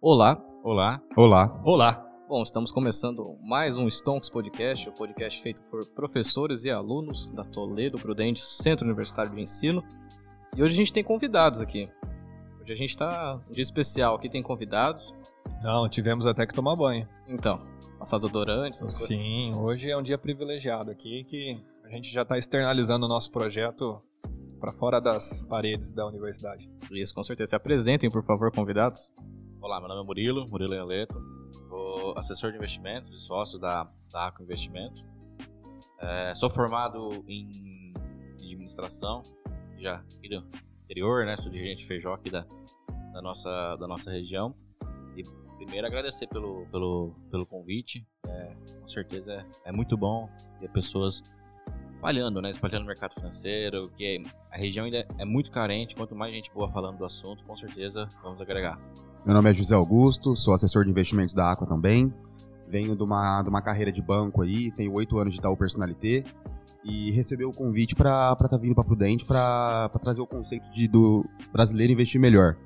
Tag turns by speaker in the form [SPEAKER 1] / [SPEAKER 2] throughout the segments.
[SPEAKER 1] Olá,
[SPEAKER 2] Olá.
[SPEAKER 3] Olá.
[SPEAKER 2] Olá.
[SPEAKER 1] bom, estamos começando mais um Stonks Podcast, o podcast feito por professores e alunos da Toledo Prudente Centro Universitário de Ensino. E hoje a gente tem convidados aqui. Hoje a gente está um dia especial aqui, tem convidados.
[SPEAKER 2] Não, tivemos até que tomar banho.
[SPEAKER 1] Então, passar desodorantes,
[SPEAKER 3] Então,
[SPEAKER 1] essas coisas.
[SPEAKER 2] Sim, hoje é um dia privilegiado aqui que a gente já está externalizando o nosso projeto para fora das paredes da universidade.
[SPEAKER 1] isso com certeza. Se apresentem, por favor, convidados.
[SPEAKER 3] Olá, meu nome é Murilo, Murilo Ealeto, sou assessor de investimentos e sócio da, da Aco Investimentos. É, sou formado em administração, já aqui do interior, né? Sou dirigente de feijó aqui da, da, nossa, da nossa região. E primeiro agradecer pelo, pelo, pelo convite. É, com certeza é, é muito bom ter pessoas espalhando, né? Espalhando o mercado financeiro, que a região ainda é muito carente. Quanto mais gente boa falando do assunto, com certeza vamos agregar.
[SPEAKER 4] Meu nome é José Augusto, sou assessor de investimentos da Aqua também. Venho de uma, de uma carreira de banco aí, tenho oito anos de Itaú Personalité e recebi o convite para estar vindo para Prudente para trazer o conceito de, do brasileiro investir melhor.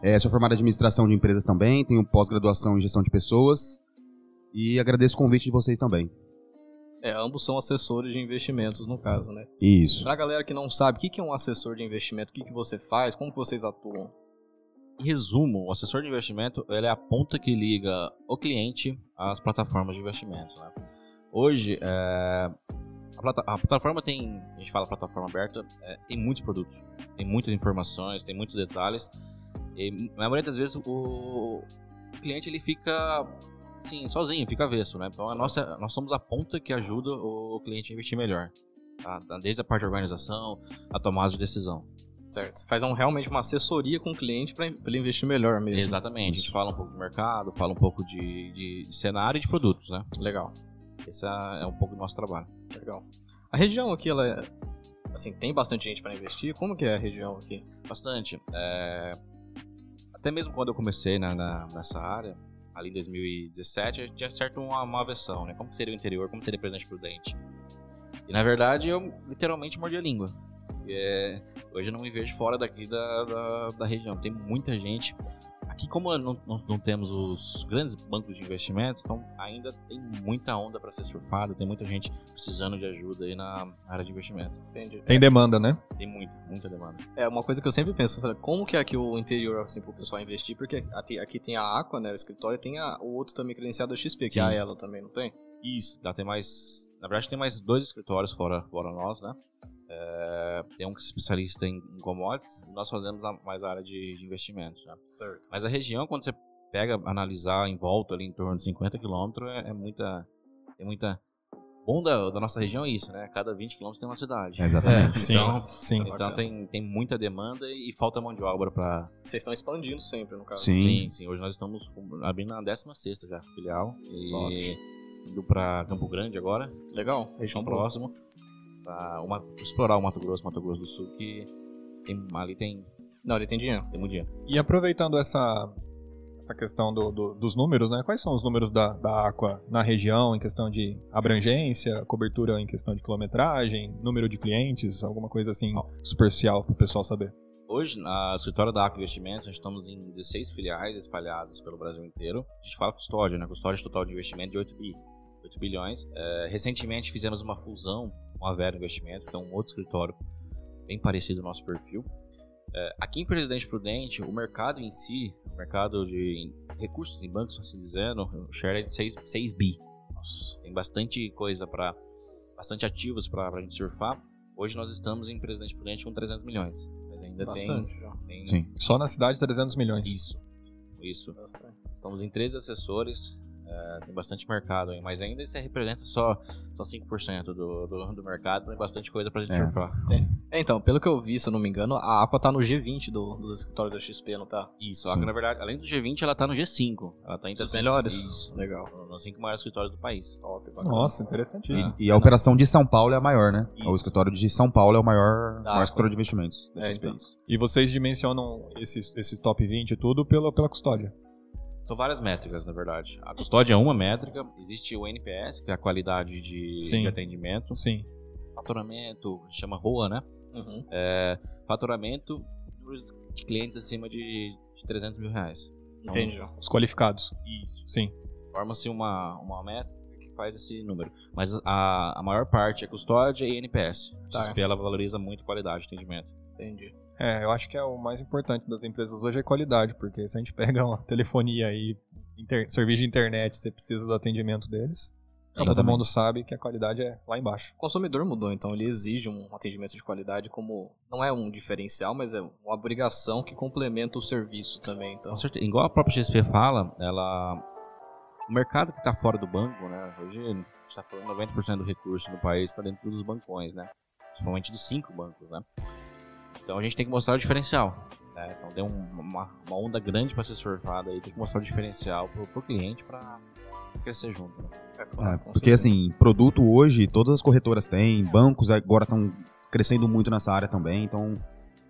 [SPEAKER 4] É, sou formado em administração de empresas também, tenho pós-graduação em gestão de pessoas e agradeço o convite de vocês também.
[SPEAKER 1] É, ambos são assessores de investimentos, no caso, né?
[SPEAKER 4] Isso.
[SPEAKER 1] Pra galera que não sabe, o que que é um assessor de investimento? O que que você faz? Como que vocês atuam?
[SPEAKER 3] Em resumo, o assessor de investimento ele é a ponta que liga o cliente às plataformas de investimento. né? Hoje, é, a, plata- a plataforma tem, a gente fala plataforma aberta, é, tem muitos produtos, tem muitas informações, tem muitos detalhes. E, na maioria das vezes, o, o cliente ele fica assim, sozinho, fica avesso. Né? Então, a nossa, nós somos a ponta que ajuda o cliente a investir melhor. tá? Desde a parte de organização, a tomada de decisão.
[SPEAKER 1] Certo. Você faz um- realmente uma assessoria com o cliente para ele investir melhor mesmo.
[SPEAKER 3] Exatamente, a gente fala um pouco de mercado, fala um pouco de, de- de cenário e de produtos, né?
[SPEAKER 1] Legal,
[SPEAKER 3] Esse é é um pouco do nosso trabalho.
[SPEAKER 1] legal. A região aqui, ela é. Assim, tem bastante gente para investir. Como que é a região aqui?
[SPEAKER 3] Bastante. é, Até mesmo quando eu comecei na, na- nessa área, ali em 2017, eu tinha certo uma, uma aversão, né? Como que seria o interior, como seria Presidente Prudente. E na verdade eu literalmente mordi a língua. E, é, Hoje eu não me vejo fora daqui da, da, da região. Tem muita gente. Aqui, como não, não, não temos os grandes bancos de investimentos, então ainda tem muita onda para ser surfada, tem muita gente precisando de ajuda aí na área de investimento.
[SPEAKER 1] Entendi.
[SPEAKER 3] É.
[SPEAKER 2] Tem demanda, né?
[SPEAKER 3] Tem muita, muita demanda.
[SPEAKER 1] É uma coisa que eu sempre penso. eu falo, Como que é aqui o interior, assim, pro pessoal investir? Porque aqui, aqui tem a Aqua, né? O escritório e tem a- o outro também credenciado da XP, que é a
[SPEAKER 3] Sim.
[SPEAKER 1] ela também, não tem?
[SPEAKER 3] Isso, dá, tem mais. Na verdade, tem mais dois escritórios fora, fora nós, né? É, tem um que é especialista em em commodities, e nós fazemos a- mais a área de, de investimentos. Né?
[SPEAKER 1] Certo.
[SPEAKER 3] Mas a região, quando você pega, analisar em volta ali em torno de 50 quilômetros, é, é muita. Tem muita. Bom da, da nossa região é isso, né? Cada 20 quilômetros tem uma cidade.
[SPEAKER 4] Exatamente.
[SPEAKER 1] É.
[SPEAKER 2] Sim,
[SPEAKER 3] Então,
[SPEAKER 2] sim.
[SPEAKER 3] então tem, tem muita demanda e falta mão de obra para.
[SPEAKER 1] Vocês estão expandindo sempre, no caso.
[SPEAKER 4] Sim.
[SPEAKER 3] Sim, sim. Hoje nós estamos com- abrindo a 16 já, filial. E
[SPEAKER 1] Top.
[SPEAKER 3] indo para Campo Grande agora
[SPEAKER 1] Legal.
[SPEAKER 3] região
[SPEAKER 1] Então,
[SPEAKER 3] próxima pra o Ma- explorar o Mato Grosso, Mato Grosso do Sul, que tem, ali tem,
[SPEAKER 1] Não, ele tem dinheiro.
[SPEAKER 3] tem muito dinheiro.
[SPEAKER 2] E aproveitando essa, essa questão do- do- dos números, né? Quais são os números da, da Aqua na região em questão de abrangência, cobertura em questão de quilometragem, número de clientes, alguma coisa assim superficial para o pessoal saber?
[SPEAKER 3] Hoje, na escritório da Arco Investimentos, nós estamos em 16 filiais espalhados pelo Brasil inteiro. A gente fala custódia, né? Custódia total de investimento de 8 bi. 8 bilhões. É, recentemente fizemos uma fusão com a Vera Investimentos, que é um outro escritório bem parecido ao nosso perfil. É, aqui em Presidente Prudente, o mercado em si, o mercado de recursos em bancos, assim dizendo, o share é de 6, 6 bi. Tem bastante coisa para. bastante ativos para a gente surfar. Hoje nós estamos em Presidente Prudente com 300 milhões. Mas ainda
[SPEAKER 1] Bastante já.
[SPEAKER 3] tem. tem
[SPEAKER 4] Sim.
[SPEAKER 2] Só na cidade, 300 milhões.
[SPEAKER 3] Isso. É Isso.
[SPEAKER 1] Bastante.
[SPEAKER 3] Estamos em três assessores, é, tem bastante mercado aí, mas ainda isso representa só, só 5% do, do, do mercado, tem bastante coisa pra gente
[SPEAKER 4] É.
[SPEAKER 3] surfar.
[SPEAKER 1] É, Então, pelo que eu vi, se eu não me engano, a Aqua tá no G20 do, do escritório da XP, não tá?
[SPEAKER 3] Isso,
[SPEAKER 4] Sim.
[SPEAKER 3] a, na verdade, além do G20, ela tá no G5. Ela tá entre
[SPEAKER 1] Dos
[SPEAKER 3] as
[SPEAKER 1] melhores?
[SPEAKER 3] Isso,
[SPEAKER 1] Legal.
[SPEAKER 3] nos cinco maiores escritórios do país.
[SPEAKER 1] Top, bacana.
[SPEAKER 2] Nossa, interessantíssimo.
[SPEAKER 4] E, e a operação de São Paulo é a maior, né?
[SPEAKER 3] Isso.
[SPEAKER 4] O escritório de São Paulo é o maior,
[SPEAKER 1] Da
[SPEAKER 4] maior
[SPEAKER 1] Aqua.
[SPEAKER 4] escritório de investimentos.
[SPEAKER 1] É, então.
[SPEAKER 2] E vocês dimensionam esses esse top 20 e tudo pela, pela custódia.
[SPEAKER 3] São várias métricas, na verdade. A custódia é uma métrica, existe o NPS, que é a qualidade de,
[SPEAKER 2] Sim.
[SPEAKER 3] de atendimento,
[SPEAKER 2] Sim.
[SPEAKER 3] faturamento, chama ROA, né?
[SPEAKER 1] Uhum.
[SPEAKER 3] É, faturamento de clientes acima de, de 300 mil reais.
[SPEAKER 1] Entendi.
[SPEAKER 2] Os qualificados.
[SPEAKER 3] Isso.
[SPEAKER 2] Sim.
[SPEAKER 3] Forma-se uma, uma meta que faz esse número. Mas a, a maior parte é custódia e NPS. A
[SPEAKER 1] Tá.
[SPEAKER 3] XP ela valoriza muito qualidade de atendimento.
[SPEAKER 1] Entendi.
[SPEAKER 2] É, eu acho que é o mais importante das empresas hoje é qualidade, porque se a gente pega uma telefonia e inter- serviço de internet, você precisa do atendimento deles. Todo
[SPEAKER 3] Exatamente.
[SPEAKER 2] mundo sabe que a qualidade é lá embaixo.
[SPEAKER 1] O consumidor mudou, então ele exige um atendimento de qualidade como. Não é um diferencial, mas é uma obrigação que complementa o serviço também. Então,
[SPEAKER 3] Com certeza. Igual a própria XP fala, ela. O mercado que está fora do banco, né? Hoje a gente está falando 90% do recurso no país está dentro dos bancões, né? Principalmente dos cinco bancos, né? Então a gente tem que mostrar o diferencial. Né? Então deu um- uma, uma onda grande para ser surfada aí, tem que mostrar o diferencial pro, pro cliente para crescer junto. Né?
[SPEAKER 1] é claro,
[SPEAKER 5] Ah,
[SPEAKER 4] É,
[SPEAKER 1] com
[SPEAKER 4] porque
[SPEAKER 1] certeza.
[SPEAKER 4] assim, produto hoje, todas as corretoras têm, bancos agora estão crescendo muito nessa área também, então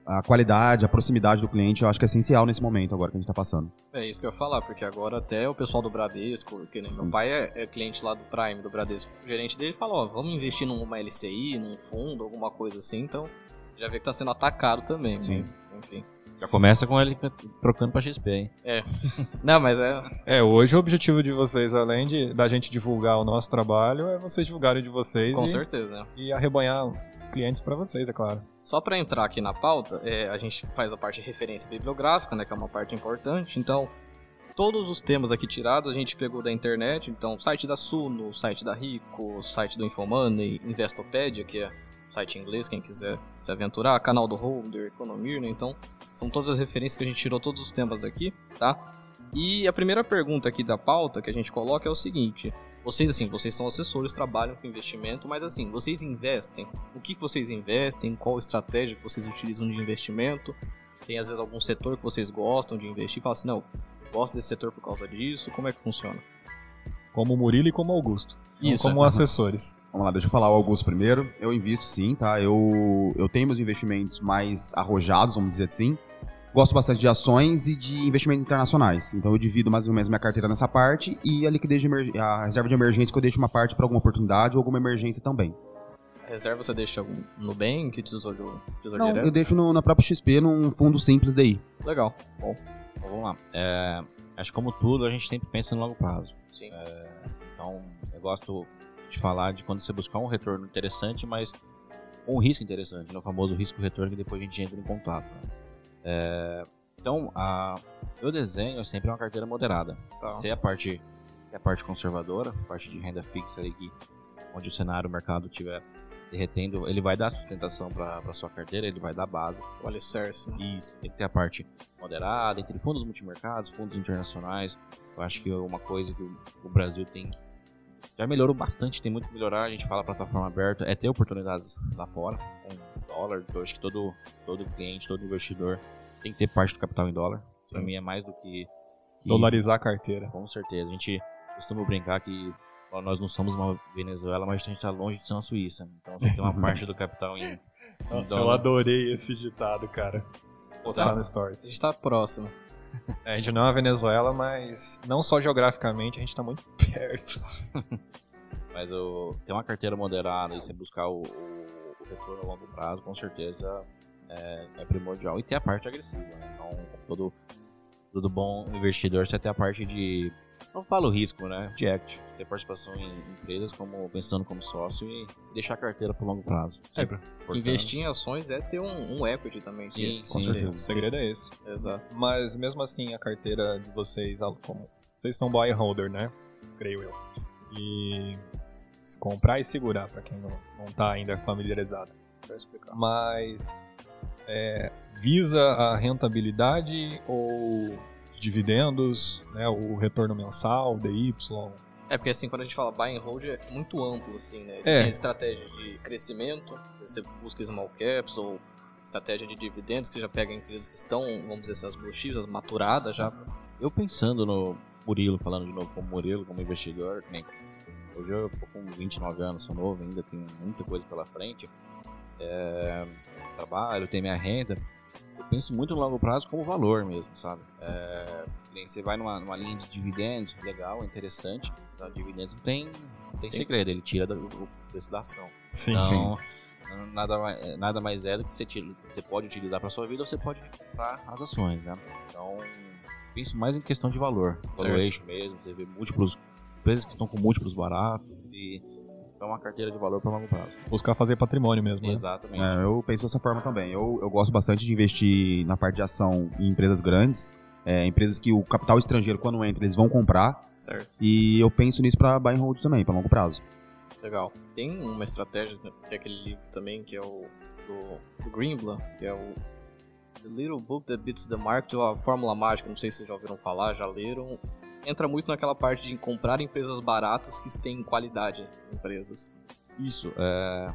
[SPEAKER 4] a qualidade, a proximidade do cliente, eu acho que é essencial nesse momento agora que a gente tá passando.
[SPEAKER 1] É isso que eu ia falar, porque agora até o pessoal do Bradesco, que nem meu pai é, é cliente lá do Prime, do Bradesco. O gerente dele fala, ó, vamos investir numa LCI, num fundo, alguma coisa assim, então já vê que tá sendo atacado também,
[SPEAKER 3] Sim.
[SPEAKER 1] mas, enfim.
[SPEAKER 3] Já começa com ele trocando para XP, hein?
[SPEAKER 1] Não, mas é.
[SPEAKER 2] É, hoje o objetivo de vocês, além de da gente divulgar o nosso trabalho, é vocês divulgarem o de vocês
[SPEAKER 1] Com
[SPEAKER 2] e,
[SPEAKER 1] certeza, né?
[SPEAKER 2] e arrebanhar clientes pra vocês, é claro.
[SPEAKER 1] Só pra entrar aqui na pauta, é, a gente faz a parte de referência bibliográfica, né, que é uma parte importante. Então, todos os temas aqui tirados a gente pegou da internet. Então, site da Suno, site da Rico, site do Infomoney, Investopedia, que é um site em inglês, quem quiser se aventurar, canal do Holder, Economir, né? Então, são todas as referências que a gente tirou todos os temas aqui, tá? E a primeira pergunta aqui da pauta que a gente coloca é o seguinte: vocês assim, vocês são assessores, trabalham com investimento, mas assim, vocês investem o que, que vocês investem, qual estratégia que vocês utilizam de investimento. Tem às vezes algum setor que vocês gostam de investir e fala assim, não, eu gosto desse setor por causa disso, como é que funciona? Então,
[SPEAKER 2] Como o Murilo e como o Augusto. Não
[SPEAKER 1] Isso,
[SPEAKER 2] como assessores.
[SPEAKER 4] Vamos lá, deixa eu falar o Augusto primeiro. Eu invisto sim, tá? Eu, eu tenho meus investimentos mais arrojados, vamos dizer assim. Gosto bastante de ações e de investimentos internacionais. Então eu divido mais ou menos minha carteira nessa parte e a liquidez de emerg- a reserva de emergência que eu deixo uma parte pra alguma oportunidade ou alguma emergência também.
[SPEAKER 3] é.
[SPEAKER 1] A reserva você deixa algum no bem, que tesouro, tesouro
[SPEAKER 4] Não,
[SPEAKER 1] direto?
[SPEAKER 4] eu deixo no- na própria XP num fundo simples daí.
[SPEAKER 1] Legal.
[SPEAKER 3] Então, vamos lá. É, acho que como tudo, a gente sempre pensa no longo prazo.
[SPEAKER 1] Sim.
[SPEAKER 3] Então, eu gosto de falar de quando você buscar um retorno interessante, mas um risco interessante, né? o famoso risco-retorno que depois a gente entra em contato. né? É, então, a, meu desenho é sempre uma carteira moderada.
[SPEAKER 1] Tá.
[SPEAKER 3] Se é a parte, se é a parte conservadora, a parte de renda fixa ali que, onde o cenário, o mercado estiver derretendo, ele vai dar sustentação para sua carteira, ele vai dar base.
[SPEAKER 1] O alicerce, né?
[SPEAKER 3] Isso, tem que ter a parte moderada, entre fundos multimercados, fundos internacionais. Eu acho que é uma coisa que o o Brasil tem. Já melhorou bastante, tem muito que melhorar. A gente fala plataforma aberta, é ter oportunidades lá fora, com dólar. Eu acho que todo, todo cliente, todo investidor tem que ter parte do capital em dólar. Pra mim é mais do que. que-
[SPEAKER 2] Dolarizar a carteira.
[SPEAKER 3] Com certeza. A gente costuma brincar que ó, nós não somos uma Venezuela, mas a gente está longe de ser uma Suíça. Então você tem uma parte do capital em, em
[SPEAKER 2] Então-
[SPEAKER 3] dólar.
[SPEAKER 2] adorei esse ditado, cara. Postar no
[SPEAKER 1] A
[SPEAKER 2] Stories.
[SPEAKER 1] gente tá próximo.
[SPEAKER 2] É, a gente não é a Venezuela, mas não só geograficamente, a gente tá muito perto.
[SPEAKER 3] Mas o, ter uma carteira moderada e você buscar o, o- o retorno a longo prazo, com certeza é, é primordial. E ter a parte agressiva, né? Então, como todo, todo bom investidor, você tem a parte de. Não falo risco, né? De equity. Ter participação em empresas, como pensando como sócio e deixar a carteira por longo prazo.
[SPEAKER 1] Sempre.
[SPEAKER 3] Portanto,
[SPEAKER 1] Investir em ações é ter um, um equity também. que-
[SPEAKER 3] Sim, sim.
[SPEAKER 2] O segredo é esse.
[SPEAKER 1] Exato.
[SPEAKER 2] Mas mesmo assim, a carteira de vocês, ela- como vocês são buy and holder, né? Creio eu. E se comprar e segurar, pra quem não, não tá ainda familiarizado.
[SPEAKER 1] Pra explicar.
[SPEAKER 2] Mas é, visa a rentabilidade ou os dividendos, né? O retorno mensal, DY.
[SPEAKER 1] É porque assim, quando a gente fala buy and hold é muito amplo, assim, né? Você
[SPEAKER 2] É.
[SPEAKER 1] tem estratégia de crescimento, você busca small caps ou estratégia de dividendos, que já pega empresas que estão, vamos dizer assim, as blue chips, as maturadas já.
[SPEAKER 3] Eu pensando no Murilo, falando de novo como Murilo, como investidor, que nem- hoje eu tô com 29 anos, sou novo ainda, tenho muita coisa pela frente. É, trabalho, tenho minha renda. Eu penso muito no longo prazo como valor mesmo, sabe? É, que nem você vai numa, numa linha de dividendos, legal, interessante. Mas dividendos não tem, não tem segredo, ele tira do- do preço da ação.
[SPEAKER 2] Sim,
[SPEAKER 3] Então, nada, mais- nada mais é do que você, tira- você pode utilizar para sua vida ou você pode comprar as ações, né? Então, penso mais em questão de valor. Valuation mesmo, você vê múltiplos, empresas que estão com múltiplos baratos e é uma carteira de valor para longo prazo.
[SPEAKER 2] Buscar fazer patrimônio mesmo. né?
[SPEAKER 3] Exatamente.
[SPEAKER 4] É, eu penso dessa forma também. Eu, eu gosto bastante de investir na parte de ação em empresas grandes, é, empresas que o capital estrangeiro, quando entra, eles vão comprar.
[SPEAKER 1] Certo.
[SPEAKER 4] E eu penso nisso pra buy and hold também, pra longo prazo.
[SPEAKER 1] Legal. Tem uma estratégia, né? tem aquele livro também que é o do, do Greenblatt, que é o The Little Book That Beats the Market, ou a Fórmula Mágica, não sei se vocês já ouviram falar, já leram. Entra muito naquela parte de comprar empresas baratas que têm qualidade, né? empresas.
[SPEAKER 3] Isso. é,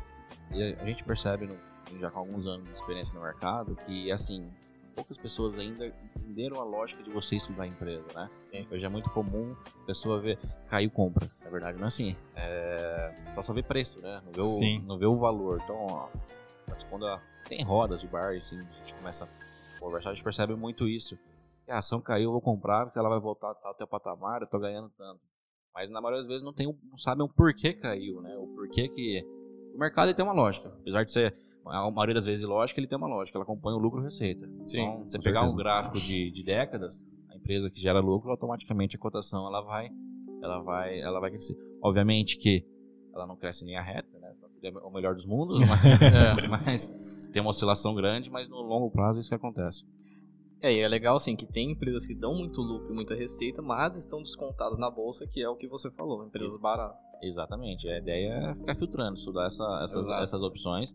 [SPEAKER 3] e a- a gente percebe, no- já com alguns anos de experiência no mercado, que, assim, poucas pessoas ainda entenderam a lógica de você estudar a empresa, né?
[SPEAKER 1] Sim.
[SPEAKER 3] Hoje é muito comum a pessoa ver, caiu, compra. Na verdade, não é assim. É, só só vê preço, né? Não vê,
[SPEAKER 2] Sim.
[SPEAKER 3] O, não vê o valor. Então, ó, mas quando a- tem rodas de bar, assim, a gente começa a conversar, a gente percebe muito isso. Que a ação caiu, eu vou comprar, porque ela vai voltar tal, até o patamar, eu tô ganhando tanto mas na maioria das vezes não, tem, um- não sabem o porquê caiu, né? O porquê que. O mercado ele tem uma lógica. Apesar de ser, a maioria das vezes, lógica, ele tem uma lógica. Ela acompanha o lucro e receita. então, você pegar um
[SPEAKER 4] certeza.
[SPEAKER 3] gráfico de, de décadas, a empresa que gera lucro, automaticamente a cotação ela vai, ela vai, ela vai crescer. Obviamente que ela não cresce em linha reta, né? Senão seria o melhor dos mundos, mas,
[SPEAKER 1] É.
[SPEAKER 3] mas tem uma oscilação grande, mas no longo prazo é isso que acontece.
[SPEAKER 1] É, e é legal assim que tem empresas que dão muito lucro e muita receita, mas estão descontadas na bolsa, que é o que você falou, empresas baratas.
[SPEAKER 3] Exatamente. A ideia é ficar filtrando, estudar essa- essas,
[SPEAKER 1] Exato.
[SPEAKER 3] essas opções,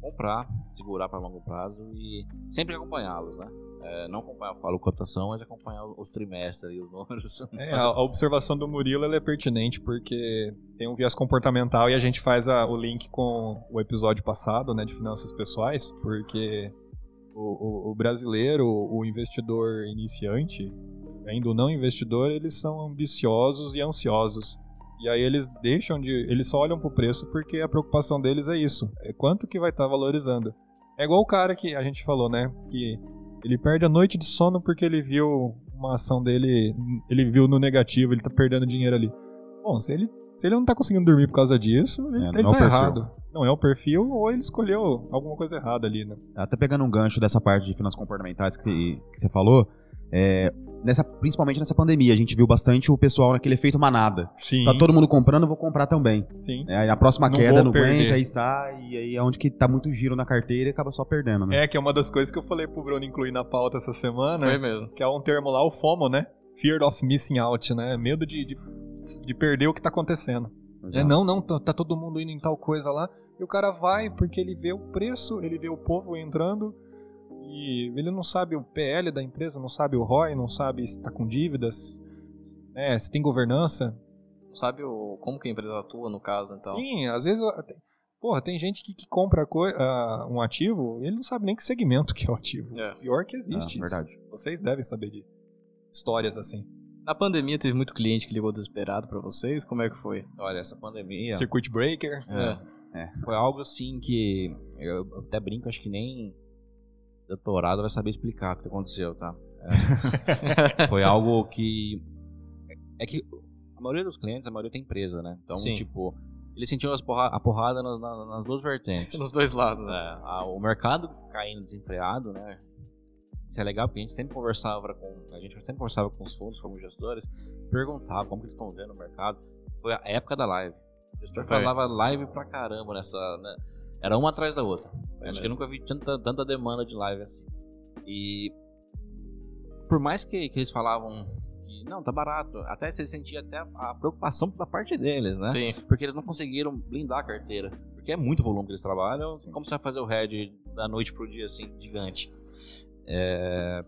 [SPEAKER 3] comprar, segurar para longo prazo e sempre acompanhá-los, né? É, não acompanhar, eu falo cotação, mas acompanhar os trimestres e os números.
[SPEAKER 2] É, a, a observação do Murilo ela é pertinente porque tem um viés comportamental e a gente faz a- o link com o episódio passado, né, de finanças pessoais, porque o, o- o brasileiro, o investidor iniciante, ainda o não investidor, eles são ambiciosos e ansiosos. E aí eles deixam de, eles só olham pro preço porque a preocupação deles é isso, é quanto que vai estar valorizando. É igual o cara que a gente falou, né, que ele perde a noite de sono porque ele viu uma ação dele, ele viu no negativo, ele tá perdendo dinheiro ali. Bom, se ele, se ele não tá conseguindo dormir por causa disso, ele,
[SPEAKER 4] É,
[SPEAKER 2] ele
[SPEAKER 4] não é o
[SPEAKER 2] tá
[SPEAKER 4] perfil.
[SPEAKER 2] errado. Não é o perfil, ou ele escolheu alguma coisa errada ali, né?
[SPEAKER 4] Até pegando um gancho dessa parte de finanças comportamentais que, que você falou, é, nessa, principalmente nessa pandemia, a gente viu bastante o pessoal naquele efeito manada.
[SPEAKER 2] Sim.
[SPEAKER 4] Tá todo mundo comprando, eu vou comprar também.
[SPEAKER 2] Sim.
[SPEAKER 4] É, aí a próxima
[SPEAKER 2] Não
[SPEAKER 4] queda
[SPEAKER 2] vou
[SPEAKER 4] não
[SPEAKER 2] perder.
[SPEAKER 4] aguenta, aí sai, e aí é onde que tá muito giro na carteira e acaba só perdendo, né?
[SPEAKER 2] É, que é uma das coisas que eu falei pro Bruno incluir na pauta essa semana,
[SPEAKER 1] Foi mesmo.
[SPEAKER 2] que é um termo lá, o FOMO, né? Fear of missing out, né? Medo de, de, de perder o que tá acontecendo.
[SPEAKER 4] Exato.
[SPEAKER 2] É, não, não, tá, tá todo mundo indo em tal coisa lá. E o cara vai porque ele vê o preço, ele vê o povo entrando e ele não sabe o PL da empresa, não sabe o ROI, não sabe se tá com dívidas, né, se tem governança.
[SPEAKER 1] Sabe o, como que a empresa atua no caso, então?
[SPEAKER 2] Sim, às vezes. ó, tem- Porra, tem gente que, que compra coi- ah, um ativo e ele não sabe nem que segmento que é o ativo.
[SPEAKER 1] É.
[SPEAKER 2] Pior que
[SPEAKER 4] Ah,
[SPEAKER 2] existe. isso.
[SPEAKER 4] verdade.
[SPEAKER 2] Vocês devem saber de histórias assim.
[SPEAKER 1] Na pandemia teve muito cliente que ligou desesperado pra vocês, como é que foi?
[SPEAKER 3] Olha, essa pandemia
[SPEAKER 2] Circuit Breaker.
[SPEAKER 1] É.
[SPEAKER 3] foi algo assim que eu até brinco, acho que nem doutorado vai saber explicar o que aconteceu, tá? É. foi algo que é que a maioria dos clientes, a maioria tem empresa, né? Então,
[SPEAKER 1] Sim.
[SPEAKER 3] tipo, eles sentiram as porra- a porrada na- na- nas duas vertentes.
[SPEAKER 1] Nos dois lados,
[SPEAKER 3] É,
[SPEAKER 1] né?
[SPEAKER 3] a- o mercado caindo desenfreado, né? Isso é legal porque a gente sempre conversava com a gente sempre conversava com os fundos, com os gestores, perguntava como que eles estão vendo o mercado. Foi a época da live. O gestor
[SPEAKER 1] Foi.
[SPEAKER 3] falava live pra caramba nessa, né? Era uma atrás da outra.
[SPEAKER 1] Foi
[SPEAKER 3] Acho
[SPEAKER 1] mesmo.
[SPEAKER 3] que eu nunca vi tanta, tanta demanda de live assim. E por mais que, que eles falavam que não, tá barato, até você sentia até a preocupação da parte deles, né?
[SPEAKER 1] Sim.
[SPEAKER 3] porque eles não conseguiram blindar a carteira. Porque é muito volume que eles trabalham. Como você vai fazer o head da noite pro dia, assim, gigante? É,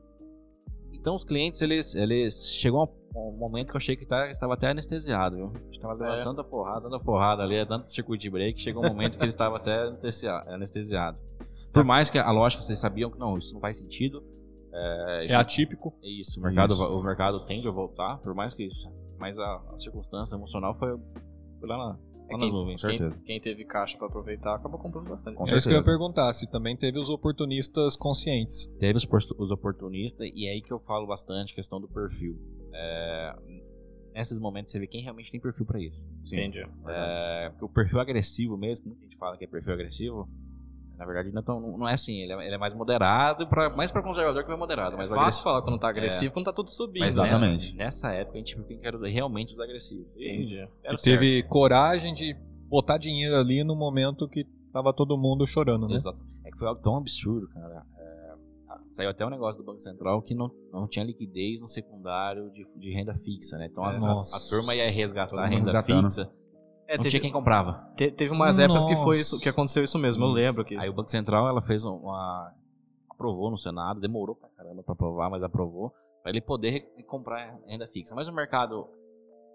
[SPEAKER 3] Então, os clientes, eles, eles... Chegou um momento que eu achei que tá- estava até anestesiado, viu? A gente tava levando
[SPEAKER 1] É.
[SPEAKER 3] tanta porrada, tanta porrada ali, é tanto circuit break, chegou um momento que eles estavam até anestesia- anestesiado. Por mais que a lógica, vocês sabiam que não, isso não faz sentido. É,
[SPEAKER 2] É
[SPEAKER 3] isso
[SPEAKER 2] atípico.
[SPEAKER 3] é Isso, o mercado,
[SPEAKER 4] Isso.
[SPEAKER 3] o mercado tende a voltar, por mais que isso. Mas a, a circunstância emocional foi, foi lá, na, lá
[SPEAKER 1] É
[SPEAKER 3] nas
[SPEAKER 1] quem-
[SPEAKER 3] nuvens.
[SPEAKER 1] quem,
[SPEAKER 4] certeza.
[SPEAKER 1] quem teve caixa pra aproveitar acabou comprando bastante.
[SPEAKER 4] Com
[SPEAKER 2] É isso que eu
[SPEAKER 4] certeza.
[SPEAKER 2] ia perguntar, se também teve os oportunistas conscientes.
[SPEAKER 3] Teve os, portu- os oportunistas, e é aí que eu falo bastante questão do perfil. É, nesses momentos você vê quem realmente tem perfil pra isso.
[SPEAKER 1] Entendi.
[SPEAKER 3] É, porque o perfil agressivo mesmo, muita gente fala que é perfil agressivo, Na verdade, não, é tão- não é assim. Ele é, ele é mais moderado, pra, mais para conservador que mais moderado.
[SPEAKER 1] É
[SPEAKER 3] Mas
[SPEAKER 1] fácil falar quando tá agressivo, quando tá tudo subindo.
[SPEAKER 3] Mas
[SPEAKER 1] né?
[SPEAKER 3] exatamente. Nessa, nessa época a gente viu quem que era os- realmente os agressivos. E
[SPEAKER 1] Entendi.
[SPEAKER 3] era
[SPEAKER 2] Que teve coragem de botar dinheiro ali no momento que tava todo mundo chorando, né?
[SPEAKER 3] Exato. É que foi algo tão absurdo, cara. É, ah, saiu até um negócio do Banco Central que não, não tinha liquidez no secundário de, de renda fixa, né? Então as- a,
[SPEAKER 2] Nossa.
[SPEAKER 3] a turma ia resgatar
[SPEAKER 4] Todo
[SPEAKER 3] a
[SPEAKER 4] mundo
[SPEAKER 3] renda
[SPEAKER 4] resgatando.
[SPEAKER 3] fixa.
[SPEAKER 1] É,
[SPEAKER 3] não
[SPEAKER 1] teve,
[SPEAKER 3] tinha quem comprava.
[SPEAKER 1] te- teve umas épocas que foi isso,
[SPEAKER 2] Nossa.
[SPEAKER 1] que aconteceu isso mesmo, eu lembro que.
[SPEAKER 3] Aí o Banco Central ela fez um, uma. aprovou no Senado, demorou pra caramba pra aprovar, mas aprovou, pra ele poder re- comprar renda fixa. Mas o mercado.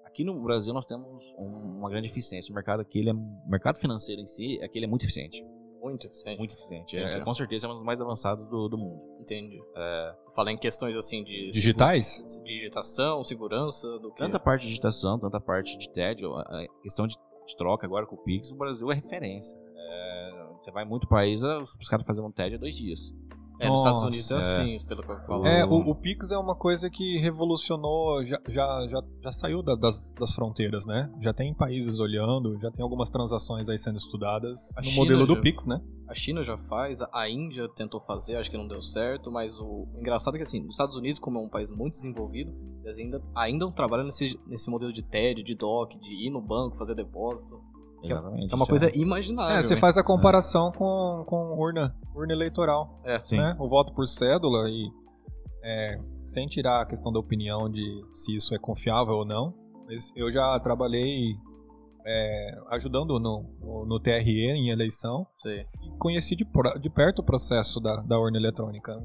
[SPEAKER 3] Aqui no Brasil nós temos um- uma grande eficiência. O mercado aqui, ele é, o mercado financeiro em si, aqui ele é muito eficiente.
[SPEAKER 1] Muito eficiente.
[SPEAKER 3] Muito eficiente. É,
[SPEAKER 1] Entendi.
[SPEAKER 3] com certeza é um dos mais avançados do, do mundo.
[SPEAKER 1] Entendi. Falar em questões assim de.
[SPEAKER 2] Digitais?
[SPEAKER 1] segu- Digitação, segurança, do que.
[SPEAKER 3] Tanta parte de digitação, tanta parte de TED, a- a questão de, de troca agora com o Pix, o Brasil é referência. É, você vai em muito país, os os caras fazem um TED há dois dias.
[SPEAKER 1] É, nos Estados Unidos
[SPEAKER 2] Nossa,
[SPEAKER 1] é, assim, pelo que eu falo.
[SPEAKER 2] É, o, o Pix é uma coisa que revolucionou, já, já, já, já saiu da- das, das fronteiras, né? Já tem países olhando, já tem algumas transações aí sendo estudadas
[SPEAKER 1] A
[SPEAKER 2] no
[SPEAKER 1] China
[SPEAKER 2] modelo do
[SPEAKER 1] já-
[SPEAKER 2] Pix, né?
[SPEAKER 1] A China já faz, a Índia tentou fazer, acho que não deu certo, mas o engraçado é que assim, os Estados Unidos, como é um país muito desenvolvido, eles ainda, ainda trabalham nesse, nesse modelo de TED, de DOC, de ir no banco, fazer depósito. Que é-
[SPEAKER 3] Exatamente.
[SPEAKER 1] É uma
[SPEAKER 3] Isso
[SPEAKER 1] coisa imaginável.
[SPEAKER 2] É, você
[SPEAKER 1] né?
[SPEAKER 2] faz a comparação com, com urna, urna eleitoral,
[SPEAKER 1] É,
[SPEAKER 3] Sim.
[SPEAKER 2] né? O voto por cédula e é, sem tirar a questão da opinião de se isso é confiável ou não, mas eu já trabalhei é, ajudando no, no TRE em eleição
[SPEAKER 1] Sim.
[SPEAKER 2] conheci de, pro- de perto o processo da, da urna eletrônica.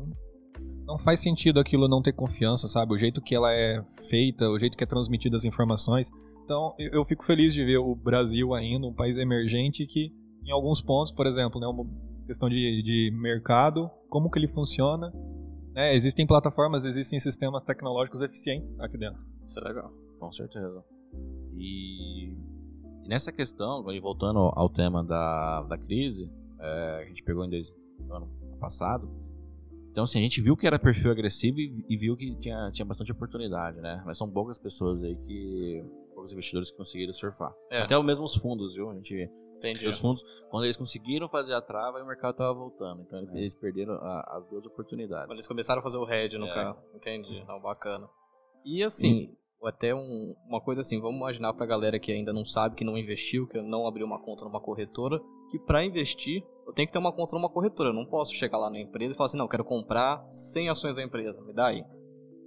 [SPEAKER 2] Não faz sentido aquilo não ter confiança, sabe? O jeito que ela é feita, o jeito que é transmitida as informações. Então, eu, eu fico feliz de ver o Brasil ainda, um país emergente que, em alguns pontos, por exemplo, né, uma questão de, de mercado, como que ele funciona. né? Existem plataformas, existem sistemas tecnológicos eficientes aqui dentro.
[SPEAKER 1] Isso é legal.
[SPEAKER 3] Com certeza. E, e nessa questão, e voltando ao ao tema da, da crise, é, que a gente pegou em dois, no ano passado. Então, assim, a gente viu que era perfil agressivo e, e viu que tinha, tinha bastante oportunidade, né? Mas são poucas pessoas aí que. poucos investidores que conseguiram surfar.
[SPEAKER 1] É.
[SPEAKER 3] Até mesmo os fundos, viu? A gente.
[SPEAKER 2] É.
[SPEAKER 1] Entendi.
[SPEAKER 3] Os fundos, quando eles conseguiram fazer a trava, o mercado tava voltando. Então,
[SPEAKER 2] É.
[SPEAKER 3] eles perderam a- as duas
[SPEAKER 1] Quando
[SPEAKER 3] oportunidades.
[SPEAKER 1] eles começaram a fazer o head no
[SPEAKER 3] É.
[SPEAKER 1] carro. Entendi. Não, bacana. Uhum. E assim, até um- uma coisa assim, vamos imaginar pra galera que ainda não sabe, que não investiu, que não abriu uma conta numa corretora, que pra investir, eu tenho que ter uma conta numa corretora. Eu não posso chegar lá na empresa e falar assim, não, eu quero comprar 100 ações da empresa, me dá aí.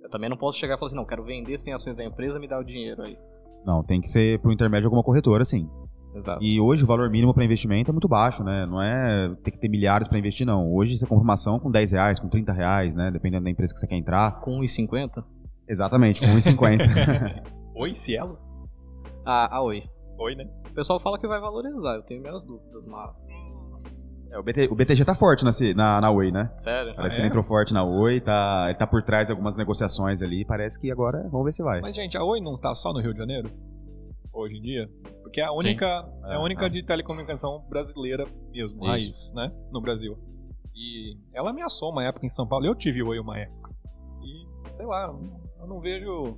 [SPEAKER 1] Eu também não posso chegar e falar assim, não, eu quero vender 100 ações da empresa, me dá o dinheiro aí.
[SPEAKER 4] Não, tem que ser por intermédio de alguma corretora, sim.
[SPEAKER 1] Exato.
[SPEAKER 4] E hoje o valor mínimo para investimento é muito baixo, né? Não é ter que ter milhares para investir, não. Hoje você compra uma ação com 10 reais, com 30 reais, né? Dependendo da empresa que você quer entrar.
[SPEAKER 1] Com 1,50?
[SPEAKER 4] Exatamente, com 1,50.
[SPEAKER 2] Oi, Cielo?
[SPEAKER 1] Ah, ah, oi.
[SPEAKER 2] Oi, né?
[SPEAKER 1] O pessoal fala que vai valorizar, eu tenho menos dúvidas, mas...
[SPEAKER 4] É, o, BT o BTG tá forte na, ci- na, na Oi, né?
[SPEAKER 1] Sério?
[SPEAKER 4] Parece
[SPEAKER 2] Ah,
[SPEAKER 4] que
[SPEAKER 2] é?
[SPEAKER 4] ele entrou forte na Oi, tá, ele tá por trás de algumas negociações ali. Parece que agora vamos ver se vai.
[SPEAKER 2] Mas, gente, a Oi não tá só no Rio de Janeiro? Hoje em dia? Porque é a única, é a
[SPEAKER 3] É,
[SPEAKER 2] única
[SPEAKER 3] é.
[SPEAKER 2] de telecomunicação brasileira mesmo,
[SPEAKER 3] Isso.
[SPEAKER 2] raiz, né? No Brasil. E ela ameaçou uma época em São Paulo. Eu tive Oi uma época. E, sei lá, eu não- eu não vejo...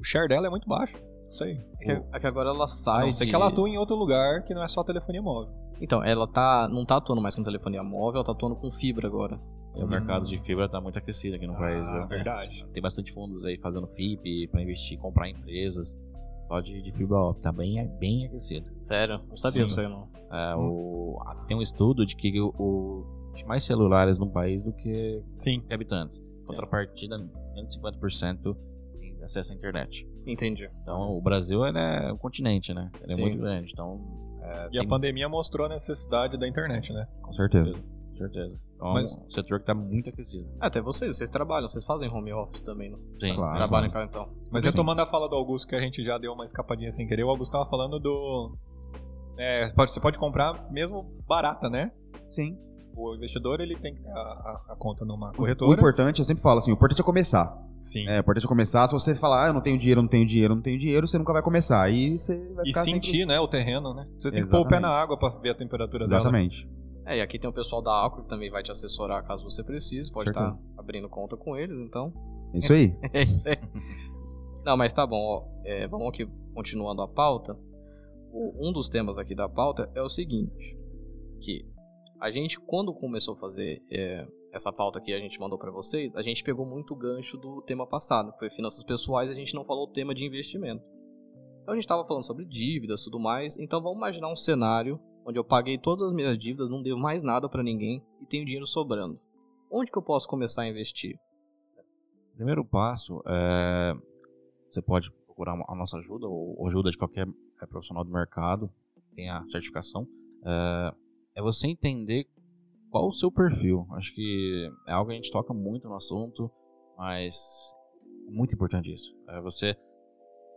[SPEAKER 2] O share dela é muito baixo. Não sei.
[SPEAKER 1] É que, é que agora ela
[SPEAKER 2] A
[SPEAKER 1] sai
[SPEAKER 2] não ser
[SPEAKER 1] de-
[SPEAKER 2] que ela atua em outro lugar que não é só telefonia móvel.
[SPEAKER 1] Então, ela tá, não tá atuando mais com telefonia móvel, ela tá atuando com fibra agora.
[SPEAKER 3] E o mercado de fibra tá muito aquecido aqui no país.
[SPEAKER 2] Hum. Ah,
[SPEAKER 3] viu?
[SPEAKER 2] verdade.
[SPEAKER 3] Tem bastante fundos aí fazendo FIP pra investir, comprar empresas. Só de, de fibra óptica, tá bem, bem aquecido.
[SPEAKER 1] Sério? Não sabia
[SPEAKER 2] Sim.
[SPEAKER 1] disso aí, não.
[SPEAKER 3] É, o-
[SPEAKER 2] Hum.
[SPEAKER 3] a- tem um estudo de que o, o- tem mais celulares no país do que
[SPEAKER 2] Sim.
[SPEAKER 3] habitantes. Contrapartida, menos de 50% tem acesso à internet.
[SPEAKER 1] Entendi. É,
[SPEAKER 3] Então, o Brasil ele é um continente, né? Ele é
[SPEAKER 1] Sim.
[SPEAKER 3] muito grande. Então,
[SPEAKER 2] E a
[SPEAKER 3] Tem-
[SPEAKER 2] pandemia mostrou a necessidade da internet, né?
[SPEAKER 4] Com certeza.
[SPEAKER 3] com certeza. Então,
[SPEAKER 2] Mas-
[SPEAKER 3] é um setor que tá muito aquecido.
[SPEAKER 1] Até vocês, vocês trabalham, vocês fazem home office também, não?
[SPEAKER 3] Sim.
[SPEAKER 4] Claro. Ah,
[SPEAKER 1] Trabalham cá então.
[SPEAKER 2] Mas
[SPEAKER 4] Uhum.
[SPEAKER 2] retomando a fala do Augusto, que a gente já deu uma escapadinha sem querer, o Augusto tava falando do. é, pode- você pode comprar mesmo barata, né?
[SPEAKER 4] Sim.
[SPEAKER 2] O investidor ele tem que ter a, a- a conta numa
[SPEAKER 4] O
[SPEAKER 2] corretora.
[SPEAKER 4] importante, eu sempre falo assim, o importante é começar.
[SPEAKER 2] Sim.
[SPEAKER 4] É, o importante é começar. Se você falar, ah, eu não tenho dinheiro, eu não tenho dinheiro, eu não tenho dinheiro, você nunca vai começar. Aí você vai
[SPEAKER 2] E
[SPEAKER 4] ficar sempre-
[SPEAKER 2] sentir, né, o terreno, né? Você tem que pôr o pé na água pra ver a temperatura dela.
[SPEAKER 4] Exatamente.
[SPEAKER 1] É, e aqui tem o pessoal da Alco que também vai te assessorar caso você precise, pode estar
[SPEAKER 4] Certeza.
[SPEAKER 1] abrindo conta com eles, então.
[SPEAKER 4] Isso aí.
[SPEAKER 1] É isso aí. Não, mas tá bom, ó. É, vamos aqui continuando a pauta. O- um dos temas aqui da pauta é o seguinte: que A gente, quando começou a fazer é, essa pauta que a gente mandou pra vocês, a gente pegou muito o gancho do tema passado, que foi finanças pessoais, e a gente não falou o tema de investimento. Então a gente estava falando sobre dívidas e tudo mais, então vamos imaginar um cenário onde eu paguei todas as minhas dívidas, não devo mais nada pra ninguém e tenho dinheiro sobrando. Onde que eu posso começar a investir?
[SPEAKER 3] Primeiro passo é você pode procurar a nossa ajuda ou ajuda de qualquer eh, profissional do mercado, tem a certificação. É, é você entender qual o seu perfil. Acho que é algo que a gente toca muito no assunto, mas é muito importante isso. É você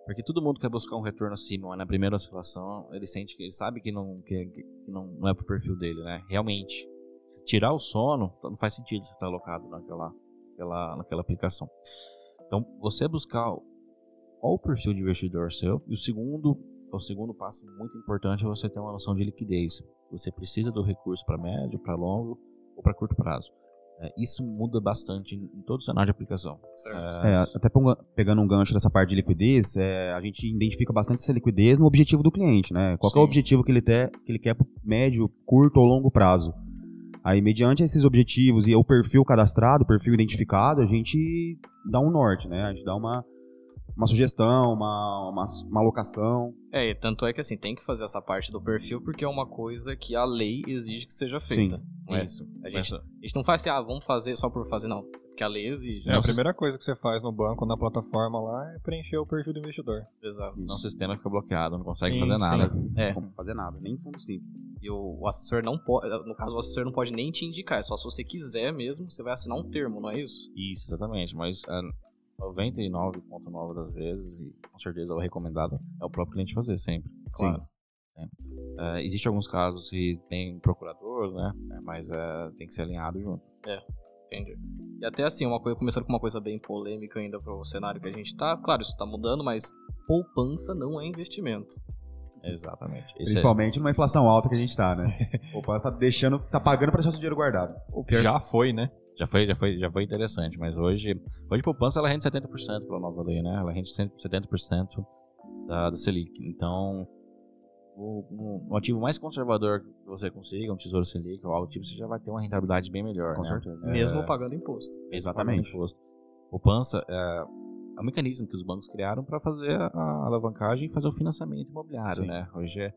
[SPEAKER 3] porque todo mundo quer buscar um retorno acima, mas na primeira oscilação ele sente que ele sabe que não que, que não, não é pro perfil dele, né? Realmente, se tirar o sono, então não faz sentido você estar alocado naquela naquela, naquela aplicação. Então, você buscar qual o perfil de investidor seu. E o segundo, o segundo passo muito importante é você ter uma noção de liquidez. Você precisa do recurso para médio, para longo ou para curto prazo. É, isso muda bastante em em todo o cenário de aplicação.
[SPEAKER 4] É, até pega- pegando um gancho dessa parte de liquidez, é, a gente identifica bastante essa liquidez no objetivo do cliente, né? Qual que é o
[SPEAKER 3] Sim.
[SPEAKER 4] objetivo que ele, te, que ele quer pro médio, curto ou longo prazo? Aí, mediante esses objetivos e o perfil cadastrado, o perfil identificado, a gente dá um norte, né? A gente dá uma, uma sugestão, uma, uma, uma alocação.
[SPEAKER 1] É, e tanto é que assim, tem que fazer essa parte do perfil porque é uma coisa que a lei exige que seja feita. Não é?
[SPEAKER 3] isso.
[SPEAKER 1] A gente, a gente não faz assim, ah, vamos fazer só por fazer, não. Porque a lei exige.
[SPEAKER 2] É,
[SPEAKER 1] né?
[SPEAKER 2] a primeira coisa que você faz no banco, na plataforma lá, é preencher o perfil do investidor.
[SPEAKER 1] Exato.
[SPEAKER 3] Não, o sistema fica bloqueado, não consegue
[SPEAKER 2] Sim,
[SPEAKER 3] fazer
[SPEAKER 2] sim.
[SPEAKER 3] nada.
[SPEAKER 1] É.
[SPEAKER 4] Não fazer nada, nem fundo simples.
[SPEAKER 1] E o, o assessor não pode. No caso, o assessor não pode nem te indicar. É só se você quiser mesmo, você vai assinar um termo, não é isso?
[SPEAKER 3] Isso, exatamente. Mas ah, 99,9 das vezes, e com certeza é o recomendado, é o próprio cliente fazer sempre.
[SPEAKER 1] Claro.
[SPEAKER 3] Uh, existe alguns casos que tem procurador, né? É, Mas eh, tem que ser alinhado junto.
[SPEAKER 1] Entendi. E até assim, uma coisa, começando com uma coisa bem polêmica ainda pro cenário que a gente tá. Claro, isso tá mudando, mas poupança não é investimento.
[SPEAKER 3] Exatamente.
[SPEAKER 4] Principalmente numa inflação alta que a gente tá, né? O Pan tá deixando, tá pagando pra deixar seu dinheiro guardado.
[SPEAKER 2] Já foi, né?
[SPEAKER 3] é, já foi, já foi, já foi interessante, mas hoje, hoje poupança ela rende 70% pela nova lei, né? Ela rende 70% da, da Selic. Então, o, um- um ativo mais conservador que você consiga, um Tesouro Selic ou algo do tipo, você já vai ter uma rentabilidade bem melhor,
[SPEAKER 4] Com
[SPEAKER 3] né?
[SPEAKER 4] certeza.
[SPEAKER 1] Mesmo pagando imposto.
[SPEAKER 4] Exatamente.
[SPEAKER 3] Pagamento imposto. Poupança é, é um mecanismo que os bancos criaram para fazer a- a alavancagem e fazer o financiamento imobiliário,
[SPEAKER 4] Sim.
[SPEAKER 3] né? Hoje é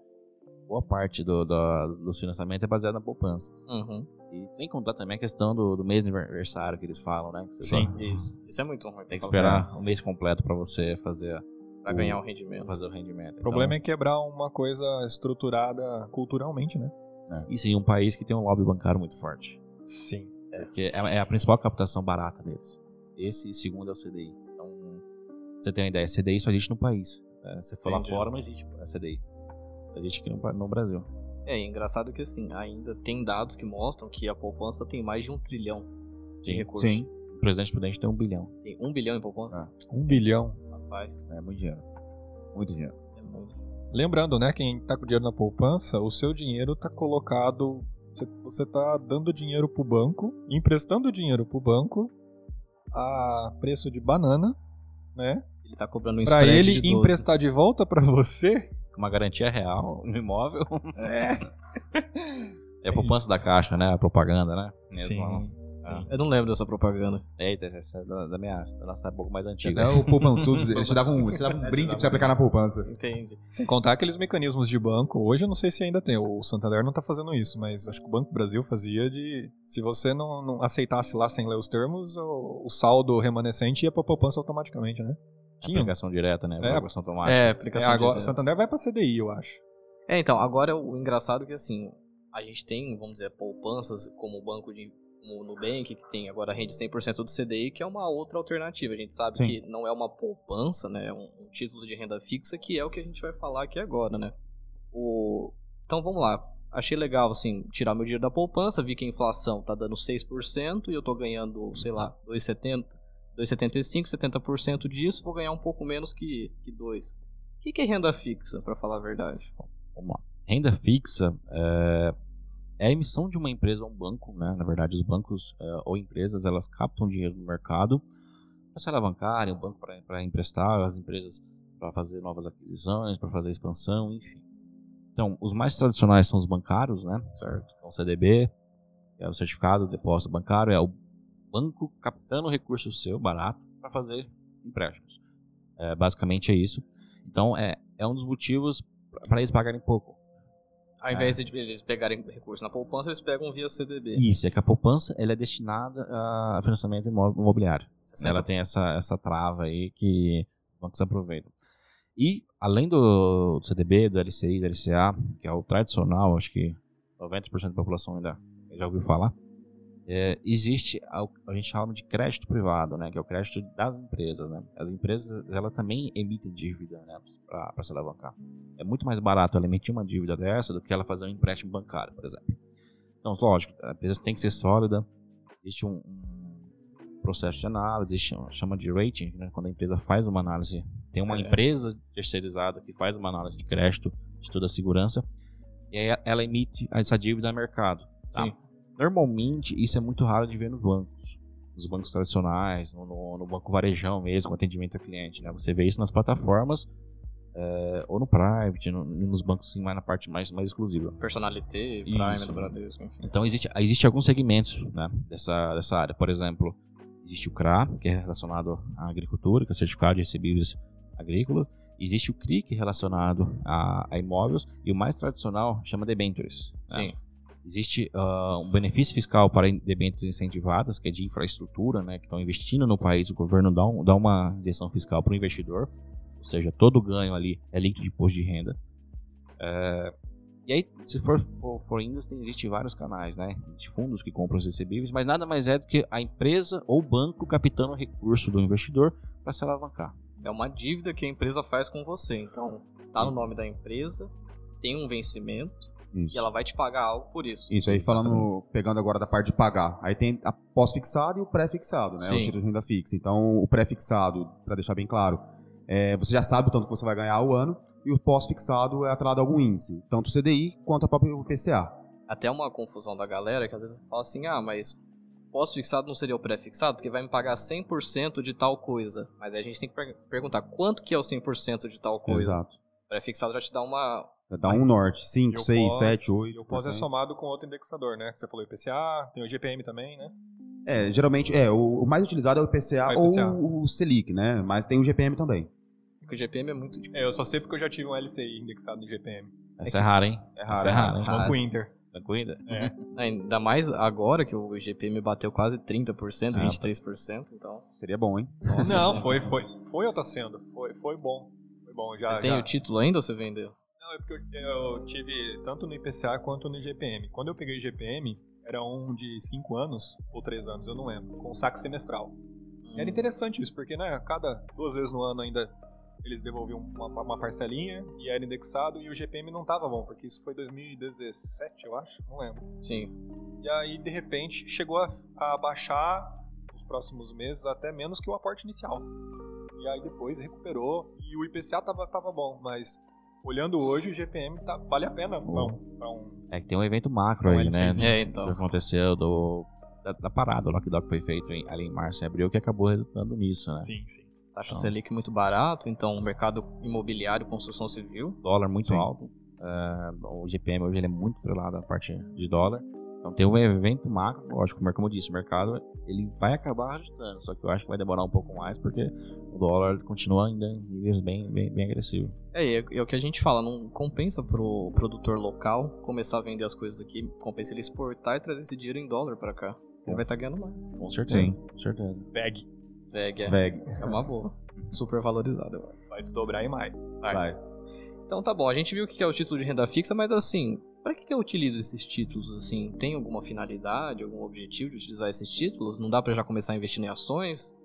[SPEAKER 3] boa parte do, da- do financiamento é baseado na poupança.
[SPEAKER 1] Uhum.
[SPEAKER 3] E sem contar também a questão do, do mês de aniversário que eles falam, né? Que você
[SPEAKER 2] Sim.
[SPEAKER 3] só
[SPEAKER 1] Isso. Isso é muito ruim.
[SPEAKER 3] Tem que esperar o mês completo para você fazer,
[SPEAKER 1] Pra ganhar um rendimento.
[SPEAKER 3] fazer o rendimento.
[SPEAKER 2] O
[SPEAKER 4] Então.
[SPEAKER 2] problema é quebrar uma coisa estruturada culturalmente, né?
[SPEAKER 3] é isso em um país que tem um lobby bancário muito forte.
[SPEAKER 2] Sim.
[SPEAKER 3] Porque é, é a principal captação barata deles. Esse e segundo é o CDI. Então, você tem uma ideia, CDI só existe no país. né? Você for
[SPEAKER 1] Entendi.
[SPEAKER 3] lá fora, é não existe a CDI. Só existe aqui no, pa- no Brasil.
[SPEAKER 1] É, e engraçado que assim, ainda tem dados que mostram que a poupança tem mais de um trilhão de
[SPEAKER 3] Sim.
[SPEAKER 1] recursos.
[SPEAKER 4] Sim.
[SPEAKER 3] O presidente prudente tem um bilhão.
[SPEAKER 1] Tem um bilhão em poupança?
[SPEAKER 2] Um bilhão.
[SPEAKER 1] Rapaz,
[SPEAKER 4] É muito dinheiro. Muito dinheiro.
[SPEAKER 1] é muito.
[SPEAKER 2] Lembrando, né, quem tá com dinheiro na poupança, o seu dinheiro tá colocado. você- Você tá dando dinheiro pro banco, emprestando dinheiro pro banco a preço de banana, né?
[SPEAKER 1] Ele tá cobrando um
[SPEAKER 2] Pra
[SPEAKER 1] spread
[SPEAKER 2] ele
[SPEAKER 1] de 12.
[SPEAKER 2] emprestar de volta pra você.
[SPEAKER 3] Com Uma garantia real no imóvel. É. a poupança da caixa, né? A propaganda, né? Mesmo. É.
[SPEAKER 2] sim.
[SPEAKER 1] Ah. Eu não lembro dessa propaganda.
[SPEAKER 3] Eita, essa é da, da minha, da nossa época mais antiga.
[SPEAKER 4] Até o poupançudo, eles te davam um, eles te davam um brinde pra você aplicar na poupança.
[SPEAKER 1] Entendi.
[SPEAKER 2] Sem contar aqueles mecanismos de banco. Hoje eu não sei se ainda tem. O Santander não tá fazendo isso, mas acho que o Banco do Brasil fazia de. Se você não, não aceitasse lá sem ler os termos, o, o saldo remanescente ia pra poupança automaticamente, né? Tinha.
[SPEAKER 3] Aplicação direta, né?
[SPEAKER 2] É.
[SPEAKER 3] Aplicação automática.
[SPEAKER 1] É,
[SPEAKER 2] É,
[SPEAKER 1] aplicação
[SPEAKER 2] agora, o
[SPEAKER 1] direta.
[SPEAKER 2] Santander vai pra CDI, eu acho.
[SPEAKER 1] É, então, agora o engraçado é que assim, a gente tem, vamos dizer, poupanças como o banco de como o Nubank, que tem agora rende 100% do CDI, que é uma outra alternativa. A gente sabe
[SPEAKER 2] Sim.
[SPEAKER 1] que não é uma poupança, né? É um, um título de renda fixa, que é o que a gente vai falar aqui agora, né? O... Então vamos lá. Achei legal, assim, tirar meu dinheiro da poupança, vi que a inflação tá dando 6% e eu tô ganhando, sei lá, 2,70%, 2,75%, 70% disso, vou ganhar um pouco menos que, que 2%. O que, que é renda fixa, pra falar a verdade?
[SPEAKER 3] Vamos lá. Renda fixa é, é a emissão de uma empresa ou um banco, né? Na verdade, os bancos é, ou empresas elas captam dinheiro no mercado para se alavancarem, o banco para emprestar, as empresas para fazer novas aquisições, para fazer expansão, enfim. Então, os mais tradicionais são os bancários, né?
[SPEAKER 1] Certo.
[SPEAKER 3] Então, o CDB, que é o certificado de depósito bancário, é o banco captando recurso seu, barato, para fazer empréstimos. É, basicamente é isso. Então, é, é um dos motivos para eles pagarem pouco.
[SPEAKER 1] Ao invés de eles pegarem recurso na poupança, eles pegam via CDB.
[SPEAKER 3] Isso, é que a poupança ela é destinada a financiamento imó- imobiliário.
[SPEAKER 1] 60
[SPEAKER 3] Ela tem essa, essa trava aí que os bancos aproveitam. E, além do CDB, do LCI, do LCA, que é o tradicional, acho que 90% da população ainda já ouviu falar, é, existe, a, a gente chama de crédito privado, né, que é o crédito das empresas. Né? As empresas ela também emitem dívida né, para se alavancar. É muito mais barato ela emitir uma dívida dessa do que ela fazer um empréstimo bancário, por exemplo. Então, lógico, a empresa tem que ser sólida, existe um- um processo de análise, chama- chama de rating, né? quando a empresa faz uma análise. Tem uma
[SPEAKER 1] É.
[SPEAKER 3] empresa terceirizada que faz uma análise de crédito, estuda a segurança, e aí ela emite essa dívida a mercado. tá?
[SPEAKER 1] Sim.
[SPEAKER 3] Normalmente, isso é muito raro de ver nos bancos. Nos bancos tradicionais, no, no- no banco varejão mesmo, com atendimento ao cliente. Né? Você vê isso nas plataformas, eh, ou no private, no- nos bancos assim, mais na parte mais, mais exclusiva.
[SPEAKER 1] Personalité, Prime
[SPEAKER 3] Isso.
[SPEAKER 1] do Bradesco, enfim.
[SPEAKER 3] Então existe, existe alguns segmentos né, dessa, dessa área. Por exemplo, existe o CRA, que é relacionado à agricultura, que é o certificado de recebíveis agrícolas. Existe o CRI, que é relacionado a, a imóveis. E o mais tradicional chama debentures. né?
[SPEAKER 1] Sim.
[SPEAKER 3] Existe ah, um benefício fiscal para in- debêntures incentivadas, que é de infraestrutura, né, que estão investindo no país. O governo dá, um- dá uma injeção fiscal para o investidor, ou seja, todo o ganho ali é líquido de imposto de renda. Eh, e aí, se for, for, for indo, tem, existe vários canais né, de fundos que compram os recebíveis, mas nada mais é do que a empresa ou o banco captando o recurso do investidor para se alavancar.
[SPEAKER 1] É uma dívida que a empresa faz com você. Então, tá no nome da empresa, tem um vencimento
[SPEAKER 4] Isso.
[SPEAKER 1] e ela vai te pagar algo por isso.
[SPEAKER 4] Isso, aí falando, pegando agora da parte de pagar. Aí tem a pós-fixado e o pré-fixado, né?
[SPEAKER 1] Sim.
[SPEAKER 4] O título de renda fixa. Então, o pré-fixado, pra deixar bem claro, é, você já sabe o tanto que você vai ganhar ao ano, e o pós-fixado é atrelado a algum índice, tanto o CDI quanto a própria PCA.
[SPEAKER 1] Até uma confusão da galera que às vezes fala assim: ah, mas pós-fixado não seria o pré-fixado? Porque vai me pagar 100% de tal coisa. Mas aí a gente tem que per- perguntar quanto que é o 100% de tal coisa.
[SPEAKER 4] Exato.
[SPEAKER 1] O pré-fixado já te dá uma.
[SPEAKER 4] Dá um norte, 5, 6, 7, 8.
[SPEAKER 2] Eu
[SPEAKER 1] né?
[SPEAKER 2] posso é somado com outro indexador, né? Que você falou IPCA, tem o GPM também, né?
[SPEAKER 4] É, geralmente, é, o, o mais utilizado é o IPCA,
[SPEAKER 2] É o IPCA.
[SPEAKER 4] ou o Selic, né? Mas tem o GPM também.
[SPEAKER 1] Porque o GPM é muito difícil.
[SPEAKER 2] É, eu só sei porque eu já tive um LCI indexado no GPM.
[SPEAKER 3] Essa é, rara, hein?
[SPEAKER 4] É
[SPEAKER 3] Essa é rara, hein?
[SPEAKER 1] raro.
[SPEAKER 2] Banco Inter.
[SPEAKER 3] Tranquila?
[SPEAKER 2] É.
[SPEAKER 1] Né, Ainda mais agora que o GPM bateu quase 30%,
[SPEAKER 3] Ah,
[SPEAKER 2] tá.
[SPEAKER 1] 23%. Então,
[SPEAKER 4] Seria bom, hein?
[SPEAKER 2] Não, foi, foi. Foi ou tá sendo? Foi, foi bom. Foi bom, já.
[SPEAKER 1] você tem
[SPEAKER 2] já.
[SPEAKER 1] o título ainda ou você vendeu?
[SPEAKER 2] Não, é porque eu, eu tive tanto no IPCA quanto no IGPM. Quando eu peguei o IGPM, era um de 5 anos ou 3 anos, eu não lembro, com saque semestral. E era interessante isso, porque né, a cada duas vezes no ano ainda eles devolviam uma, uma parcelinha e era indexado e o GPM não tava bom, porque isso foi 2017, eu acho, não lembro.
[SPEAKER 1] Sim.
[SPEAKER 2] E aí, de repente, chegou a, a baixar nos próximos meses até menos que o aporte inicial. E aí depois recuperou e o IPCA tava, tava bom, mas olhando hoje, o GPM tá- vale a pena pra um, pra um-
[SPEAKER 3] É que tem um evento macro
[SPEAKER 2] Um
[SPEAKER 3] aí, né?
[SPEAKER 2] LCzinho.
[SPEAKER 1] É,
[SPEAKER 3] O que
[SPEAKER 1] então.
[SPEAKER 3] aconteceu do, da, da parada, o lockdown que foi feito em- ali em março e abril, que acabou resultando nisso, né?
[SPEAKER 2] Sim, sim.
[SPEAKER 1] Taxa Selic muito barato, então mercado imobiliário, construção civil.
[SPEAKER 3] Dólar muito
[SPEAKER 4] Sim.
[SPEAKER 3] alto. Ah, o GPM hoje ele é muito atrelado à parte de dólar. Então tem um evento macro, lógico, mas como eu disse, o mercado ele vai acabar ajustando. Só que eu acho que vai demorar um pouco mais, porque o dólar continua ainda em níveis bem, bem, bem agressivos.
[SPEAKER 1] É, e é, é o que a gente fala, não compensa pro produtor local começar a vender as coisas aqui, compensa ele exportar e trazer esse dinheiro em dólar pra cá. Ele vai estar ganhando mais.
[SPEAKER 3] Com certeza.
[SPEAKER 4] Sim.
[SPEAKER 3] Com certeza.
[SPEAKER 2] Bag.
[SPEAKER 1] VEG é,
[SPEAKER 4] VEG.
[SPEAKER 1] é uma boa.
[SPEAKER 2] Uhum.
[SPEAKER 1] Super valorizado, eu acho.
[SPEAKER 2] Vai desdobrar em maio.
[SPEAKER 4] Vai.
[SPEAKER 1] Então tá bom, a gente viu o que é o título de renda fixa, mas assim, pra que que eu utilizo esses títulos assim? Tem alguma finalidade, algum objetivo de utilizar esses títulos? Não dá pra já começar a investir em ações?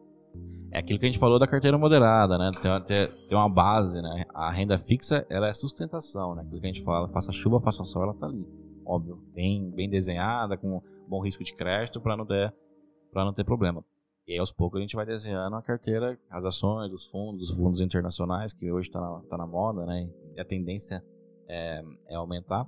[SPEAKER 3] É aquilo que a gente falou da carteira moderada, né? Tem, uma- tem, tem uma base, né? A renda fixa, ela é sustentação, né? Aquilo que a gente fala, faça chuva, faça sol, ela tá ali. Óbvio, bem, bem desenhada, com bom risco de crédito para não ter para não ter problema. E aí, aos poucos a gente vai desenhando a carteira, as ações, os fundos, os fundos internacionais que hoje está na, tá na moda, né? E a tendência é, é aumentar.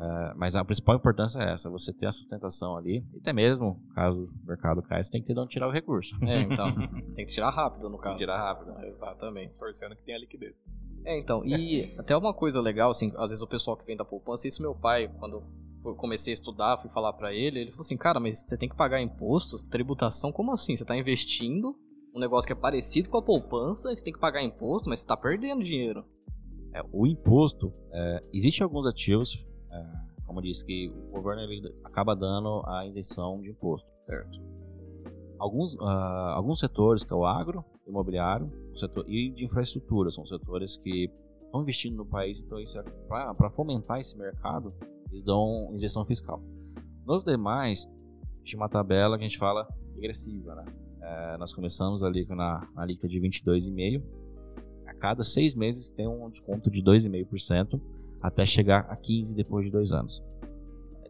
[SPEAKER 3] Ah, mas a principal importância é essa, você ter a sustentação ali. E até mesmo, caso o mercado caia, você tem que ter de onde tirar o recurso.
[SPEAKER 1] É, então, tem que tirar né? rápido no
[SPEAKER 3] Tem que
[SPEAKER 1] caso.
[SPEAKER 3] tirar rápido.
[SPEAKER 1] Exatamente.
[SPEAKER 2] Torcendo que tenha liquidez.
[SPEAKER 1] É, então, e até uma coisa legal, assim, às vezes o pessoal que vem da poupança, isso meu pai, quando eu comecei a estudar, fui falar pra ele, ele falou assim, cara, mas você tem que pagar impostos, tributação, como assim? Você tá investindo um negócio que é parecido com a poupança, e você tem que pagar imposto, mas você tá perdendo dinheiro.
[SPEAKER 3] É, o imposto, é, existem alguns ativos, é, como eu disse, que o governo ele acaba dando a isenção de imposto. Certo. Alguns, ah, alguns setores, que é o agro, imobiliário o setor, e de infraestrutura, são setores que estão investindo no país, então para fomentar esse mercado, eles dão isenção fiscal. Nos demais, existe uma tabela que a gente fala regressiva, né? É, nós começamos ali com na, na alíquota de 22,5%, a cada seis meses tem um desconto de 2,5% até chegar a 15% depois de dois anos.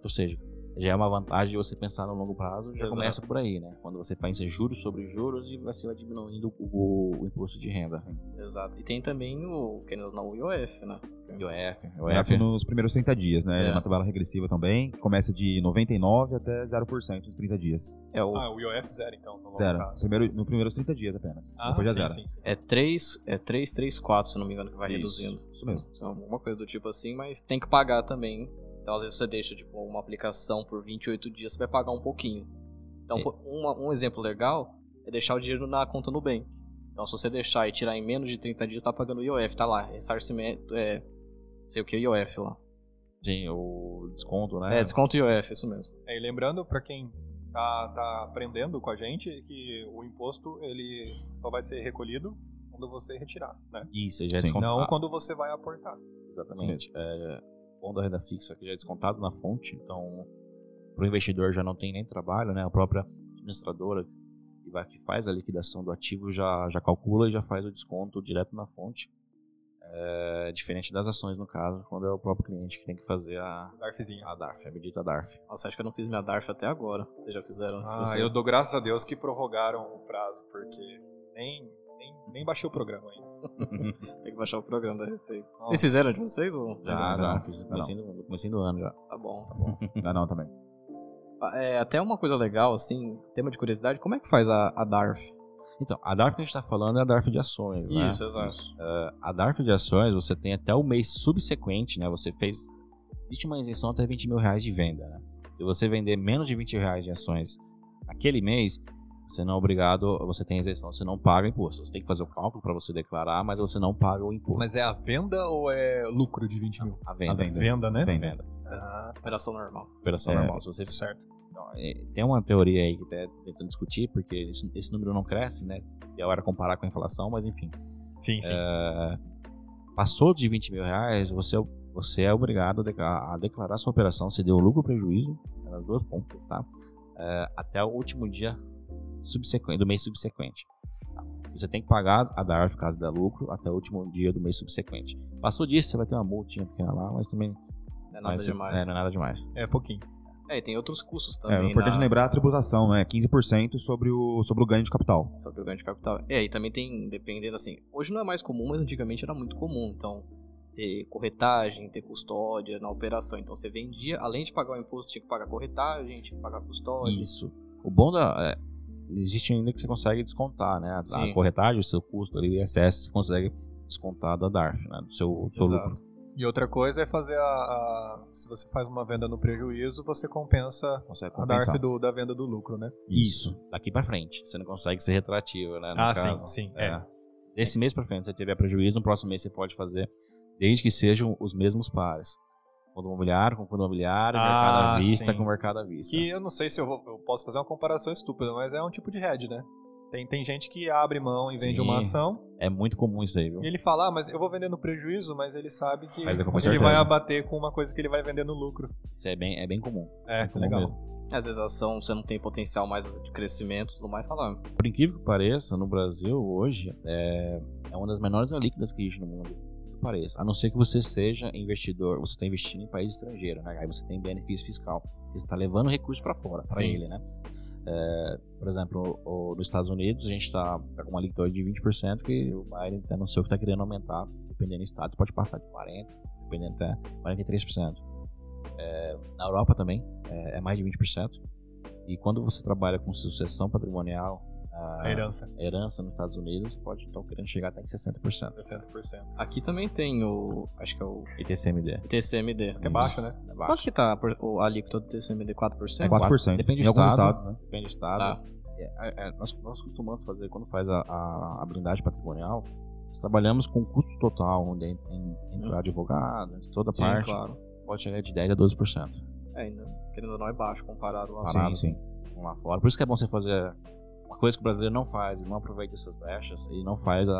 [SPEAKER 3] Ou seja, já é uma vantagem você pensar no longo prazo, já
[SPEAKER 1] Exato.
[SPEAKER 3] começa por aí, né? Quando você pensa em juros sobre juros e você vai diminuindo o, o imposto de renda.
[SPEAKER 1] Exato. E tem também o, querendo ou não, o IOF, né?
[SPEAKER 3] IOF,
[SPEAKER 5] Começa
[SPEAKER 3] IOF.
[SPEAKER 5] É nos primeiros 30 dias, né?
[SPEAKER 1] É.
[SPEAKER 5] É uma tabela regressiva também. que Começa de 99 até 0% nos 30 dias.
[SPEAKER 1] É o
[SPEAKER 2] Ah, o IOF zero, então. no longo
[SPEAKER 5] Zero.
[SPEAKER 2] prazo.
[SPEAKER 5] Primeiro, no primeiros 30 dias apenas.
[SPEAKER 2] Ah,
[SPEAKER 5] Depois já
[SPEAKER 2] sim, sim,
[SPEAKER 5] zero.
[SPEAKER 2] sim.
[SPEAKER 1] É 3, é 3, 3, 4, se não me engano, que vai
[SPEAKER 5] Isso,
[SPEAKER 1] reduzindo.
[SPEAKER 5] Isso mesmo.
[SPEAKER 1] Então, alguma coisa do tipo assim, mas tem que pagar também. Então, às vezes você deixa, tipo, uma aplicação por 28 dias, você vai pagar um pouquinho. Então,
[SPEAKER 3] É.
[SPEAKER 1] pô, uma- um exemplo legal é deixar o dinheiro na conta no bem. Então, se você deixar e tirar em menos de 30 dias, tá pagando o IOF, tá lá, ressarcimento, é, sei o que, IOF lá.
[SPEAKER 3] Sim, o desconto, né?
[SPEAKER 1] É, desconto IOF, isso mesmo.
[SPEAKER 2] É, e lembrando para quem tá, tá aprendendo com a gente que o imposto ele só vai ser recolhido quando você retirar, né?
[SPEAKER 3] Isso, já é
[SPEAKER 5] Sim.
[SPEAKER 3] descontado.
[SPEAKER 2] Não quando você vai aportar.
[SPEAKER 3] Exatamente. É, o bom da renda fixa é que já é descontado na fonte, então para o investidor já não tem nem trabalho, né? A própria administradora que, vai, que faz a liquidação do ativo já, já calcula e já faz o desconto direto na fonte. É, diferente das ações, no caso, quando é o próprio cliente que tem que fazer a,
[SPEAKER 2] Darfzinho.
[SPEAKER 3] a DARF, a medida DARF.
[SPEAKER 1] Nossa, acho que eu não fiz minha DARF até agora. Vocês já fizeram?
[SPEAKER 2] Ah,
[SPEAKER 1] Você-
[SPEAKER 2] eu dou graças a Deus que prorrogaram o prazo, porque nem, nem, nem baixei o programa ainda.
[SPEAKER 1] Tem que baixar o programa da Receita.
[SPEAKER 2] Nossa.
[SPEAKER 1] Vocês fizeram de vocês ou?
[SPEAKER 3] Já,
[SPEAKER 5] não,
[SPEAKER 3] já,
[SPEAKER 5] não.
[SPEAKER 3] fiz no comecinho, do, no comecinho do ano já.
[SPEAKER 1] Tá bom.
[SPEAKER 5] Ah, não, também.
[SPEAKER 1] É, até uma coisa legal, assim, tema de curiosidade, como é que faz a, a DARF?
[SPEAKER 3] Então, a DARF que a gente está falando é a DARF de ações, né?
[SPEAKER 1] exato.
[SPEAKER 3] a DARF de ações, você tem até o mês subsequente, né? Você fez. Existe uma isenção até 20 mil reais de venda, né? Se você vender menos de 20 reais de ações naquele mês, você não é obrigado, você tem isenção, você não paga imposto. Você tem que fazer o cálculo para você declarar, mas você não paga o imposto.
[SPEAKER 2] Mas é a venda ou é lucro de 20 mil?
[SPEAKER 3] A venda.
[SPEAKER 5] a venda.
[SPEAKER 2] Venda, né?
[SPEAKER 5] Venda.
[SPEAKER 3] Venda.
[SPEAKER 2] Ah,
[SPEAKER 1] É, Operação normal.
[SPEAKER 3] Operação
[SPEAKER 5] É.
[SPEAKER 3] normal. Se você
[SPEAKER 2] certo.
[SPEAKER 3] Então, é, tem uma teoria aí que tá tentando discutir, porque esse, esse número não cresce, né? E agora comparar com a inflação, mas enfim.
[SPEAKER 2] Sim, sim.
[SPEAKER 3] passou de 20 mil reais, você, você é obrigado a declarar, a declarar sua operação, se deu lucro ou prejuízo, é nas duas pontas, tá? É, até o último dia subsequente, do mês subsequente. tá? Você tem que pagar a DARF caso dá lucro até o último dia do mês subsequente. Passou disso, você vai ter uma multinha pequena lá, mas também
[SPEAKER 1] Não é nada
[SPEAKER 3] mas,
[SPEAKER 1] demais.
[SPEAKER 3] é, não é nada demais.
[SPEAKER 2] É pouquinho.
[SPEAKER 1] É, e tem outros custos
[SPEAKER 5] É,
[SPEAKER 1] também.
[SPEAKER 5] o importante é
[SPEAKER 1] na-
[SPEAKER 5] lembrar a tributação, né? 15% sobre o, sobre o ganho de capital.
[SPEAKER 1] Sobre o ganho de capital. É, e também tem, dependendo assim, hoje não é mais comum, mas antigamente era muito comum, então ter corretagem, ter custódia na operação. Então você vendia, além de pagar o imposto, tinha que pagar corretagem, tinha que pagar custódia.
[SPEAKER 3] Isso. O bom da. é, existe ainda que você consegue descontar, né? A,
[SPEAKER 1] Sim.
[SPEAKER 3] a corretagem, o seu custo ali, o ISS, você consegue descontar da DARF, né? Do seu, do seu lucro.
[SPEAKER 1] Exato.
[SPEAKER 2] E outra coisa é fazer a, a- Se você faz uma venda no prejuízo, você compensa
[SPEAKER 5] Consegue
[SPEAKER 2] a
[SPEAKER 5] compensar.
[SPEAKER 2] DARF do- da venda do lucro, né?
[SPEAKER 3] Isso. Daqui pra frente. Você não consegue ser retrativo, né? no caso.
[SPEAKER 2] Ah, sim.
[SPEAKER 3] É. Desse mês pra frente, você tiver prejuízo, no próximo mês você pode fazer, desde que sejam os mesmos pares. Fundo imobiliário com fundo imobiliário,
[SPEAKER 2] Ah,
[SPEAKER 3] mercado à vista
[SPEAKER 2] sim.
[SPEAKER 3] com mercado à vista.
[SPEAKER 2] Que eu não sei se eu, vou- eu posso fazer uma comparação estúpida, mas é um tipo de head, né? Tem, tem gente que abre mão e vende
[SPEAKER 3] Sim.
[SPEAKER 2] uma ação,
[SPEAKER 3] É muito comum isso aí, viu?
[SPEAKER 2] e ele fala, ah, mas eu vou vender no prejuízo, mas ele sabe que
[SPEAKER 3] Mas é com
[SPEAKER 2] ele
[SPEAKER 3] certeza.
[SPEAKER 2] vai abater com uma coisa que ele vai vender no lucro.
[SPEAKER 3] Isso é bem, é bem comum.
[SPEAKER 2] É,
[SPEAKER 3] comum
[SPEAKER 2] legal.
[SPEAKER 3] mesmo.
[SPEAKER 1] Às vezes a ação você não tem potencial mais de crescimento, tudo mais "Ah, falar.
[SPEAKER 3] Por incrível que pareça, no Brasil hoje é, é uma das menores alíquotas que existe no mundo. Que pareça. A não ser que você seja investidor, você está investindo em país estrangeiro, né? Aí você tem benefício fiscal. Você está levando recursos para fora, para
[SPEAKER 2] Sim.
[SPEAKER 3] ele, né? É, por exemplo, o- o- nos Estados Unidos a gente está tá com uma alíquota hoje de 20% que o Biden até não sei o que está querendo aumentar, dependendo do estado, pode passar de 40%, dependendo até 43%. É, na eh, Europa também é, é mais de 20%. E quando você trabalha com sucessão patrimonial, a
[SPEAKER 2] a herança.
[SPEAKER 3] herança nos Estados Unidos pode estar querendo chegar até em 60%.
[SPEAKER 2] 60%.
[SPEAKER 1] Aqui também tem o. Acho que é o
[SPEAKER 3] ITCMD.
[SPEAKER 1] TCMD.
[SPEAKER 2] É baixo, né?
[SPEAKER 3] É
[SPEAKER 1] Quanto
[SPEAKER 3] baixo.
[SPEAKER 1] que tá a por- o alíquota do TCMD? 4%?
[SPEAKER 5] É 4%.
[SPEAKER 3] Depende
[SPEAKER 5] em
[SPEAKER 3] do
[SPEAKER 5] alguns
[SPEAKER 3] estado.
[SPEAKER 5] estados, né?
[SPEAKER 3] Depende do estado.
[SPEAKER 1] Tá.
[SPEAKER 3] É, é, nós, nós costumamos fazer, quando faz a, a, a blindagem patrimonial, nós trabalhamos com custo total, onde en- en-
[SPEAKER 2] Hum.
[SPEAKER 3] entra advogado, entra toda a
[SPEAKER 1] Sim,
[SPEAKER 3] parte,
[SPEAKER 1] claro.
[SPEAKER 3] pode chegar de 10% a 12%.
[SPEAKER 1] É, ainda, querendo ou não, é baixo comparado ao
[SPEAKER 3] Parado
[SPEAKER 5] sim.
[SPEAKER 3] com lá fora. Por isso que é bom você fazer uma coisa que o brasileiro não faz, ele não aproveita essas brechas e não faz a,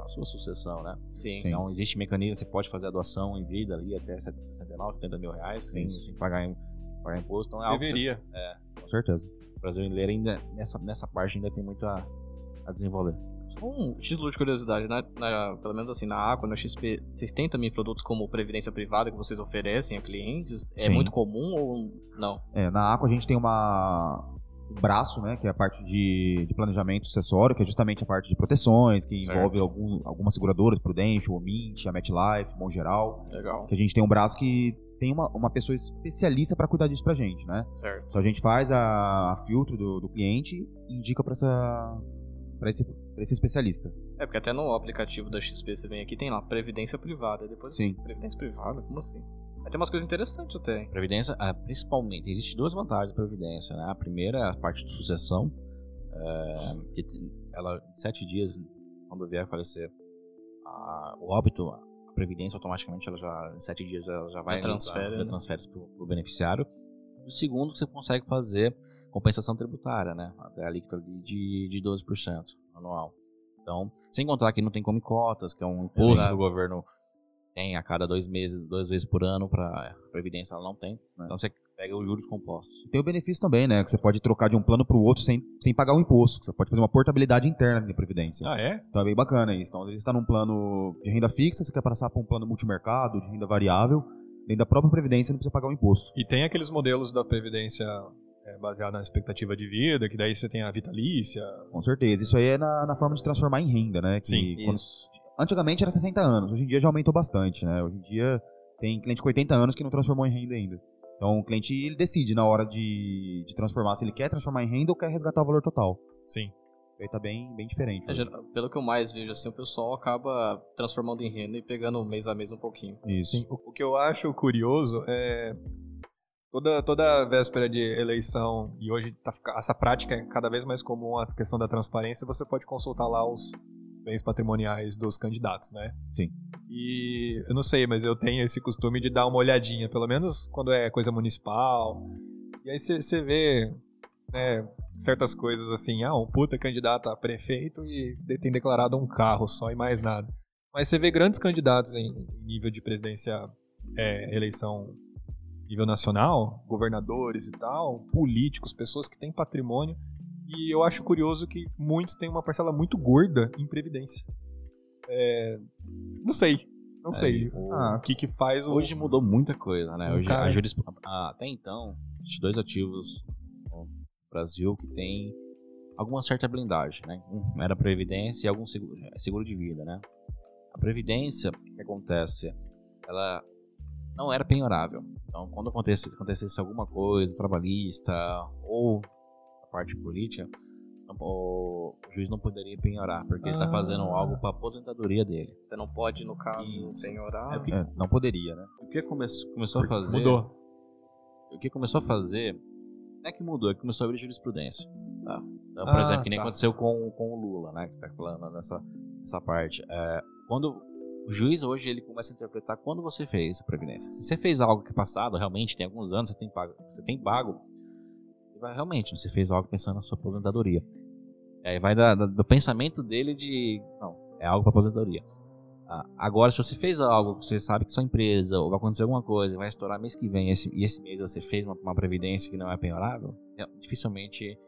[SPEAKER 3] a sua sucessão, né?
[SPEAKER 1] Sim.
[SPEAKER 5] Sim.
[SPEAKER 3] Então, existe mecanismo, você pode fazer a doação em vida ali até 69, 70 mil reais, sem,
[SPEAKER 5] Sim.
[SPEAKER 3] sem pagar, em- pagar imposto. Então, é algo que você-
[SPEAKER 2] Deveria.
[SPEAKER 5] Com certeza.
[SPEAKER 3] o brasileiro ainda, nessa, nessa parte, ainda tem muito a, a desenvolver.
[SPEAKER 1] Só um título de curiosidade, na, na- pelo menos assim, na Aqua, na XP, vocês têm também produtos como previdência privada que vocês oferecem a clientes? É
[SPEAKER 5] Sim.
[SPEAKER 1] muito comum ou não?
[SPEAKER 5] É, na Aqua a gente tem uma um braço, né, que é a parte de, de planejamento sucessório, que é justamente a parte de proteções, que
[SPEAKER 3] Certo.
[SPEAKER 5] envolve algum, algumas seguradoras, Prudential, Mint, a MetLife, Bom Geral,
[SPEAKER 1] Legal.
[SPEAKER 5] que a gente tem um braço que tem uma, uma pessoa especialista para cuidar disso pra gente, né?
[SPEAKER 1] Certo.
[SPEAKER 5] Então a gente faz a, a filtro do, do cliente e indica para essa para esse, pra esse especialista.
[SPEAKER 1] É porque até no aplicativo da XP você vem aqui, tem lá previdência privada. Depois,
[SPEAKER 5] Sim.
[SPEAKER 1] previdência privada? Como assim? Aí tem umas coisas interessantes até, hein?
[SPEAKER 3] Previdência, ah, principalmente, existe duas vantagens da Previdência, né? A primeira é a parte de sucessão, eh, que te- ela, em sete dias, quando vier a falecer, a- o óbito, a Previdência automaticamente, ela já, em sete dias, ela já vai...
[SPEAKER 1] Já transfere, né?
[SPEAKER 3] Já transfere para o beneficiário. O segundo, que você consegue fazer compensação tributária, né? Até a alíquota de, de, de 12% anual. Então, sem contar que não tem come cotas, que é um imposto
[SPEAKER 1] Exato.
[SPEAKER 3] que o governo tem a cada dois meses, duas vezes por ano, para Previdência ela não tem. Então você pega os juros compostos.
[SPEAKER 5] E Tem o benefício também, né, que você pode trocar de um plano para o outro sem, sem pagar o imposto, que você pode fazer uma portabilidade interna da previdência.
[SPEAKER 2] Ah, é?
[SPEAKER 5] Então é bem bacana isso. Então, às vezes você está num plano de renda fixa, você quer passar para um plano multimercado, de renda variável, dentro da própria previdência não precisa pagar o imposto.
[SPEAKER 2] E tem aqueles modelos da Previdência é, baseada na expectativa de vida, que daí você tem a vitalícia.
[SPEAKER 5] Com certeza. Isso aí é na, na forma de transformar em renda, né? Que
[SPEAKER 2] Sim,
[SPEAKER 5] quando-
[SPEAKER 1] Isso.
[SPEAKER 5] Antigamente era 60 anos, hoje em dia já aumentou bastante, né? Hoje em dia tem cliente com 80 anos que não transformou em renda ainda. Então o cliente ele decide na hora de, de transformar se ele quer transformar em renda ou quer resgatar o valor total.
[SPEAKER 2] Sim.
[SPEAKER 5] Aí tá bem, bem diferente.
[SPEAKER 1] É, geral- pelo que eu mais vejo, assim, o pessoal acaba transformando em renda e pegando mês a mês um pouquinho.
[SPEAKER 5] Isso.
[SPEAKER 2] Sim, o, o que eu acho curioso é toda toda véspera de eleição e hoje tá, fica- essa prática é cada vez mais comum a questão da transparência. Você pode consultar lá os bens patrimoniais dos candidatos, né?
[SPEAKER 5] Sim.
[SPEAKER 2] E eu não sei, mas eu tenho esse costume de dar uma olhadinha, pelo menos quando é coisa municipal. E aí você- você vê né, certas coisas assim, ah, um puta candidato a prefeito e de- tem declarado um carro só e mais nada. Mas você vê grandes candidatos em em nível de presidência, é, eleição nível nacional, governadores e tal, políticos, pessoas que têm patrimônio. E eu acho curioso que muitos têm uma parcela muito gorda em previdência. É, não sei, não sei.
[SPEAKER 3] É,
[SPEAKER 2] Ah,
[SPEAKER 3] O-
[SPEAKER 2] O que que faz o...
[SPEAKER 3] Hoje mudou muita coisa, né?
[SPEAKER 2] Um
[SPEAKER 3] Hoje
[SPEAKER 2] cara-
[SPEAKER 3] a juris... a- até então, existem dois ativos no Brasil que tem alguma certa blindagem, né? Um era a Previdência e algum seguro, seguro de vida, né? A Previdência, o que acontece? Ela não era penhorável. Então, quando acontecesse, acontecesse alguma coisa trabalhista ou essa parte política, não- o juiz não poderia penhorar, porque ele
[SPEAKER 2] Ah.
[SPEAKER 3] está fazendo algo para aposentadoria dele.
[SPEAKER 1] Você não pode, no caso,
[SPEAKER 3] Isso.
[SPEAKER 1] penhorar.
[SPEAKER 3] É, porque-
[SPEAKER 5] É, não poderia, né?
[SPEAKER 3] O que come- começou a fazer
[SPEAKER 2] Mudou.
[SPEAKER 3] o que começou a fazer não é que mudou, é que começou a abrir jurisprudência.
[SPEAKER 1] Tá.
[SPEAKER 3] Então, por
[SPEAKER 2] Ah,
[SPEAKER 3] exemplo, que nem
[SPEAKER 2] tá.
[SPEAKER 3] aconteceu com, com o Lula, né? Que você tá falando nessa, nessa parte. É, quando o juiz hoje ele começa a interpretar quando você fez a previdência. Se você fez algo que é passado, realmente, tem alguns anos, você tem pago, você tem pago ele vai, realmente, você fez algo pensando na sua aposentadoria. E Aí vai da- da- do pensamento dele de. Não, é algo para aposentadoria. Ah, Agora, se você fez algo, que você sabe que sua empresa, ou vai acontecer alguma coisa, vai estourar mês que vem, esse- e esse mês você fez uma, uma previdência que não é penhorável, é- dificilmente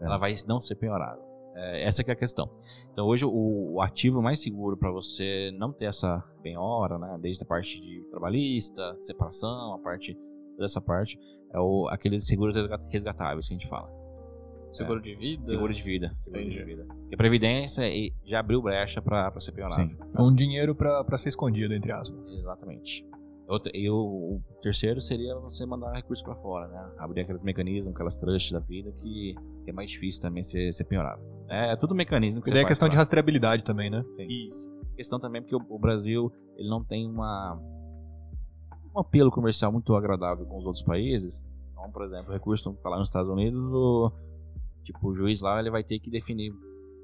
[SPEAKER 3] ela vai não ser penhorável. É, essa que é a questão. Então, hoje, o, o ativo mais seguro para você não ter essa penhora, né, desde a parte de trabalhista, separação, a parte toda essa parte, é o, aqueles seguros resga- resgatáveis que a gente fala.
[SPEAKER 1] Seguro de vida.
[SPEAKER 3] é. Seguro de vida. Seguro
[SPEAKER 1] É, Entendi.
[SPEAKER 3] de vida. Porque Previdência e- já abriu brecha para ser penhorável.
[SPEAKER 2] É um dinheiro pra, pra ser escondido, entre aspas.
[SPEAKER 3] Exatamente. Outra- e o, o terceiro seria você mandar recurso pra fora, né? Abrir aqueles mecanismos, aquelas trusts da vida que é mais difícil também ser, ser penhorável. É, tudo mecanismo que
[SPEAKER 2] Porque daí é
[SPEAKER 3] você faz
[SPEAKER 2] questão de
[SPEAKER 3] pra-
[SPEAKER 2] rastreabilidade também, né?
[SPEAKER 3] Isso. Questão também porque o, o Brasil ele não tem uma um apelo comercial muito agradável com os outros países. Então, por exemplo, o recurso tá lá nos Estados Unidos, o, tipo, o juiz lá ele vai ter que definir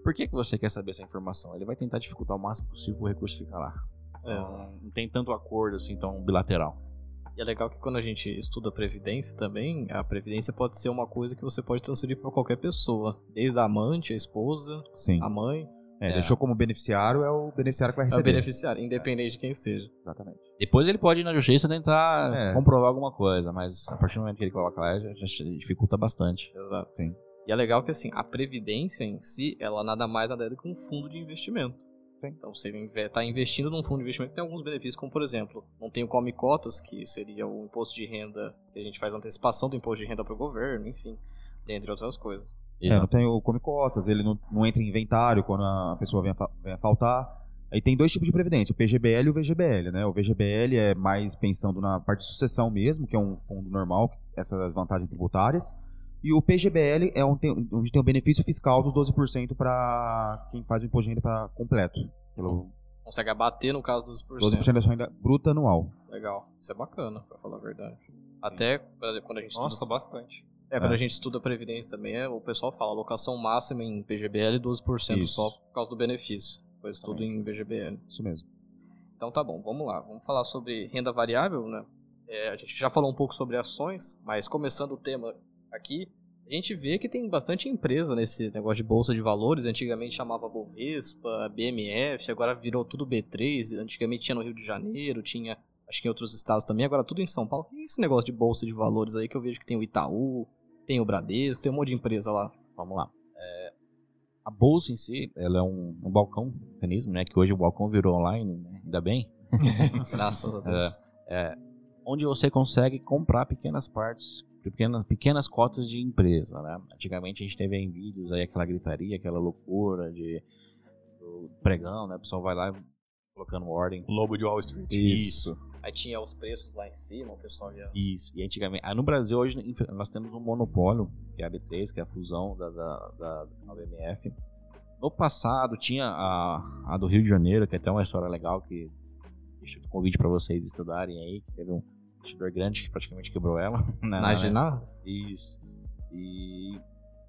[SPEAKER 3] por que, que você quer saber essa informação. Ele vai tentar dificultar o máximo possível o recurso ficar lá.
[SPEAKER 2] É.
[SPEAKER 3] Então, não tem tanto acordo assim tão bilateral.
[SPEAKER 1] E é legal que quando a gente estuda a previdência também, a previdência pode ser uma coisa que você pode transferir para qualquer pessoa, desde a amante, a esposa,
[SPEAKER 5] Sim.
[SPEAKER 1] a mãe,
[SPEAKER 5] É, Deixou como beneficiário, é o beneficiário que vai
[SPEAKER 1] a
[SPEAKER 5] receber.
[SPEAKER 1] beneficiário, independente de quem seja.
[SPEAKER 5] Exatamente.
[SPEAKER 3] Depois ele pode ir na justiça tentar
[SPEAKER 5] É.
[SPEAKER 3] comprovar alguma coisa, mas a partir do momento que ele coloca lá já, já dificulta bastante.
[SPEAKER 1] Exato.
[SPEAKER 5] Sim.
[SPEAKER 1] E é legal que assim, a previdência em si, ela nada mais nada é do que um fundo de investimento.
[SPEAKER 5] Sim.
[SPEAKER 1] Então você está investindo num fundo de investimento que tem alguns benefícios, como por exemplo, não tem o come cotas, que seria o imposto de renda, que a gente faz antecipação do imposto de renda para o governo, enfim, dentre outras coisas.
[SPEAKER 5] É, não tem o come cotas, ele não, não entra em inventário quando a pessoa vem a, fa- vem a faltar. Aí tem dois tipos de previdência, o PGBL e o VGBL, né? O VGBL é mais pensando na parte de sucessão mesmo, que é um fundo normal, essas vantagens tributárias. E o PGBL é onde tem, onde tem o benefício fiscal dos 12% para quem faz o imposto de renda pra- completo. Pelo
[SPEAKER 1] Consegue abater no caso dos
[SPEAKER 5] 12% da sua renda bruta anual.
[SPEAKER 1] Legal. Isso é bacana, pra falar a verdade. Até por exemplo, quando a gente estuda.
[SPEAKER 2] bastante.
[SPEAKER 1] É, quando a gente estuda Previdência também, é, o pessoal fala alocação máxima em PGBL 12%
[SPEAKER 5] Isso.
[SPEAKER 1] só é por causa do benefício. Pois tudo em PGBL.
[SPEAKER 5] Isso mesmo.
[SPEAKER 1] Então tá bom, vamos lá. Vamos falar sobre renda variável, né? É, a gente já falou um pouco sobre ações, mas começando o tema aqui, a gente vê que tem bastante empresa nesse negócio de bolsa de valores. Antigamente chamava Bovespa, BMF, agora virou tudo B3. Antigamente tinha no Rio de Janeiro, tinha acho que em outros estados também, agora tudo em São Paulo. E esse negócio de bolsa de valores aí que eu vejo que tem o Itaú, tem o Bradesco, tem um monte de empresa lá.
[SPEAKER 3] Vamos lá. É, a bolsa em si, ela é um, um balcão, um mecanismo, né? Que hoje o balcão virou online, né? ainda bem.
[SPEAKER 1] Graças a Deus.
[SPEAKER 3] É, é, onde você consegue comprar pequenas partes, pequenas, pequenas cotas de empresa, né? Antigamente a gente teve em vídeos aí aquela gritaria, aquela loucura de do pregão, né? O pessoal vai lá colocando ordem.
[SPEAKER 2] Lobo de Wall Street.
[SPEAKER 1] Aí tinha os preços lá em cima, o pessoal ia.
[SPEAKER 3] Isso. E antigamente. Ah, no Brasil, hoje, inf- nós temos um monopólio, que é a B3, que é a fusão da, da, da, da BMF. No passado, tinha a, a do Rio de Janeiro, que é até uma história legal, que deixa o convite para vocês estudarem aí, que teve um investidor grande que praticamente quebrou ela.
[SPEAKER 2] Ah,
[SPEAKER 3] né, né?
[SPEAKER 2] é.
[SPEAKER 1] Imaginar?
[SPEAKER 3] Isso. E,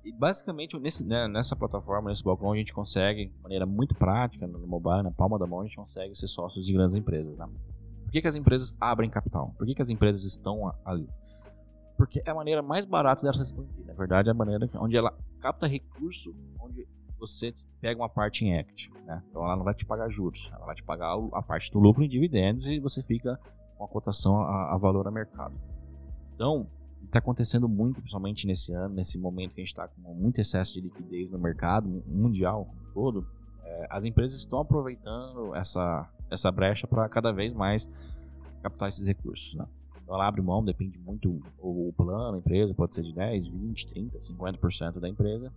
[SPEAKER 3] e basicamente nesse- né, nessa plataforma, nesse balcão, a gente consegue, de maneira muito prática, no mobile, na palma da mão, a gente consegue ser sócios de grandes empresas. né? Por que, que as empresas abrem capital? Por que, que as empresas estão a- ali? Porque é a maneira mais barata dela se expandir. Na verdade, é a maneira que- onde ela capta recurso, onde você pega uma parte em equity. né? Então ela não vai te pagar juros, ela vai te pagar o- a parte do lucro em dividendos e você fica com a cotação a, a valor a mercado. Então, está acontecendo muito, principalmente nesse ano, nesse momento que a gente está com muito excesso de liquidez no mercado mu- mundial como um todo, é, as empresas estão aproveitando essa, essa brecha para cada vez mais captar esses recursos. Né? Então ela abre mão, depende muito o, o plano, a empresa pode ser de 10, 20, 30, 50% da empresa.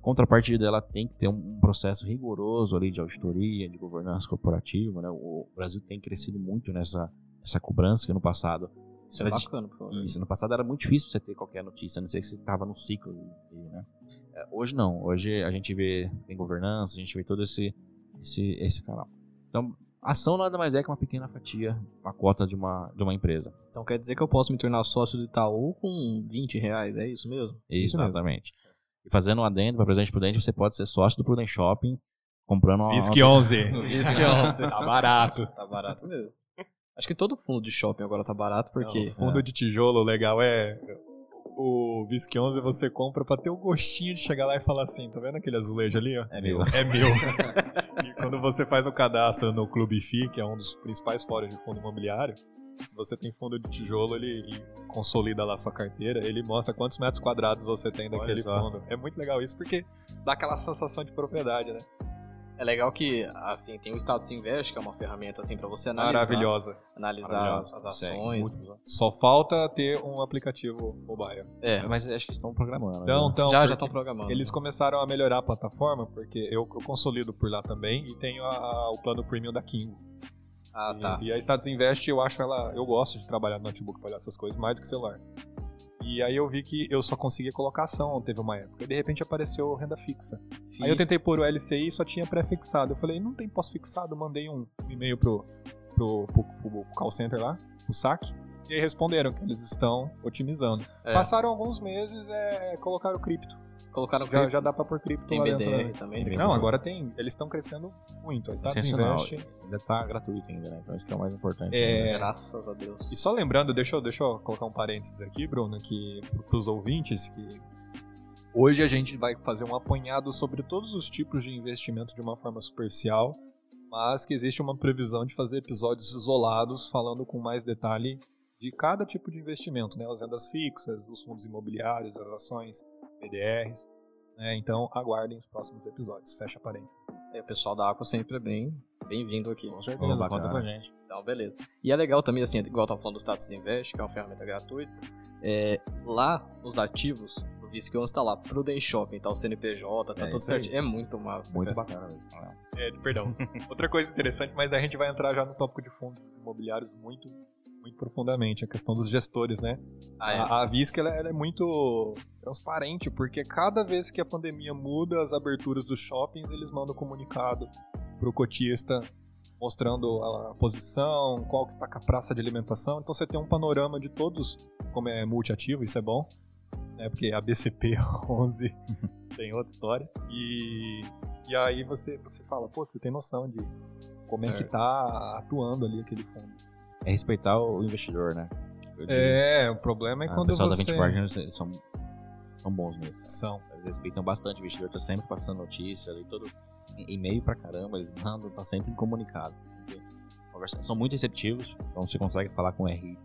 [SPEAKER 3] Contrapartida, ela tem que ter um- um processo rigoroso ali de auditoria, de governança corporativa. Né? O Brasil tem crescido muito nessa, nessa cobrança que no passado
[SPEAKER 1] Isso é
[SPEAKER 3] Era de-
[SPEAKER 1] bacana, pô.
[SPEAKER 2] Hum.
[SPEAKER 3] isso, no passado era muito difícil você ter qualquer notícia, a não ser que você estava no ciclo. Né? É, Hoje não, hoje a gente vê tem governança, a gente vê todo esse, esse, esse canal. Então, ação nada mais é que uma pequena fatia, uma cota de uma, de uma empresa.
[SPEAKER 1] Então quer dizer que eu posso me tornar sócio do Itaú com 20 reais, é isso mesmo?
[SPEAKER 5] Isso mesmo.
[SPEAKER 3] Exatamente. E fazendo um adendo para Prudente Prudente, você pode ser sócio do Prudent Shopping comprando uma.
[SPEAKER 2] Whisky 11.
[SPEAKER 1] Isso que é
[SPEAKER 2] tá barato.
[SPEAKER 1] Tá barato mesmo. Acho que todo fundo de shopping agora tá barato, porque.
[SPEAKER 2] É, O fundo de tijolo, o legal é. O Whisky 11 você compra pra ter o gostinho de chegar lá e falar assim: tá vendo aquele azulejo ali? Ó?
[SPEAKER 3] É meu.
[SPEAKER 2] É meu. e quando você faz o cadastro no Clube FI, que é um dos principais fóruns de fundo imobiliário, se você tem fundo de tijolo ele, e consolida lá sua carteira, ele mostra quantos metros quadrados você tem
[SPEAKER 5] Olha
[SPEAKER 2] daquele
[SPEAKER 5] só.
[SPEAKER 2] fundo. É muito legal isso, porque dá aquela sensação de propriedade, né?
[SPEAKER 1] É legal que, assim, tem o Status Invest, que é uma ferramenta, assim, pra você analisar.
[SPEAKER 2] Maravilhosa.
[SPEAKER 1] Analisar
[SPEAKER 3] Maravilhosa,
[SPEAKER 1] as
[SPEAKER 3] consegue.
[SPEAKER 1] ações.
[SPEAKER 2] né? Só falta ter um aplicativo mobile.
[SPEAKER 1] É.
[SPEAKER 3] Mas acho que estão programando. né?
[SPEAKER 2] Então, então
[SPEAKER 1] já,
[SPEAKER 2] porque-
[SPEAKER 1] Ah, já estão programando.
[SPEAKER 2] Eles começaram a melhorar a plataforma, porque eu, eu consolido por lá também e tenho a- a- o plano premium da Kingo.
[SPEAKER 1] Ah, tá.
[SPEAKER 2] E, e a Status Invest, eu acho ela. Eu gosto de trabalhar no notebook para olhar essas coisas mais do que celular. E aí eu vi que eu só conseguia colocar ação, teve uma época. E de repente apareceu renda fixa. Aí eu tentei pôr o LCI e só tinha pré-fixado. Eu falei, não tem pós-fixado, mandei um e-mail pro, pro, pro, pro call center lá, pro saque. E aí responderam que eles estão otimizando.
[SPEAKER 1] É.
[SPEAKER 2] Passaram alguns meses, é, colocaram cripto.
[SPEAKER 1] Colocaram
[SPEAKER 2] Já,
[SPEAKER 1] cripto.
[SPEAKER 2] já dá pra pôr cripto
[SPEAKER 1] tem
[SPEAKER 2] lá dentro. né?
[SPEAKER 1] BDR também.
[SPEAKER 3] Tem
[SPEAKER 2] Não, agora tem. Eles estão crescendo muito. tá? A Status
[SPEAKER 3] Sensacional.
[SPEAKER 2] Invest.
[SPEAKER 3] Ainda tá gratuito ainda, né? Então isso que é o mais importante.
[SPEAKER 2] É,
[SPEAKER 1] Graças a Deus.
[SPEAKER 2] E só lembrando, deixa eu, deixa eu colocar um parênteses aqui, Bruno, que pros ouvintes que hoje a gente vai fazer um apanhado sobre todos os tipos de investimento de uma forma superficial, mas que existe uma previsão de fazer episódios isolados falando com mais detalhe de cada tipo de investimento, né? As rendas fixas, os fundos imobiliários, as ações, BDRs. né? Então aguardem os próximos episódios. Fecha parênteses.
[SPEAKER 1] É, o pessoal da Aqua sempre é bem bem-vindo aqui.
[SPEAKER 3] Com certeza,
[SPEAKER 5] Ô, bacana.
[SPEAKER 3] conta pra gente.
[SPEAKER 1] Então, beleza. E é legal também, assim, igual eu tava falando do Status Invest, que é uma ferramenta gratuita. é, lá, os ativos do Visconde tá lá, Prudent Shopping, tá o CNPJ, tá
[SPEAKER 5] É
[SPEAKER 1] tudo
[SPEAKER 5] isso aí.
[SPEAKER 1] certinho. É muito massa.
[SPEAKER 5] Muito
[SPEAKER 1] cara.
[SPEAKER 5] bacana mesmo.
[SPEAKER 2] É, perdão. Outra coisa interessante, mas a gente vai entrar já no tópico de fundos imobiliários muito, muito profundamente, a questão dos gestores, né?
[SPEAKER 1] Ah, é.
[SPEAKER 2] A, a Visca ela, ela é muito transparente, porque cada vez que a pandemia muda as aberturas dos shoppings, eles mandam um comunicado pro cotista mostrando a, a posição, qual que tá com a praça de alimentação. Então você tem um panorama de todos, como é multiativo, isso é bom, né? Porque a BCP 11 tem outra história. E, e aí você, você fala, pô, você tem noção de como é que
[SPEAKER 1] Certo.
[SPEAKER 2] tá atuando ali aquele fundo.
[SPEAKER 3] É respeitar o investidor, né? Eu diria.
[SPEAKER 2] É, o problema é
[SPEAKER 3] Ah, o
[SPEAKER 2] quando
[SPEAKER 3] pessoal
[SPEAKER 2] você...
[SPEAKER 3] da 20 Partners eles são, são bons mesmo.
[SPEAKER 2] São.
[SPEAKER 3] Eles respeitam bastante o investidor, tá sempre passando notícia ali, todo e-mail pra caramba, eles mandam, tá sempre em comunicado. sempre conversa- São muito receptivos, então você consegue falar com RI.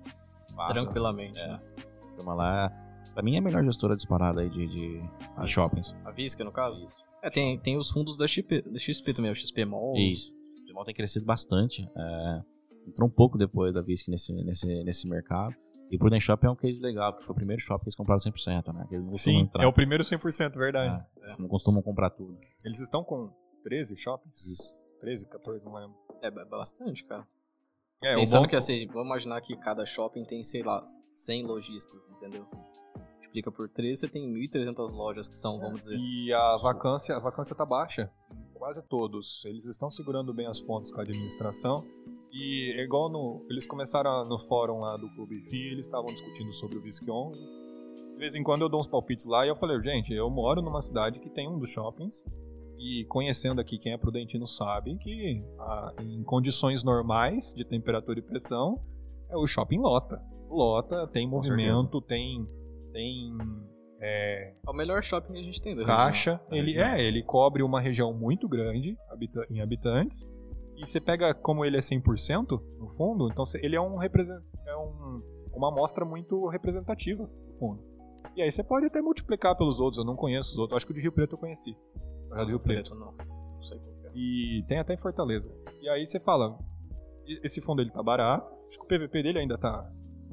[SPEAKER 3] fácil.
[SPEAKER 1] Tranquilamente.
[SPEAKER 3] É.
[SPEAKER 1] né?
[SPEAKER 3] Turma lá. Pra mim é a melhor gestora disparada aí de, de, de shoppings.
[SPEAKER 1] A Visca, no caso? É, tem, tem os fundos da XP, da XP também, o XP Mall.
[SPEAKER 3] Isso. O Timão tem crescido bastante. é, entrou um pouco depois da Visc nesse, nesse, nesse mercado. E o Prudent Shop é um case legal, porque foi o primeiro shopping que eles compraram 100%, né? Que Eles não costumam
[SPEAKER 2] Sim,
[SPEAKER 3] entrar.
[SPEAKER 2] é o primeiro 100%, verdade.
[SPEAKER 3] né? Eles Não costumam comprar tudo.
[SPEAKER 2] Eles estão com 13 shoppings? 13, 14, não lembro.
[SPEAKER 1] É ba- bastante, cara.
[SPEAKER 2] É,
[SPEAKER 1] Pensando
[SPEAKER 2] o bom...
[SPEAKER 1] que, assim, vamos imaginar que cada shopping tem, sei lá, 100 lojistas, entendeu? Multiplica por 3, você tem 1.300 lojas que são, vamos dizer.
[SPEAKER 2] E a vacância, a vacância tá baixa. em Quase todos. Eles estão segurando bem as pontas com a administração. E é igual no. Eles começaram no fórum lá do Clube Rio, eles estavam discutindo sobre o Visc 11. De vez em quando eu dou uns palpites lá e eu falei, gente, eu moro numa cidade que tem um dos shoppings. E conhecendo aqui quem é prudentino sabe que ah, em condições normais de temperatura e pressão, é, o shopping lota. Lota, tem movimento, tem, tem é,
[SPEAKER 1] É o melhor shopping que a gente tem.
[SPEAKER 3] Uhum.
[SPEAKER 1] da região.
[SPEAKER 2] caixa.
[SPEAKER 3] Tá
[SPEAKER 2] Ele é, ele cobre uma região muito grande habita- em habitantes. E você pega como ele é 100% no fundo, então cê- ele é um represen- é um- uma amostra muito representativa do fundo. E aí você pode até multiplicar pelos outros, eu não conheço os outros, acho que o de Rio Preto eu conheci. Eu já
[SPEAKER 1] Não,
[SPEAKER 2] do Rio Preto.
[SPEAKER 1] Não, não sei qual que é.
[SPEAKER 2] E tem até em Fortaleza. E aí você fala, e- esse fundo ele tá barato, acho que o PVP dele ainda tá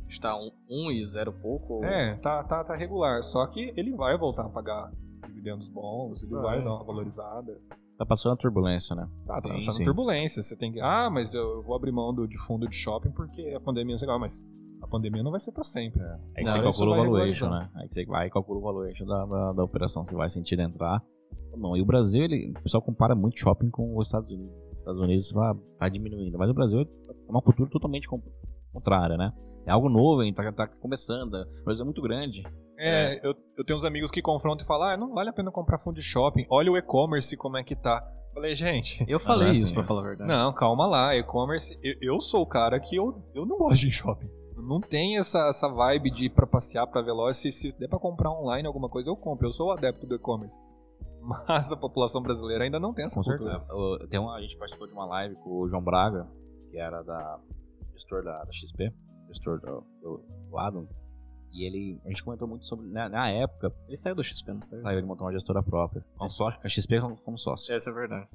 [SPEAKER 1] Está 1 um, um e 0 pouco. ou-
[SPEAKER 2] é, tá, tá, tá regular. Só que ele vai voltar a pagar dividendos bons, ele
[SPEAKER 3] Ah,
[SPEAKER 2] vai
[SPEAKER 3] é.
[SPEAKER 2] dar uma valorizada.
[SPEAKER 3] Tá passando a turbulência, né?
[SPEAKER 2] Tá, tá
[SPEAKER 3] Sim,
[SPEAKER 2] passando
[SPEAKER 3] sim.
[SPEAKER 2] turbulência. Você tem que. Ah, mas eu vou abrir mão do, de fundo de shopping porque a pandemia não sei lá, mas a pandemia não vai ser pra sempre.
[SPEAKER 3] Aí que
[SPEAKER 2] Não,
[SPEAKER 3] você
[SPEAKER 2] isso
[SPEAKER 3] calcula o
[SPEAKER 2] vai
[SPEAKER 3] valuation, né? Aí que você vai e calcula o valuation da, da, da operação, se vai sentir entrar ou não. E o Brasil, ele, o pessoal compara muito shopping com os Estados Unidos. Os Estados Unidos vai, tá diminuindo, mas o Brasil é uma cultura totalmente com- contrária, né? É algo novo, hein? Tá, tá começando. O Brasil é muito grande.
[SPEAKER 2] É, Eu, eu tenho uns amigos que confrontam e falam: ah, não vale a pena comprar fundo de shopping, olha o e-commerce como é que tá. Falei, gente.
[SPEAKER 1] Eu falei
[SPEAKER 3] Não, é
[SPEAKER 1] isso,
[SPEAKER 3] assim,
[SPEAKER 1] pra
[SPEAKER 3] é.
[SPEAKER 1] falar a verdade.
[SPEAKER 2] Não, calma lá, e-commerce. Eu, eu sou o cara que eu, eu não gosto de shopping. Eu Não tem essa, essa vibe de ir pra passear pra veloz. Se, se der pra comprar online alguma coisa, eu compro. Eu sou o adepto do e-commerce. Mas a população brasileira ainda não tem essa
[SPEAKER 5] Com
[SPEAKER 2] cultura.
[SPEAKER 3] Eu- eu- Tem uma, a gente participou de uma live com o João Braga, que era da gestor da, da XP, gestor do, do, do Adam. E ele, a gente comentou muito sobre, na, na época,
[SPEAKER 1] Ele saiu do XP, não saiu?
[SPEAKER 3] saiu ele montou uma gestora própria. Consórcio, a XP como- como sócio.
[SPEAKER 1] Essa é verdade.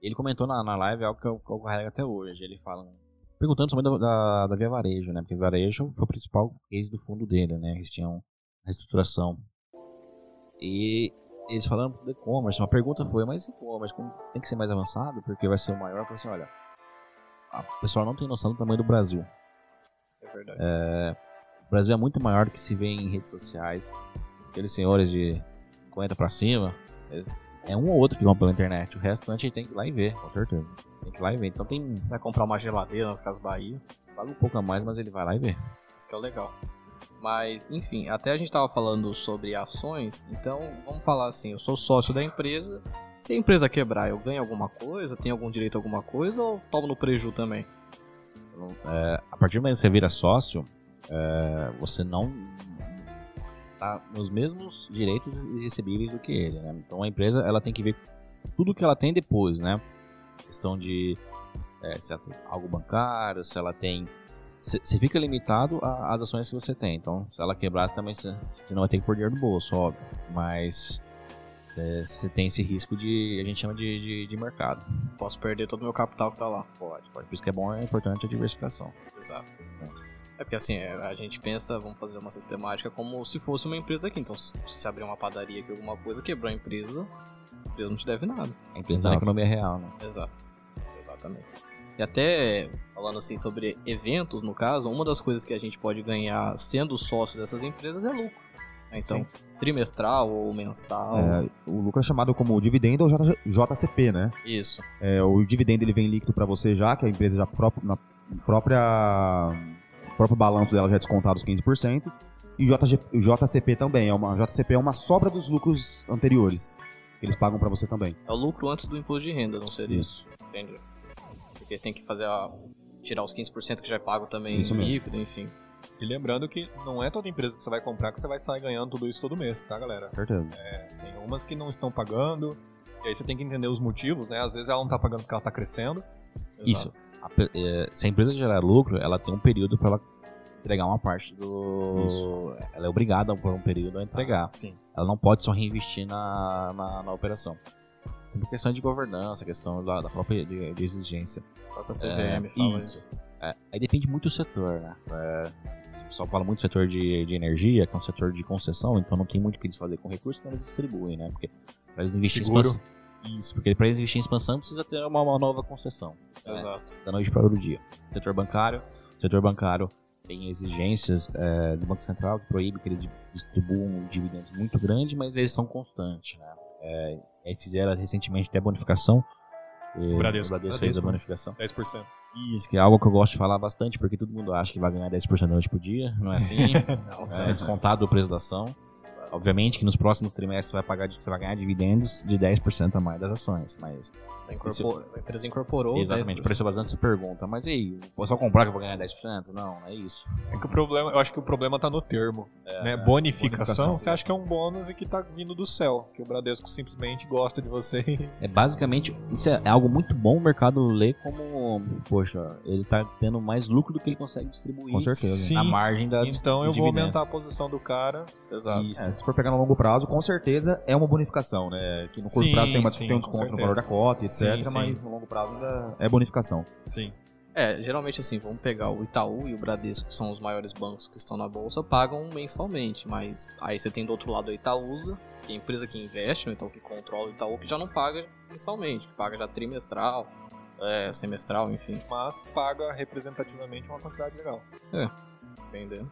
[SPEAKER 3] Ele comentou na, na live algo que eu, que eu carrego até hoje. Ele fala. um, Perguntando também da, da, da Via Varejo, né? Porque a Via Varejo foi o principal case do fundo dele, né? Eles tinham reestruturação. E eles falando do e-commerce. Uma pergunta foi, mas e-commerce como tem que ser mais avançado? Porque vai ser o maior. Eu falei assim, olha, a pessoa não tem noção do tamanho do Brasil.
[SPEAKER 1] É verdade.
[SPEAKER 3] O Brasil é muito maior do que se vê em redes sociais. Aqueles senhores de 50 pra cima, é- é um ou outro que vão pela internet. O restante a gente tem que ir lá e ver, com certeza. Tem que ir lá e ver. Então tem
[SPEAKER 1] Você vai comprar uma geladeira nas Casas Bahia,
[SPEAKER 3] paga um pouco a mais, mas ele vai lá e vê.
[SPEAKER 1] isso que é o legal. Mas, enfim, até a gente tava falando sobre ações, então vamos falar assim, eu sou sócio da empresa, se a empresa quebrar, eu ganho alguma coisa, tenho algum direito a alguma coisa ou tomo no preju também?
[SPEAKER 3] A partir do momento que você vira sócio, é, você não tá nos mesmos direitos e recebíveis do que ele, né? Então a empresa ela tem que ver tudo que ela tem depois, né? Questão de é, se ela tem algo bancário, se ela tem você você fica limitado a- às ações que você tem. Então, se ela quebrar, você também você você não vai ter que pôr dinheiro no bolso, óbvio. Mas é, você tem esse risco de. A gente chama de, de, de mercado.
[SPEAKER 1] Posso perder todo o meu capital que tá lá.
[SPEAKER 3] Pode, pode. Por isso que é bom, é importante a diversificação.
[SPEAKER 1] Exato. É porque assim, é, a gente pensa, vamos fazer uma sistemática como se fosse uma empresa aqui. Então, se se abrir uma padaria aqui, alguma coisa, quebrou a empresa, a empresa não te deve nada.
[SPEAKER 3] A empresa na
[SPEAKER 5] Exato.
[SPEAKER 3] economia real, né?
[SPEAKER 1] Exato. Exatamente. E até falando assim sobre eventos, no caso, uma das coisas que a gente pode ganhar sendo sócio dessas empresas é lucro. Então, trimestral ou mensal,
[SPEAKER 5] É, o lucro é chamado como dividendo ou JG JCP, né?
[SPEAKER 1] isso.
[SPEAKER 5] É, o dividendo ele vem líquido para você já, que a empresa já pró na própria no próprio balanço dela já é descontado os 15%. E o JG o JCP também, é uma JCP é uma sobra dos lucros anteriores. que Eles pagam para você também.
[SPEAKER 1] É o lucro antes do imposto de renda, não seria?
[SPEAKER 5] Isso.
[SPEAKER 1] Entende? Porque tem que fazer a- tirar os 15% que já é pago também
[SPEAKER 5] Isso mesmo.
[SPEAKER 1] líquido, enfim.
[SPEAKER 2] E lembrando que não é toda empresa que você vai comprar que você vai sair ganhando tudo isso todo mês, tá, galera?
[SPEAKER 5] Certeza.
[SPEAKER 2] Tem umas que não estão pagando. E aí você tem que entender os motivos, né? Às vezes ela não tá pagando porque ela tá crescendo.
[SPEAKER 3] Isso. A pe- é, se a empresa gerar lucro, ela tem um período para ela entregar uma parte do. Ela é obrigada por um período a entregar.
[SPEAKER 2] Sim.
[SPEAKER 3] Ela não pode só reinvestir na, na, na operação. Tem questão de governança, questão da, da própria de, de exigência.
[SPEAKER 1] A própria CVM fala
[SPEAKER 3] É, isso.
[SPEAKER 1] isso.
[SPEAKER 3] É, aí depende muito do setor, né? É, o pessoal fala muito do setor de, de energia, que é um setor de concessão, então não tem muito o que eles fazer com recursos, então eles distribuem, né? Porque para eles investirem em
[SPEAKER 2] Seguro.
[SPEAKER 3] expansão. Isso, porque para eles investirem em expansão precisa ter uma, uma nova concessão É.
[SPEAKER 1] Exato.
[SPEAKER 3] da noite para o dia. Setor bancário, setor bancário tem exigências é, do Banco Central que proíbe que eles distribuam dividendos muito grandes, mas eles são constantes, né? É, aí fizeram recentemente até bonificação. O
[SPEAKER 2] Bradesco.
[SPEAKER 3] O Bradesco fez a
[SPEAKER 2] Bradesco.
[SPEAKER 3] bonificação.
[SPEAKER 2] 10%.
[SPEAKER 3] Isso, que é algo que eu gosto de falar bastante, porque todo mundo acha que vai ganhar 10% da noite por dia, não é assim? é descontado o preço da ação. Obviamente que nos próximos trimestres você vai, pagar, de- você vai ganhar dividendos de 10% a mais das ações, mas
[SPEAKER 1] Ela incorporou- A empresa incorporou. né,
[SPEAKER 3] Exatamente,
[SPEAKER 1] 10%.
[SPEAKER 3] o preço é baseado você pergunta, mas e aí, vou só comprar que eu vou ganhar 10%? Não, não é isso.
[SPEAKER 2] É que o problema, eu acho que o problema tá no termo,
[SPEAKER 3] É,
[SPEAKER 2] né? Bonificação,
[SPEAKER 5] bonificação.
[SPEAKER 2] você acha que é um bônus e que tá vindo do céu, que o Bradesco simplesmente gosta de você. e-
[SPEAKER 3] É basicamente, isso é algo muito bom o mercado lê como, poxa, ele tá tendo mais lucro do que ele consegue distribuir
[SPEAKER 5] Com certeza.
[SPEAKER 3] na
[SPEAKER 2] Sim.
[SPEAKER 3] margem da...
[SPEAKER 2] Então eu
[SPEAKER 3] de
[SPEAKER 2] vou
[SPEAKER 3] dividendos.
[SPEAKER 2] aumentar a posição do cara.
[SPEAKER 1] Exato.
[SPEAKER 3] Isso.
[SPEAKER 5] É, se for pegar no longo prazo, com certeza é uma bonificação, né? Que no curto
[SPEAKER 2] Sim,
[SPEAKER 5] prazo tem, uma,
[SPEAKER 2] sim,
[SPEAKER 5] tem um
[SPEAKER 2] com
[SPEAKER 5] desconto no
[SPEAKER 2] certeza.
[SPEAKER 5] valor da cota, etc.
[SPEAKER 2] Sim, sim.
[SPEAKER 5] Mas no longo prazo ainda é bonificação.
[SPEAKER 2] Sim.
[SPEAKER 1] É, geralmente assim, vamos pegar o Itaú e o Bradesco, que são os maiores bancos que estão na bolsa, pagam mensalmente, mas aí você tem do outro lado a Itaúsa, que é a empresa que investe, ou então que controla o Itaú, que já não paga mensalmente, que paga já trimestral, é, semestral, enfim,
[SPEAKER 2] Mas paga representativamente uma quantidade legal.
[SPEAKER 1] dependendo.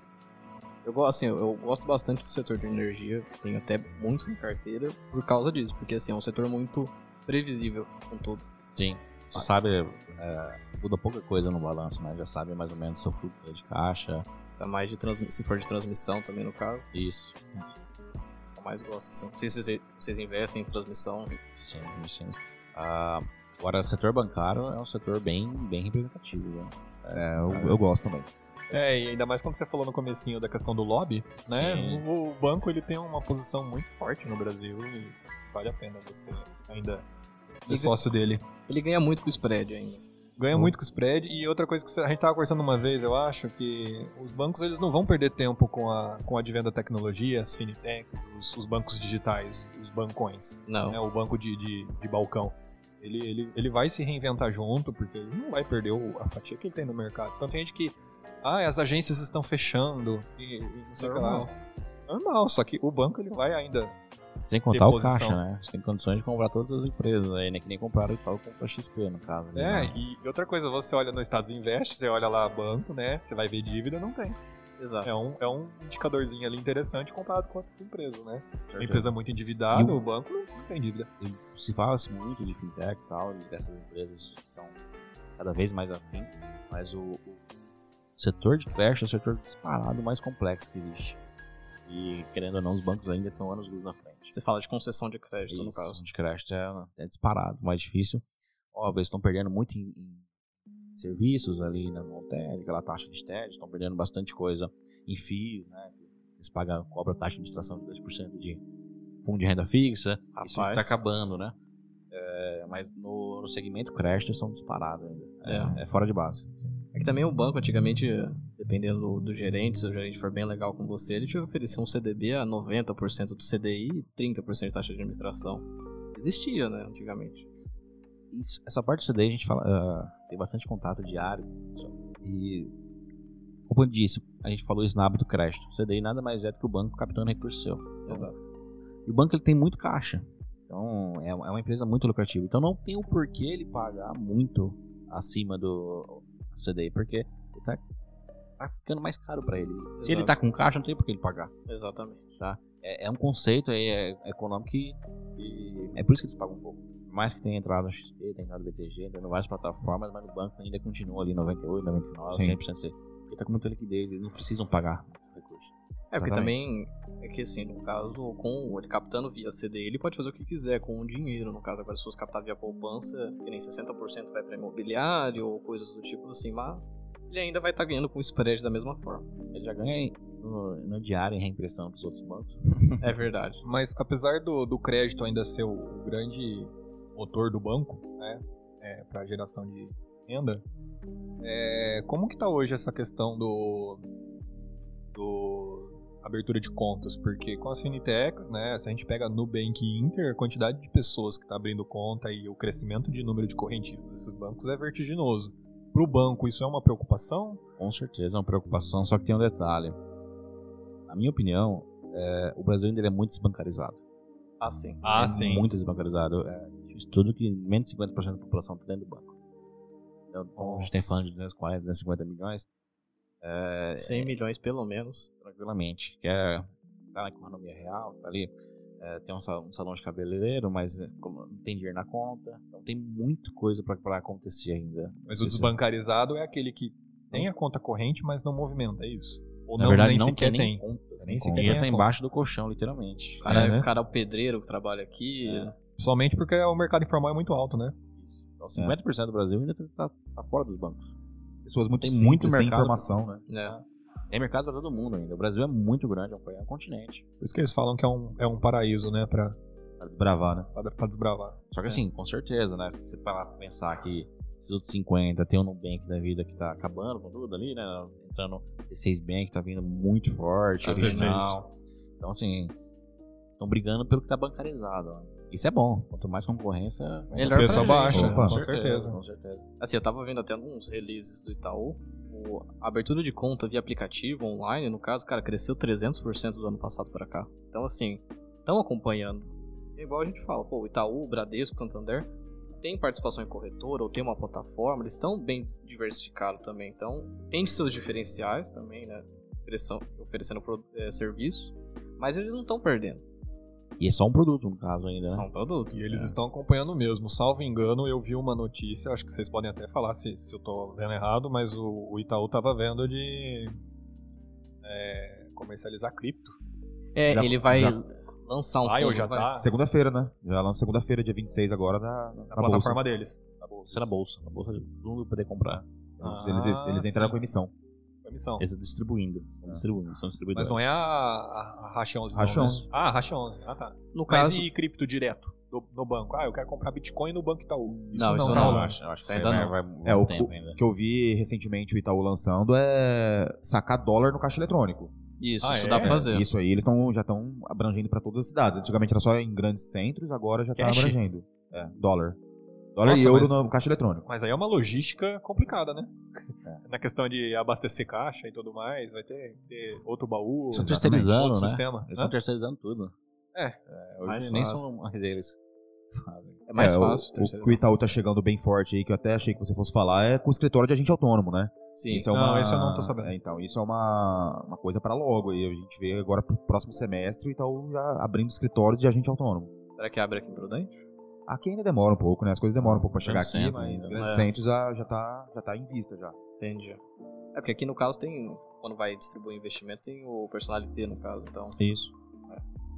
[SPEAKER 1] Eu gosto, assim, eu- eu gosto bastante do setor de energia, tenho até muitos na carteira por causa disso, porque assim, é um setor muito previsível com tudo.
[SPEAKER 3] Sim, você sabe, é, muda pouca coisa no balanço, né? Já sabe mais ou menos seu fluxo de caixa,
[SPEAKER 1] Tá mais de transmi- se for de transmissão também no caso,
[SPEAKER 3] isso,
[SPEAKER 1] eu mais gosto, assim. Não sei se vocês- vocês investem em transmissão,
[SPEAKER 3] sim, sim. Ah, agora, o setor bancário é um setor bem, bem representativo, né?
[SPEAKER 5] É, eu, eu gosto também.
[SPEAKER 2] É, e ainda mais quando você falou no comecinho da questão do lobby, né?
[SPEAKER 3] Sim.
[SPEAKER 2] O, o banco ele tem uma posição muito forte no Brasil e vale a pena você ainda ser
[SPEAKER 1] E-
[SPEAKER 2] sócio dele. Hum.
[SPEAKER 1] Ele ganha muito com o spread ainda.
[SPEAKER 2] Ganha muito com o spread. E outra coisa que a gente estava conversando uma vez, eu acho, que os bancos eles não vão perder tempo com a, com o advento da tecnologia, as fintechs, os, os bancos digitais, os bancões,
[SPEAKER 1] Não.
[SPEAKER 3] Então.
[SPEAKER 2] né, o banco de, de, de balcão. Ele, ele, ele vai se reinventar junto, porque ele não vai perder o- a fatia que ele tem no mercado. Então tem gente que, ah, as agências estão fechando, e, e não sei o que lá.
[SPEAKER 1] Normal.
[SPEAKER 2] Normal, só que o banco ele vai ainda
[SPEAKER 3] Sem contar o
[SPEAKER 2] Deposição.
[SPEAKER 3] caixa, né? Você tem condições de comprar todas as empresas aí, né? Que nem compraram o que fala compra XP, no caso. né?
[SPEAKER 2] É, e outra coisa, você olha no Estados Invest, você olha lá banco, né? Você vai ver dívida, não tem.
[SPEAKER 3] Tá.
[SPEAKER 1] Exato.
[SPEAKER 2] É um, é um indicadorzinho ali interessante comparado com outras empresas, né? Uma empresa muito endividada,
[SPEAKER 3] E o-
[SPEAKER 2] o banco não tem dívida.
[SPEAKER 3] E se fala-se muito de fintech e tal, e dessas empresas que estão cada vez mais afim, mas o, o setor de crédito é o setor disparado mais complexo que existe. E, querendo ou não, os bancos ainda estão anos luz na frente.
[SPEAKER 1] Você fala de concessão de crédito, no
[SPEAKER 3] Isso,
[SPEAKER 1] caso.
[SPEAKER 3] De crédito é, é disparado, mais difícil. Óbvio, eles estão perdendo muito em, em serviços ali na mão TED, aquela taxa de TED, estão perdendo bastante coisa em FIIs, né? Eles pagam, cobram taxa de administração de 2% de fundo de renda fixa. Isso
[SPEAKER 1] Rapaz.
[SPEAKER 3] está acabando, né? É, mas no, no segmento crédito eles estão disparados ainda. É, é fora de base.
[SPEAKER 1] É que também o banco, antigamente, dependendo do, do gerente, se o gerente for bem legal com você, ele te oferecia um CDB a 90% do CDI e 30% de taxa de administração. Existia, né, antigamente.
[SPEAKER 3] Isso- essa parte do CDI a gente fala, ah, tem bastante contato diário. só- E, como eu disse, a gente falou isso na aba do crédito. O CDI nada mais é do que o banco captando recurso seu.
[SPEAKER 1] Exato.
[SPEAKER 3] E o banco ele tem muito caixa. Então é, é uma empresa muito lucrativa. Então não tem o porquê ele pagar muito acima do CDI, porque ele tá, tá ficando mais caro para ele. Se ele
[SPEAKER 1] Exato.
[SPEAKER 3] tá com caixa, não tem por que ele pagar.
[SPEAKER 1] Exatamente.
[SPEAKER 3] É, é um conceito aí, é, econômico que, que- É por isso que eles pagam um pouco. Por Mais que tenha entrado no XP, tenha entrado no BTG, entrando em várias plataformas, mas no banco ainda continua ali 98, 99,
[SPEAKER 5] Sim.
[SPEAKER 3] 100%. C. Porque tá com muita liquidez, eles não precisam pagar recurso.
[SPEAKER 1] É, porque
[SPEAKER 3] Exatamente.
[SPEAKER 1] também, é que assim, no caso, com ele captando via CDI, ele pode fazer o que quiser com o dinheiro. No caso, agora, se fosse captar via poupança, que nem 60% vai para imobiliário ou coisas do tipo assim, mas ele ainda vai estar ganhando com spread da mesma forma.
[SPEAKER 3] Ele já ganha em- no, no diário em reimpressão dos outros bancos.
[SPEAKER 1] É verdade.
[SPEAKER 2] Mas apesar do, do crédito ainda ser o grande motor do banco, né? É, para geração de renda, é, como que tá hoje essa questão do, do abertura de contas? Porque com as fintechs, né? Se a gente pega Nubank e Inter, a quantidade de pessoas que tá abrindo conta e o crescimento de número de correntistas desses bancos é vertiginoso. Pro banco, isso é uma preocupação?
[SPEAKER 3] Com certeza é uma preocupação, só que tem um detalhe. Na minha opinião, é, o Brasil ainda é muito desbancarizado.
[SPEAKER 1] Assim.
[SPEAKER 2] Ah,
[SPEAKER 3] É Muito desbancarizado. É, estudo que menos de 50% da população está dentro do banco. Então, então, a gente tem
[SPEAKER 2] Nossa.
[SPEAKER 3] falando de 240, 250 milhões é,
[SPEAKER 2] É.
[SPEAKER 1] 100 milhões, pelo menos.
[SPEAKER 3] tranquilamente. Que é, tá na economia real, tá ali. é, tem um, sa- um salão de cabeleireiro, mas é, como não tem dinheiro na conta. Então tem muita coisa para acontecer ainda.
[SPEAKER 2] Mas o
[SPEAKER 3] Esse-
[SPEAKER 2] desbancarizado é aquele que tem a conta corrente, mas não movimenta, é isso? Ou
[SPEAKER 3] Na
[SPEAKER 2] não,
[SPEAKER 3] verdade,
[SPEAKER 2] nem
[SPEAKER 3] não
[SPEAKER 2] sequer
[SPEAKER 3] tem nem
[SPEAKER 2] tem.
[SPEAKER 3] conta.
[SPEAKER 2] Nem sequer
[SPEAKER 3] Nem sequer
[SPEAKER 2] tem a
[SPEAKER 3] dinheiro tá
[SPEAKER 2] conta.
[SPEAKER 3] embaixo do colchão, literalmente. então,
[SPEAKER 1] O cara,
[SPEAKER 2] É, né? É.
[SPEAKER 1] o cara é o pedreiro que trabalha aqui.
[SPEAKER 2] Somente porque o mercado informal é muito alto, né?
[SPEAKER 3] Isso. Então, 50% do Brasil ainda está fora dos bancos.
[SPEAKER 5] Pessoas muito
[SPEAKER 3] Tem
[SPEAKER 5] simples,
[SPEAKER 3] muito
[SPEAKER 5] sem
[SPEAKER 3] mercado.
[SPEAKER 5] informação, né?
[SPEAKER 1] né?
[SPEAKER 3] Tem É mercado para todo mundo ainda. O Brasil é muito grande, é um, é um continente.
[SPEAKER 2] Por isso que eles falam que é um, é um paraíso, né? Pra,
[SPEAKER 5] Pra desbravar, né?
[SPEAKER 2] pra, pra desbravar.
[SPEAKER 3] Só que assim, com certeza, né? Se você parar pra pensar que esses outros 50 tem o Nubank da vida que tá acabando com tudo ali, né? Entrando C6 Bank, tá vindo muito forte,
[SPEAKER 2] A C6.
[SPEAKER 3] original. Então, assim, estão brigando pelo que tá bancarizado. ó. Isso é bom. Quanto mais concorrência,
[SPEAKER 1] Melhor
[SPEAKER 2] o pessoal
[SPEAKER 1] pra gente,
[SPEAKER 2] baixa,
[SPEAKER 1] né?
[SPEAKER 2] com,
[SPEAKER 5] Opa.
[SPEAKER 2] certeza.
[SPEAKER 3] Com certeza.
[SPEAKER 1] Assim, eu tava vendo até uns releases do Itaú. o- a abertura de conta via aplicativo online, no caso, cara, cresceu 300% do ano passado pra cá. Então, assim, estão acompanhando. É igual a gente fala, pô, o Itaú, o Bradesco, o Santander, tem participação em corretora ou tem uma plataforma, eles estão bem diversificados também. Então, tem seus diferenciais também, né? Ofereção- Oferecendo pro- eh, serviço, mas eles não estão perdendo.
[SPEAKER 3] E é só um produto, no caso, ainda,
[SPEAKER 5] Tá.
[SPEAKER 3] né?
[SPEAKER 1] São um produto.
[SPEAKER 2] E
[SPEAKER 5] É.
[SPEAKER 2] eles estão acompanhando mesmo. Salvo engano, eu vi uma notícia, acho que vocês podem até falar se, se eu tô vendo errado, mas o, o Itaú tava vendo de é, comercializar cripto.
[SPEAKER 1] É,
[SPEAKER 5] Já-
[SPEAKER 1] ele vai
[SPEAKER 5] já-
[SPEAKER 1] lançar um
[SPEAKER 2] ah, eu
[SPEAKER 1] fundo,
[SPEAKER 2] já
[SPEAKER 1] vai-
[SPEAKER 2] tá
[SPEAKER 5] Segunda-feira, né? Já lança segunda-feira, dia 26 agora, na, na,
[SPEAKER 2] na
[SPEAKER 5] bolsa.
[SPEAKER 2] plataforma deles.
[SPEAKER 3] Na bolsa. Isso é na bolsa. Na bolsa, todo mundo poder comprar.
[SPEAKER 5] Eles, eles- eles
[SPEAKER 2] Ah,
[SPEAKER 5] entraram
[SPEAKER 2] sim.
[SPEAKER 5] com emissão.
[SPEAKER 2] Foi a missão.
[SPEAKER 3] Eles estão distribuindo. Estão distribuindo. São distribuidores.
[SPEAKER 2] Mas não é a, a, a Racha 11. não,
[SPEAKER 5] Racha
[SPEAKER 2] né?
[SPEAKER 5] 11.
[SPEAKER 2] Ah, Racha 11. Ah, tá.
[SPEAKER 1] No
[SPEAKER 2] Mas
[SPEAKER 1] caso,
[SPEAKER 2] e cripto direto? Do- no banco? Ah, eu quero comprar Bitcoin no Banco Itaú.
[SPEAKER 1] Não, isso
[SPEAKER 2] tá
[SPEAKER 1] não,
[SPEAKER 3] eu
[SPEAKER 2] rolando.
[SPEAKER 3] acho, eu acho que
[SPEAKER 1] Isso
[SPEAKER 3] isso
[SPEAKER 1] ainda
[SPEAKER 3] ainda vai,
[SPEAKER 1] não.
[SPEAKER 3] vai muito
[SPEAKER 5] É, o,
[SPEAKER 3] tempo ainda.
[SPEAKER 5] o que eu vi recentemente o Itaú lançando é sacar dólar no caixa eletrônico.
[SPEAKER 1] isso,
[SPEAKER 2] Ah,
[SPEAKER 1] isso
[SPEAKER 2] é?
[SPEAKER 1] dá pra fazer.
[SPEAKER 5] Isso aí, eles tão, já estão abrangendo pra todas as cidades. Antigamente era só em grandes centros, agora já tá
[SPEAKER 2] Cash?
[SPEAKER 5] abrangendo. É, dólar. Dólar
[SPEAKER 2] Nossa,
[SPEAKER 5] e euro
[SPEAKER 2] mas-
[SPEAKER 5] no caixa eletrônico.
[SPEAKER 2] Mas aí é uma logística complicada, né? Na questão de abastecer caixa e tudo mais, vai ter, ter outro baú,
[SPEAKER 3] São
[SPEAKER 2] outro
[SPEAKER 3] terceirizando, né?
[SPEAKER 2] sistema.
[SPEAKER 3] Eles
[SPEAKER 2] Hã?
[SPEAKER 3] estão terceirizando tudo. Hoje
[SPEAKER 1] Mais
[SPEAKER 3] nem
[SPEAKER 1] fácil.
[SPEAKER 3] são mais eles que fazem.
[SPEAKER 1] É mais
[SPEAKER 5] É, o-
[SPEAKER 1] fácil.
[SPEAKER 5] O, que o Itaú tá chegando bem forte aí, que eu até achei que você fosse falar, é com o escritório de agente autônomo, né?
[SPEAKER 1] Sim.
[SPEAKER 5] é
[SPEAKER 2] Não, esse eu não tô sabendo.
[SPEAKER 5] é, então, isso é uma, uma coisa pra logo. E a gente vê agora pro próximo semestre o Itaú já abrindo escritório de agente autônomo.
[SPEAKER 1] Será que abre aqui em Prudente?
[SPEAKER 5] Aqui ainda demora um pouco, né? As coisas demoram um pouco pra chegar
[SPEAKER 3] Grande
[SPEAKER 5] aqui,
[SPEAKER 3] centro
[SPEAKER 5] mas
[SPEAKER 3] ainda,
[SPEAKER 5] o Grande
[SPEAKER 1] né?
[SPEAKER 5] Centro já, já, tá, já tá em vista já.
[SPEAKER 1] Entendi. É porque aqui no caso tem. Quando vai distribuir investimento, tem o personalité no caso, então.
[SPEAKER 5] Isso.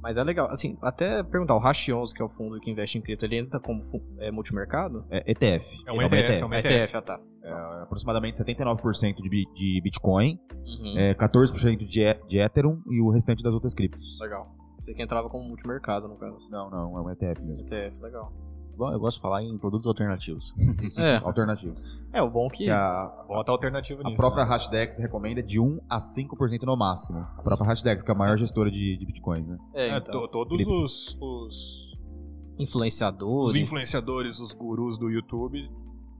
[SPEAKER 1] Mas é legal. Assim, até perguntar, o Hash 11, que é o fundo que investe em cripto, ele entra como fu- é, multimercado?
[SPEAKER 5] É ETF.
[SPEAKER 2] É um
[SPEAKER 5] Ele
[SPEAKER 2] ETF, é um ETF.
[SPEAKER 1] ah tá.
[SPEAKER 5] É aproximadamente 79% de, bi- de Bitcoin,
[SPEAKER 1] Uhum.
[SPEAKER 5] é, 14% de, E- de Ethereum e o restante das outras criptos.
[SPEAKER 1] Legal. Você que entrava como multimercado, no caso.
[SPEAKER 5] Não, não, é um ETF mesmo.
[SPEAKER 1] ETF, legal.
[SPEAKER 3] Bom, eu gosto de falar em produtos alternativos.
[SPEAKER 1] É,
[SPEAKER 5] Alternativo.
[SPEAKER 1] é o bom que.
[SPEAKER 5] Que a,
[SPEAKER 2] Bota alternativa
[SPEAKER 5] A
[SPEAKER 2] nisso. né?
[SPEAKER 5] própria Hashdex recomenda de 1 a 5% no máximo. A própria Hashdex, que é a maior gestora de, de bitcoins, né?
[SPEAKER 1] É,
[SPEAKER 2] É,
[SPEAKER 1] então.
[SPEAKER 2] to- todos
[SPEAKER 5] Cripto.
[SPEAKER 2] os, os, os
[SPEAKER 1] Influenciadores.
[SPEAKER 2] influenciadores, os gurus do YouTube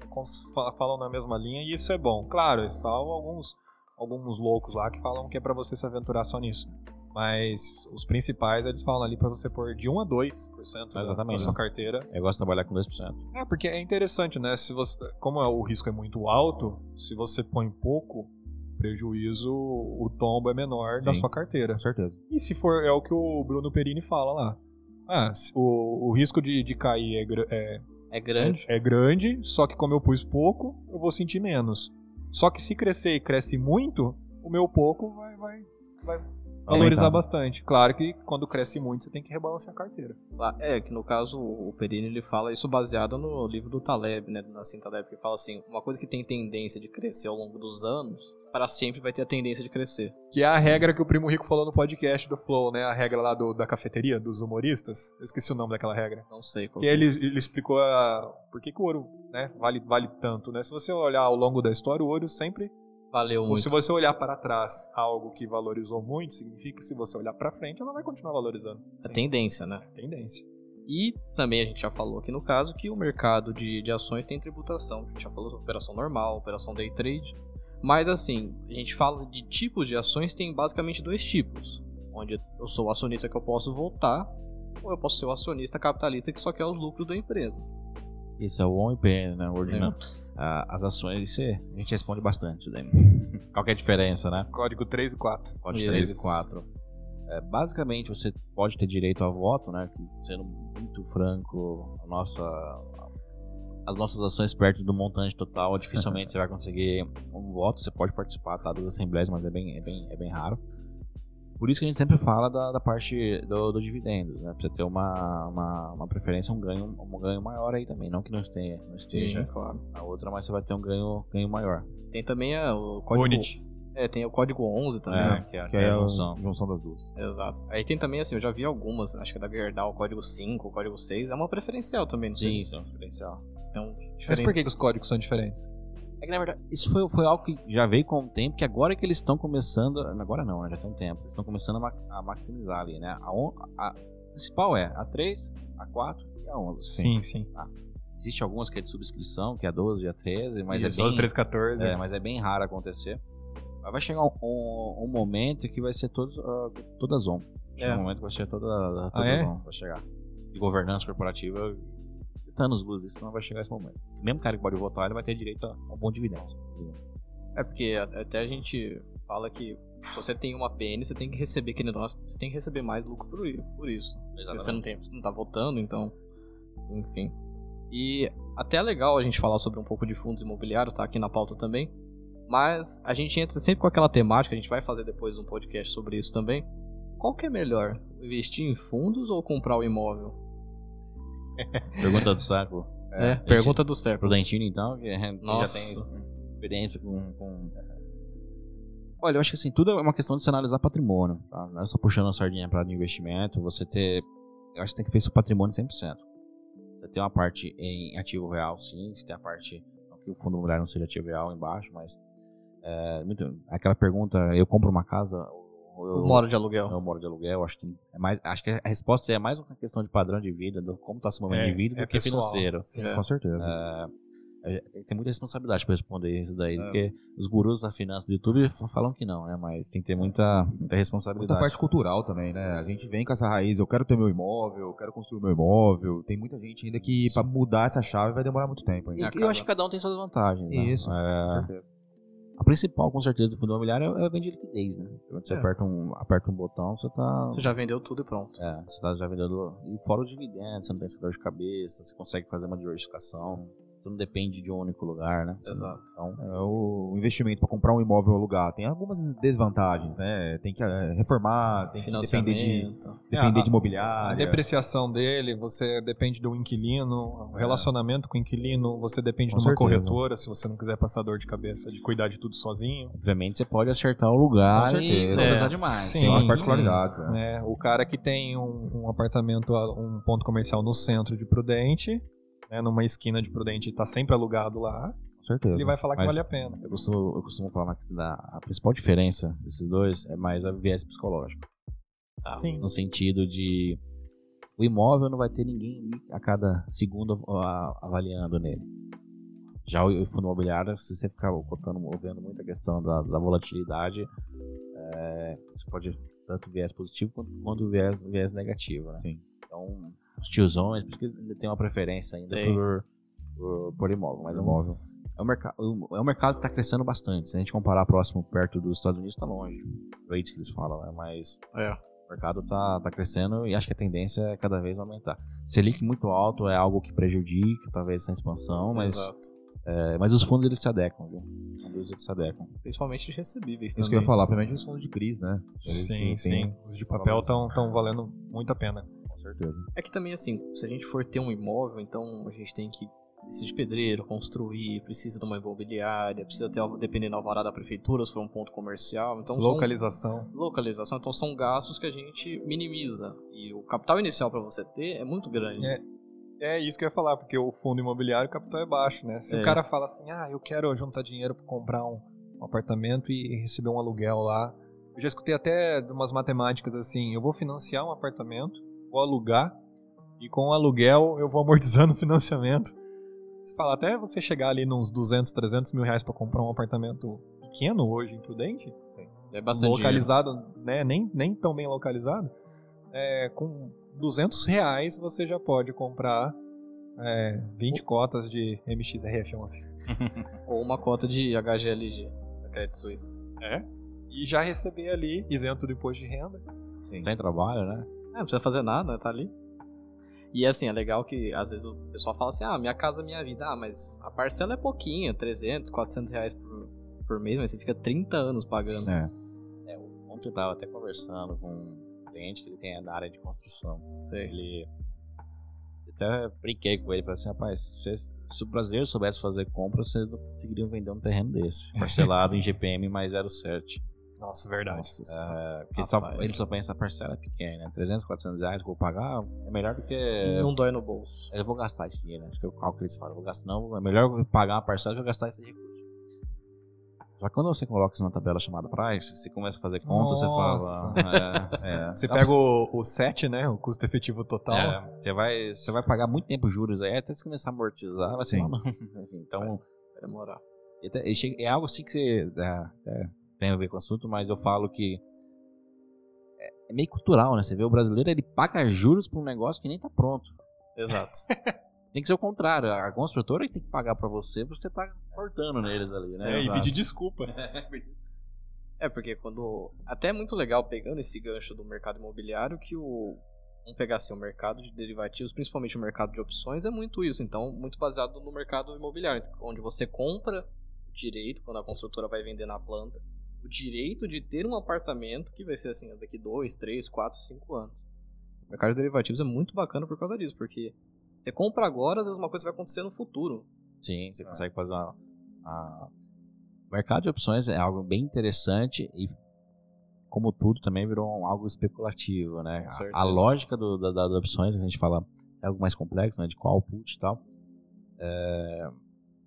[SPEAKER 2] cons- fa- falam na mesma linha e isso é bom. Claro, salvo alguns, alguns loucos lá que falam que é pra você se aventurar só nisso. Mas os principais, eles falam ali pra você pôr de 1 a 2% da, da
[SPEAKER 3] Exatamente.
[SPEAKER 2] sua carteira.
[SPEAKER 3] Eu gosto de trabalhar com 2%.
[SPEAKER 2] É, porque é interessante, né? Se você, como é- o risco é muito alto, se você põe pouco, prejuízo, o tombo é menor da
[SPEAKER 5] Sim.
[SPEAKER 2] sua carteira.
[SPEAKER 5] Com certeza.
[SPEAKER 2] E se for, é o que o Bruno Perini fala lá. Ah, se- o, o risco de, de cair é, gra- é,
[SPEAKER 1] É grande.
[SPEAKER 2] é grande, só que como eu pus pouco, eu vou sentir menos. Só que se crescer e cresce muito, o meu pouco vai, vai, vai valorizar
[SPEAKER 5] Aumentar.
[SPEAKER 2] bastante. Claro que quando cresce muito, você tem que rebalancear a carteira.
[SPEAKER 1] Lá- É, que no caso o Perini ele fala isso baseado no livro do Taleb, né? Do Nassim Taleb, que fala assim: uma coisa que tem tendência de crescer ao longo dos anos, para sempre vai ter a tendência de crescer.
[SPEAKER 2] Que é a regra que o Primo Rico falou no podcast do Flow, né? A regra lá do- da cafeteria, dos humoristas. Eu esqueci o nome daquela regra.
[SPEAKER 1] Não sei qual. é.
[SPEAKER 2] Que é ele, ele explicou a- por que, que o ouro né, vale, vale tanto, né? Se você olhar ao longo da história, o ouro sempre...
[SPEAKER 1] Valeu
[SPEAKER 2] Ou
[SPEAKER 1] muito.
[SPEAKER 2] se você olhar para trás algo que valorizou muito, significa que se você olhar para frente, ela vai continuar valorizando.
[SPEAKER 1] A tendência, né?
[SPEAKER 2] Tendência.
[SPEAKER 1] E também a gente já falou aqui no caso que o mercado de, de ações tem tributação. A gente já falou sobre operação normal, operação day trade. Mas assim, a gente fala de tipos de ações, tem basicamente dois tipos. Onde eu sou o acionista que eu posso voltar, ou eu posso ser o acionista capitalista que só quer os lucros da empresa.
[SPEAKER 3] Isso é o OMPN, né? O Word,
[SPEAKER 1] É.
[SPEAKER 3] não. Ah, as ações, isso é- a gente responde bastante isso daí. Qual que é a diferença, né?
[SPEAKER 2] Código 3 e 4.
[SPEAKER 3] Pode
[SPEAKER 1] Isso.
[SPEAKER 3] 3 e 4. É, basicamente, você pode ter direito a voto, né? Que, sendo muito franco, a nossa, as nossas ações perto do montante total, dificilmente você vai conseguir um voto. Você pode participar tá, das assembleias, mas é bem, é, bem, é bem raro. Por isso que a gente sempre fala da, da parte do, do dividendos, né? Pra você ter uma, uma, uma preferência, um ganho, um ganho maior aí também. Não que não esteja, não esteja
[SPEAKER 1] claro.
[SPEAKER 3] na outra, mas você vai ter um ganho, ganho maior.
[SPEAKER 1] Tem também ah, o código. É, tem o código 11 também. né?
[SPEAKER 3] É, que é,
[SPEAKER 5] Que
[SPEAKER 3] que é a
[SPEAKER 5] é a
[SPEAKER 3] junção.
[SPEAKER 5] junção das duas.
[SPEAKER 1] Exato. Aí tem também, assim, eu já vi algumas, acho que é da Gerdau, o código 5, o código 6, é uma preferencial também, não
[SPEAKER 3] Sim,
[SPEAKER 1] sei.
[SPEAKER 3] isso é um diferencial.
[SPEAKER 1] Então,
[SPEAKER 2] Mas
[SPEAKER 1] diferente.
[SPEAKER 2] por que, que os códigos são diferentes?
[SPEAKER 3] É que na verdade, isso foi, foi algo que já veio com o tempo, que agora que eles estão começando. Agora não, né? Já tem um tempo. Eles estão começando a, ma- a maximizar ali, né? A, on- a- a principal é a 3, a 4 e a 11.
[SPEAKER 2] sim. Ah,
[SPEAKER 3] Existe algumas que é de subscrição, que é a 12 e a 13, mas
[SPEAKER 2] Isso,
[SPEAKER 3] é bem.
[SPEAKER 2] 12, 13, 14.
[SPEAKER 3] É, mas é bem raro acontecer. Mas vai chegar um, um- um momento que vai ser todos, ah, todas on. Chega
[SPEAKER 1] É.
[SPEAKER 3] um momento que vai ser toda, todas
[SPEAKER 2] Ah, é?
[SPEAKER 3] on, vai chegar. De governança corporativa, tá nos luzes, senão vai chegar esse momento. O mesmo cara que pode votar, ele vai ter direito a a um bom dividendo.
[SPEAKER 1] É porque a- até a gente fala que se você tem uma PN, você tem que receber, que nem nós, você tem que receber mais lucro por, i- por isso. Porque Você não, tem, você não tá votando, então. Enfim. E até é legal a gente falar sobre um pouco de fundos imobiliários, tá aqui na pauta também. Mas a gente entra sempre com aquela temática, a gente vai fazer depois um podcast sobre isso também. Qual que é melhor? Investir em fundos ou comprar o imóvel?
[SPEAKER 3] Pergunta do saco.
[SPEAKER 1] É, pergunta do século.
[SPEAKER 3] Prudentino, então, que que
[SPEAKER 1] Nossa.
[SPEAKER 3] já tem experiência com, com- Olha, eu acho que assim, tudo é uma questão de se analisar patrimônio, tá? Não é só puxando a sardinha para investimento, você ter... Eu acho que tem que ver seu patrimônio 100%. Você tem uma parte em ativo real, sim, você tem a parte... Não que o fundo imobiliário não seja ativo real embaixo, mas... é, muito- aquela pergunta, eu compro uma casa... ou
[SPEAKER 1] Eu moro de aluguel.
[SPEAKER 3] eu moro de aluguel, acho que, é mais, acho que a resposta é mais uma questão de padrão de vida, do como está se movendo
[SPEAKER 2] É,
[SPEAKER 3] de vida,
[SPEAKER 2] é
[SPEAKER 3] do que
[SPEAKER 2] pessoal.
[SPEAKER 3] financeiro.
[SPEAKER 1] É.
[SPEAKER 5] Com certeza. É, tem muita responsabilidade pra responder isso daí, porque os gurus da finança do YouTube f- falam que não, né? Mas tem que ter muita, muita
[SPEAKER 3] Muita
[SPEAKER 5] responsabilidade.
[SPEAKER 3] parte cultural também, né? A gente vem com essa raiz, eu quero ter meu imóvel, eu quero construir meu imóvel. Tem muita gente ainda que pra mudar essa chave vai demorar muito tempo
[SPEAKER 5] E
[SPEAKER 3] ainda.
[SPEAKER 5] eu acho que cada um tem suas vantagens. né?
[SPEAKER 3] Isso.
[SPEAKER 2] Ah,
[SPEAKER 5] É,
[SPEAKER 3] Com certeza.
[SPEAKER 5] a principal, com certeza, do fundo imobiliário é, é vender liquidez, né? Quando você
[SPEAKER 1] É.
[SPEAKER 5] aperta, um, aperta um botão, você tá.
[SPEAKER 1] Você já vendeu tudo e pronto.
[SPEAKER 5] É, você tá já vendendo. E fora o dividendo, você não tem essa dor de cabeça, você consegue fazer uma diversificação, você não depende de um único lugar, né? Você não-
[SPEAKER 1] Exato.
[SPEAKER 5] Então,
[SPEAKER 3] É o investimento pra comprar um imóvel ou alugar. Tem algumas desvantagens, né? Tem que eh, reformar, tem que depender de,
[SPEAKER 1] Financiamento.
[SPEAKER 3] depender
[SPEAKER 2] É,
[SPEAKER 3] de
[SPEAKER 2] A
[SPEAKER 3] imobiliária.
[SPEAKER 2] depreciação dele, você depende do inquilino, o relacionamento com o inquilino, você depende
[SPEAKER 3] Com
[SPEAKER 2] de uma
[SPEAKER 3] certeza.
[SPEAKER 2] corretora, se você não quiser passar dor de cabeça, de cuidar de tudo sozinho.
[SPEAKER 5] obviamente, você pode acertar o lugar
[SPEAKER 2] Com
[SPEAKER 5] e
[SPEAKER 2] certeza.
[SPEAKER 5] valorizar
[SPEAKER 1] É,
[SPEAKER 5] demais.
[SPEAKER 2] sim.
[SPEAKER 3] Tem as
[SPEAKER 2] sim.
[SPEAKER 3] particularidades,
[SPEAKER 5] É.
[SPEAKER 3] né?
[SPEAKER 2] né? O cara que tem um, um apartamento, a- um ponto comercial no centro de Prudente, né, numa esquina de Prudente, e tá sempre alugado lá,
[SPEAKER 3] Com certeza.
[SPEAKER 2] ele vai falar que
[SPEAKER 5] Mas-
[SPEAKER 2] vale a pena.
[SPEAKER 5] Eu costumo, eu costumo falar que se dá- a principal diferença desses dois é mais a viés psicológico.
[SPEAKER 2] Sim.
[SPEAKER 5] No sentido de o imóvel não vai ter ninguém ali a cada segundo a- avaliando nele. Já o o fundo imobiliário, se você ficar botando, movendo muito a questão da, da volatilidade, é, você pode tanto viés positivo quanto, quanto viés, viés negativo, né?
[SPEAKER 3] Sim.
[SPEAKER 5] Então, os tiozões, por isso que eles ainda tem uma preferência ainda
[SPEAKER 1] Tem.
[SPEAKER 5] por, por, por imóvel. Mas é um- é um, merca- é um mercado que está crescendo bastante. Se a gente comparar próximo perto dos Estados Unidos, está longe. Rates que eles falam, né? Mas
[SPEAKER 1] É.
[SPEAKER 5] o mercado está tá crescendo e acho que a tendência é cada vez aumentar. Selic muito alto é algo que prejudica, talvez, essa expansão, mas,
[SPEAKER 1] Exato.
[SPEAKER 5] é, mas os fundos eles se adequam, viu? Os fundos eles se adequam.
[SPEAKER 1] Principalmente os recebíveis
[SPEAKER 3] Isso que
[SPEAKER 1] também.
[SPEAKER 3] eu ia falar, principalmente os fundos de crise, né? Eles,
[SPEAKER 2] Sim,
[SPEAKER 3] assim,
[SPEAKER 2] sim.
[SPEAKER 3] têm-
[SPEAKER 2] Os de papel estão valendo muito a pena.
[SPEAKER 3] Com certeza.
[SPEAKER 1] É que também, assim, se a gente for ter um imóvel, então a gente tem que. Precisa de pedreiro, construir, precisa de uma imobiliária, precisa ter, alvo- dependendo da alvará da prefeitura, se for um ponto comercial. Então, são-
[SPEAKER 2] Localização.
[SPEAKER 1] localização. Então, são gastos que a gente minimiza. E o capital inicial para você ter é muito grande.
[SPEAKER 2] É. É isso que eu ia falar, porque o fundo imobiliário, o capital é baixo, né? Se
[SPEAKER 1] É.
[SPEAKER 2] o cara fala assim, ah, eu quero juntar dinheiro pra comprar um, um apartamento e receber um aluguel lá. Eu já escutei até de umas matemáticas assim, eu vou financiar um apartamento, vou alugar, e com o aluguel eu vou amortizando o financiamento. Se fala, até você chegar ali nos 200, 300 mil reais pra comprar um apartamento pequeno hoje, em Prudente,
[SPEAKER 1] É, bastante dinheiro.
[SPEAKER 2] localizado, né? Nem, nem tão bem localizado. É, com 200 reais você já pode comprar é, 20 cotas de MXRF11.
[SPEAKER 1] Ou uma cota de HGLG, da Credit Suisse.
[SPEAKER 2] E já receber ali, isento do imposto de renda.
[SPEAKER 5] Tá em trabalho, né?
[SPEAKER 1] É, não precisa fazer nada, tá ali. E assim, é legal que às vezes o pessoal fala assim: ah, minha casa, minha vida. Ah, mas a parcela é pouquinha, 300, 400 reais por, por mês, mas você fica 30 anos pagando.
[SPEAKER 3] É.
[SPEAKER 5] Ontem eu tava até conversando com um cliente que ele tem na área de construção.
[SPEAKER 1] Sei.
[SPEAKER 5] Ele. eu Até brinquei com ele, falei assim, rapaz, se, se o brasileiro soubesse fazer compra, vocês não conseguiriam vender um terreno desse. Parcelado em GPM mais 0,7.
[SPEAKER 2] Nossa, verdade.
[SPEAKER 5] É, porque ele só,
[SPEAKER 1] Rapaz.
[SPEAKER 5] ele só pensa a parcela pequena, né? 300, 400 reais que eu vou pagar, é melhor do que...
[SPEAKER 1] Não dói no bolso.
[SPEAKER 5] Eu vou gastar esse dinheiro, né? Isso que é o cálculo que eles falam. Eu vou gastar, não, é melhor eu pagar uma parcela que eu gastar esse recurso. Só que quando você coloca isso na tabela chamada price, você começa a fazer conta, você
[SPEAKER 2] Nossa.
[SPEAKER 5] fala... é,
[SPEAKER 3] É.
[SPEAKER 2] Você pega o, o 7, né? O custo efetivo total.
[SPEAKER 5] É, você vai, você vai pagar muito tempo os juros aí, até você começar a amortizar, vai ser
[SPEAKER 3] Sim.
[SPEAKER 5] uma mão. Enfim, Então,
[SPEAKER 1] Vai É demorar.
[SPEAKER 5] e até- e chega- é algo assim que você é, é, tem a ver com o assunto, mas eu falo que é, é meio cultural, né? Você vê o brasileiro, ele paga juros pra um negócio que nem tá pronto.
[SPEAKER 1] Exato.
[SPEAKER 5] Tem que ser o contrário, a construtora que tem que pagar pra você, você tá cortando neles ali, né?
[SPEAKER 2] É, e
[SPEAKER 5] Exato.
[SPEAKER 2] pedir desculpa.
[SPEAKER 1] É, porque quando. Até é muito legal pegando esse gancho do mercado imobiliário que o. Vamos pegar assim, o mercado de derivativos, principalmente o mercado de opções, é muito isso. Então, muito baseado no mercado imobiliário, onde você compra o direito, quando a construtora vai vender na planta, o direito de ter um apartamento que vai ser assim, daqui 2, 3, 4, 5 anos. O mercado de derivativos é muito bacana por causa disso, porque você compra agora, às vezes uma coisa vai acontecer no futuro.
[SPEAKER 5] Sim, você consegue fazer uma, uma- O mercado de opções é algo bem interessante e, como tudo, também virou um- algo especulativo, né?
[SPEAKER 1] Com
[SPEAKER 5] A- A,
[SPEAKER 1] certeza.
[SPEAKER 5] lógica do, da, das opções, que a gente fala, é algo mais complexo, né? De qual output e tal. É,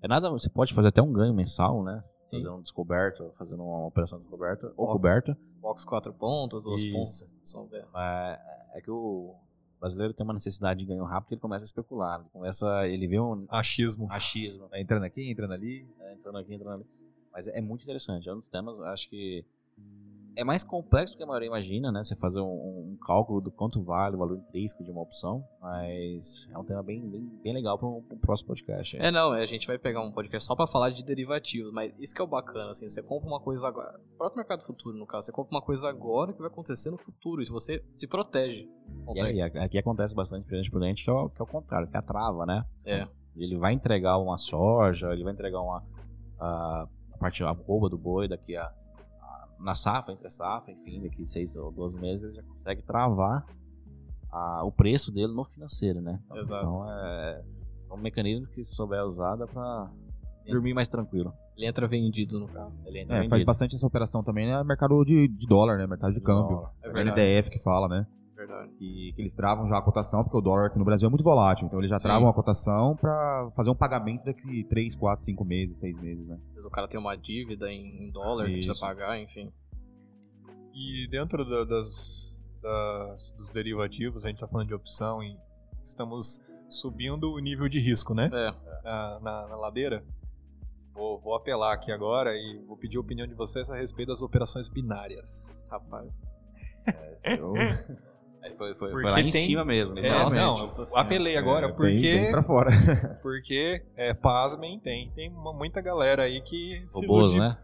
[SPEAKER 5] é nada... Você pode fazer até um ganho mensal, né?
[SPEAKER 1] Sim.
[SPEAKER 5] Fazendo um descoberto, fazendo uma operação descoberta ou coberta.
[SPEAKER 1] Box 4 pontos, 2
[SPEAKER 5] Isso.
[SPEAKER 1] pontos, só ver.
[SPEAKER 5] É, é que o,
[SPEAKER 3] O brasileiro tem uma necessidade de ganho rápido, ele começa a especular, ele começa, ele vê um
[SPEAKER 2] Achismo.
[SPEAKER 3] achismo,
[SPEAKER 5] Tá entrando aqui, entrando ali.
[SPEAKER 3] né, entrando aqui, entrando ali. Mas é muito interessante, é um dos temas, acho que é mais complexo do que a maioria imagina, né? Você fazer um, um cálculo do quanto vale o valor intrínseco de uma opção, mas é um tema bem, bem, bem legal para um, pra um próximo podcast.
[SPEAKER 1] É, não, é, a gente vai pegar um podcast só pra falar de derivativos, mas isso que é o bacana, assim, você compra uma coisa agora, o próprio mercado futuro, no caso, você compra uma coisa agora que vai acontecer no futuro, e você se protege.
[SPEAKER 3] E aí, a- aqui acontece bastante presente prudente, que é o, que é o contrário, que é a trava, né?
[SPEAKER 1] É.
[SPEAKER 3] Ele vai entregar uma soja, ele vai entregar uma a, a parte a rouba do boi daqui a, a- na safra, entre a safra, enfim, daqui seis ou 12 meses ele já consegue travar a- o preço dele no financeiro, né? Então,
[SPEAKER 1] Exato.
[SPEAKER 3] então é, é um mecanismo que se souber usar dá pra dormir mais tranquilo.
[SPEAKER 1] Ele entra vendido, no caso.
[SPEAKER 3] Ele entra
[SPEAKER 5] É, faz
[SPEAKER 3] vendido.
[SPEAKER 5] bastante essa operação também, né? Mercado de, de dólar, né? Mercado de câmbio.
[SPEAKER 1] É
[SPEAKER 5] É
[SPEAKER 1] verdade, é
[SPEAKER 5] NDF que fala, né?
[SPEAKER 1] verdade.
[SPEAKER 5] Que, que eles travam já a cotação, porque o dólar aqui no Brasil é muito volátil. Então eles já
[SPEAKER 1] Sim.
[SPEAKER 5] travam a cotação pra fazer um pagamento daqui 3, 4, 5 meses, 6 meses, né?
[SPEAKER 1] Às vezes o cara tem uma dívida em em dólar que precisa
[SPEAKER 5] Isso.
[SPEAKER 1] pagar, enfim.
[SPEAKER 2] E dentro da- das, das- dos derivativos, a gente está falando de opção e estamos subindo o nível de risco, né?
[SPEAKER 1] É,
[SPEAKER 2] Na, na- na ladeira. Vou, vou apelar aqui agora e vou pedir a opinião de vocês a respeito das operações binárias. Tá
[SPEAKER 1] rapaz.
[SPEAKER 3] É,
[SPEAKER 5] Então,
[SPEAKER 3] Aí Foi, foi, foi
[SPEAKER 2] Porque
[SPEAKER 3] lá em
[SPEAKER 2] tem-
[SPEAKER 3] cima mesmo. né?
[SPEAKER 2] É,
[SPEAKER 1] Nossa
[SPEAKER 2] não, eu
[SPEAKER 1] Senhora.
[SPEAKER 2] apelei agora
[SPEAKER 5] É, bem-
[SPEAKER 2] porque,
[SPEAKER 5] bem pra fora.
[SPEAKER 2] porque é, pasmem, tem, tem uma- muita galera aí que se
[SPEAKER 3] Robôs,
[SPEAKER 2] ilude-
[SPEAKER 3] né?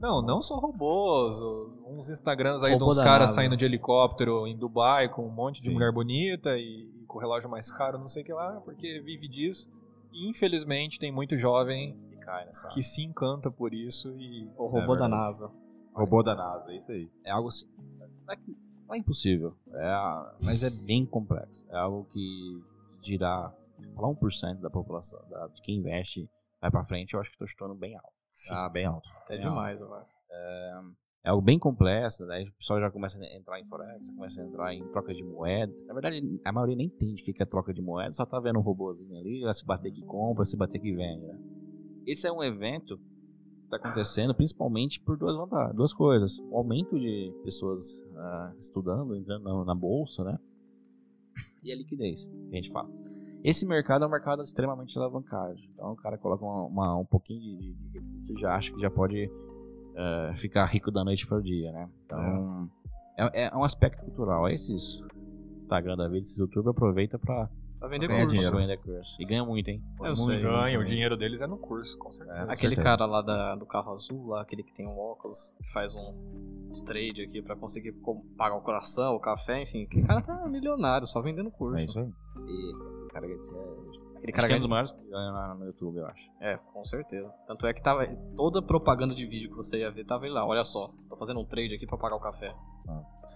[SPEAKER 2] Não, não só robôs, o- uns Instagrams aí
[SPEAKER 1] Robô
[SPEAKER 2] de uns caras
[SPEAKER 1] danado.
[SPEAKER 2] saindo de helicóptero em Dubai com um monte de
[SPEAKER 5] Sim.
[SPEAKER 2] mulher bonita e, e com o relógio mais caro, não sei o que lá, porque vive disso. E, infelizmente tem muito jovem
[SPEAKER 3] Que cai nessa-
[SPEAKER 2] que se encanta por isso e
[SPEAKER 1] O robô da
[SPEAKER 5] É verdade.
[SPEAKER 1] NASA.
[SPEAKER 5] Robô da NASA, é isso aí.
[SPEAKER 3] é algo assim. Não é, que- não é impossível, é, a- mas é bem complexo. É algo que dirá, falar 1% da população, da- de quem investe, vai pra frente, eu acho que tô chutando bem alto.
[SPEAKER 5] Ah, bem alto.
[SPEAKER 1] Até
[SPEAKER 3] Não.
[SPEAKER 1] demais, eu acho.
[SPEAKER 3] É algo bem complexo, né? o pessoal já começa a entrar em forex, já começa a entrar em troca de moeda. Na verdade, a maioria nem entende o que que é troca de moeda, só tá vendo um robôzinho ali, vai se bater que compra, se bater que vende, né? Esse é um evento que tá acontecendo principalmente por duas vantagens, duas coisas. O aumento de pessoas ah, estudando, entrando na, na bolsa, né? E a liquidez, que a gente fala. Esse mercado é um mercado extremamente alavancado. Então o cara coloca uma- uma- um pouquinho de, de, de recurso e já acha que já pode eh, ficar rico da noite para o dia, né? Então, é, é um aspecto cultural. Esses Instagram da vida, esses YouTube aproveita pra
[SPEAKER 1] Pra vender
[SPEAKER 5] Ganha
[SPEAKER 1] curso.
[SPEAKER 5] dinheiro.
[SPEAKER 3] pra vender curso. E ganha muito, hein?
[SPEAKER 1] É, eu
[SPEAKER 3] muito.
[SPEAKER 1] sei.
[SPEAKER 2] ganha, o dinheiro deles é no curso, com certeza.
[SPEAKER 1] Aquele
[SPEAKER 5] certeza.
[SPEAKER 1] cara lá da- do carro azul, lá, aquele que tem um óculos, que faz um uns trade aqui pra conseguir co- pagar o coração, o café, enfim. Aquele cara tá milionário, só vendendo curso.
[SPEAKER 5] É isso aí. Tá
[SPEAKER 3] E, aquele cara, que é,
[SPEAKER 1] Aquele
[SPEAKER 3] cara
[SPEAKER 1] cara
[SPEAKER 3] que é um dos
[SPEAKER 1] ganha...
[SPEAKER 3] maiores que ganha na- no YouTube, eu acho.
[SPEAKER 1] É, com certeza. Tanto é que tava toda propaganda de vídeo que você ia ver, tava ele lá. Olha só, tô fazendo um trade aqui pra pagar o café.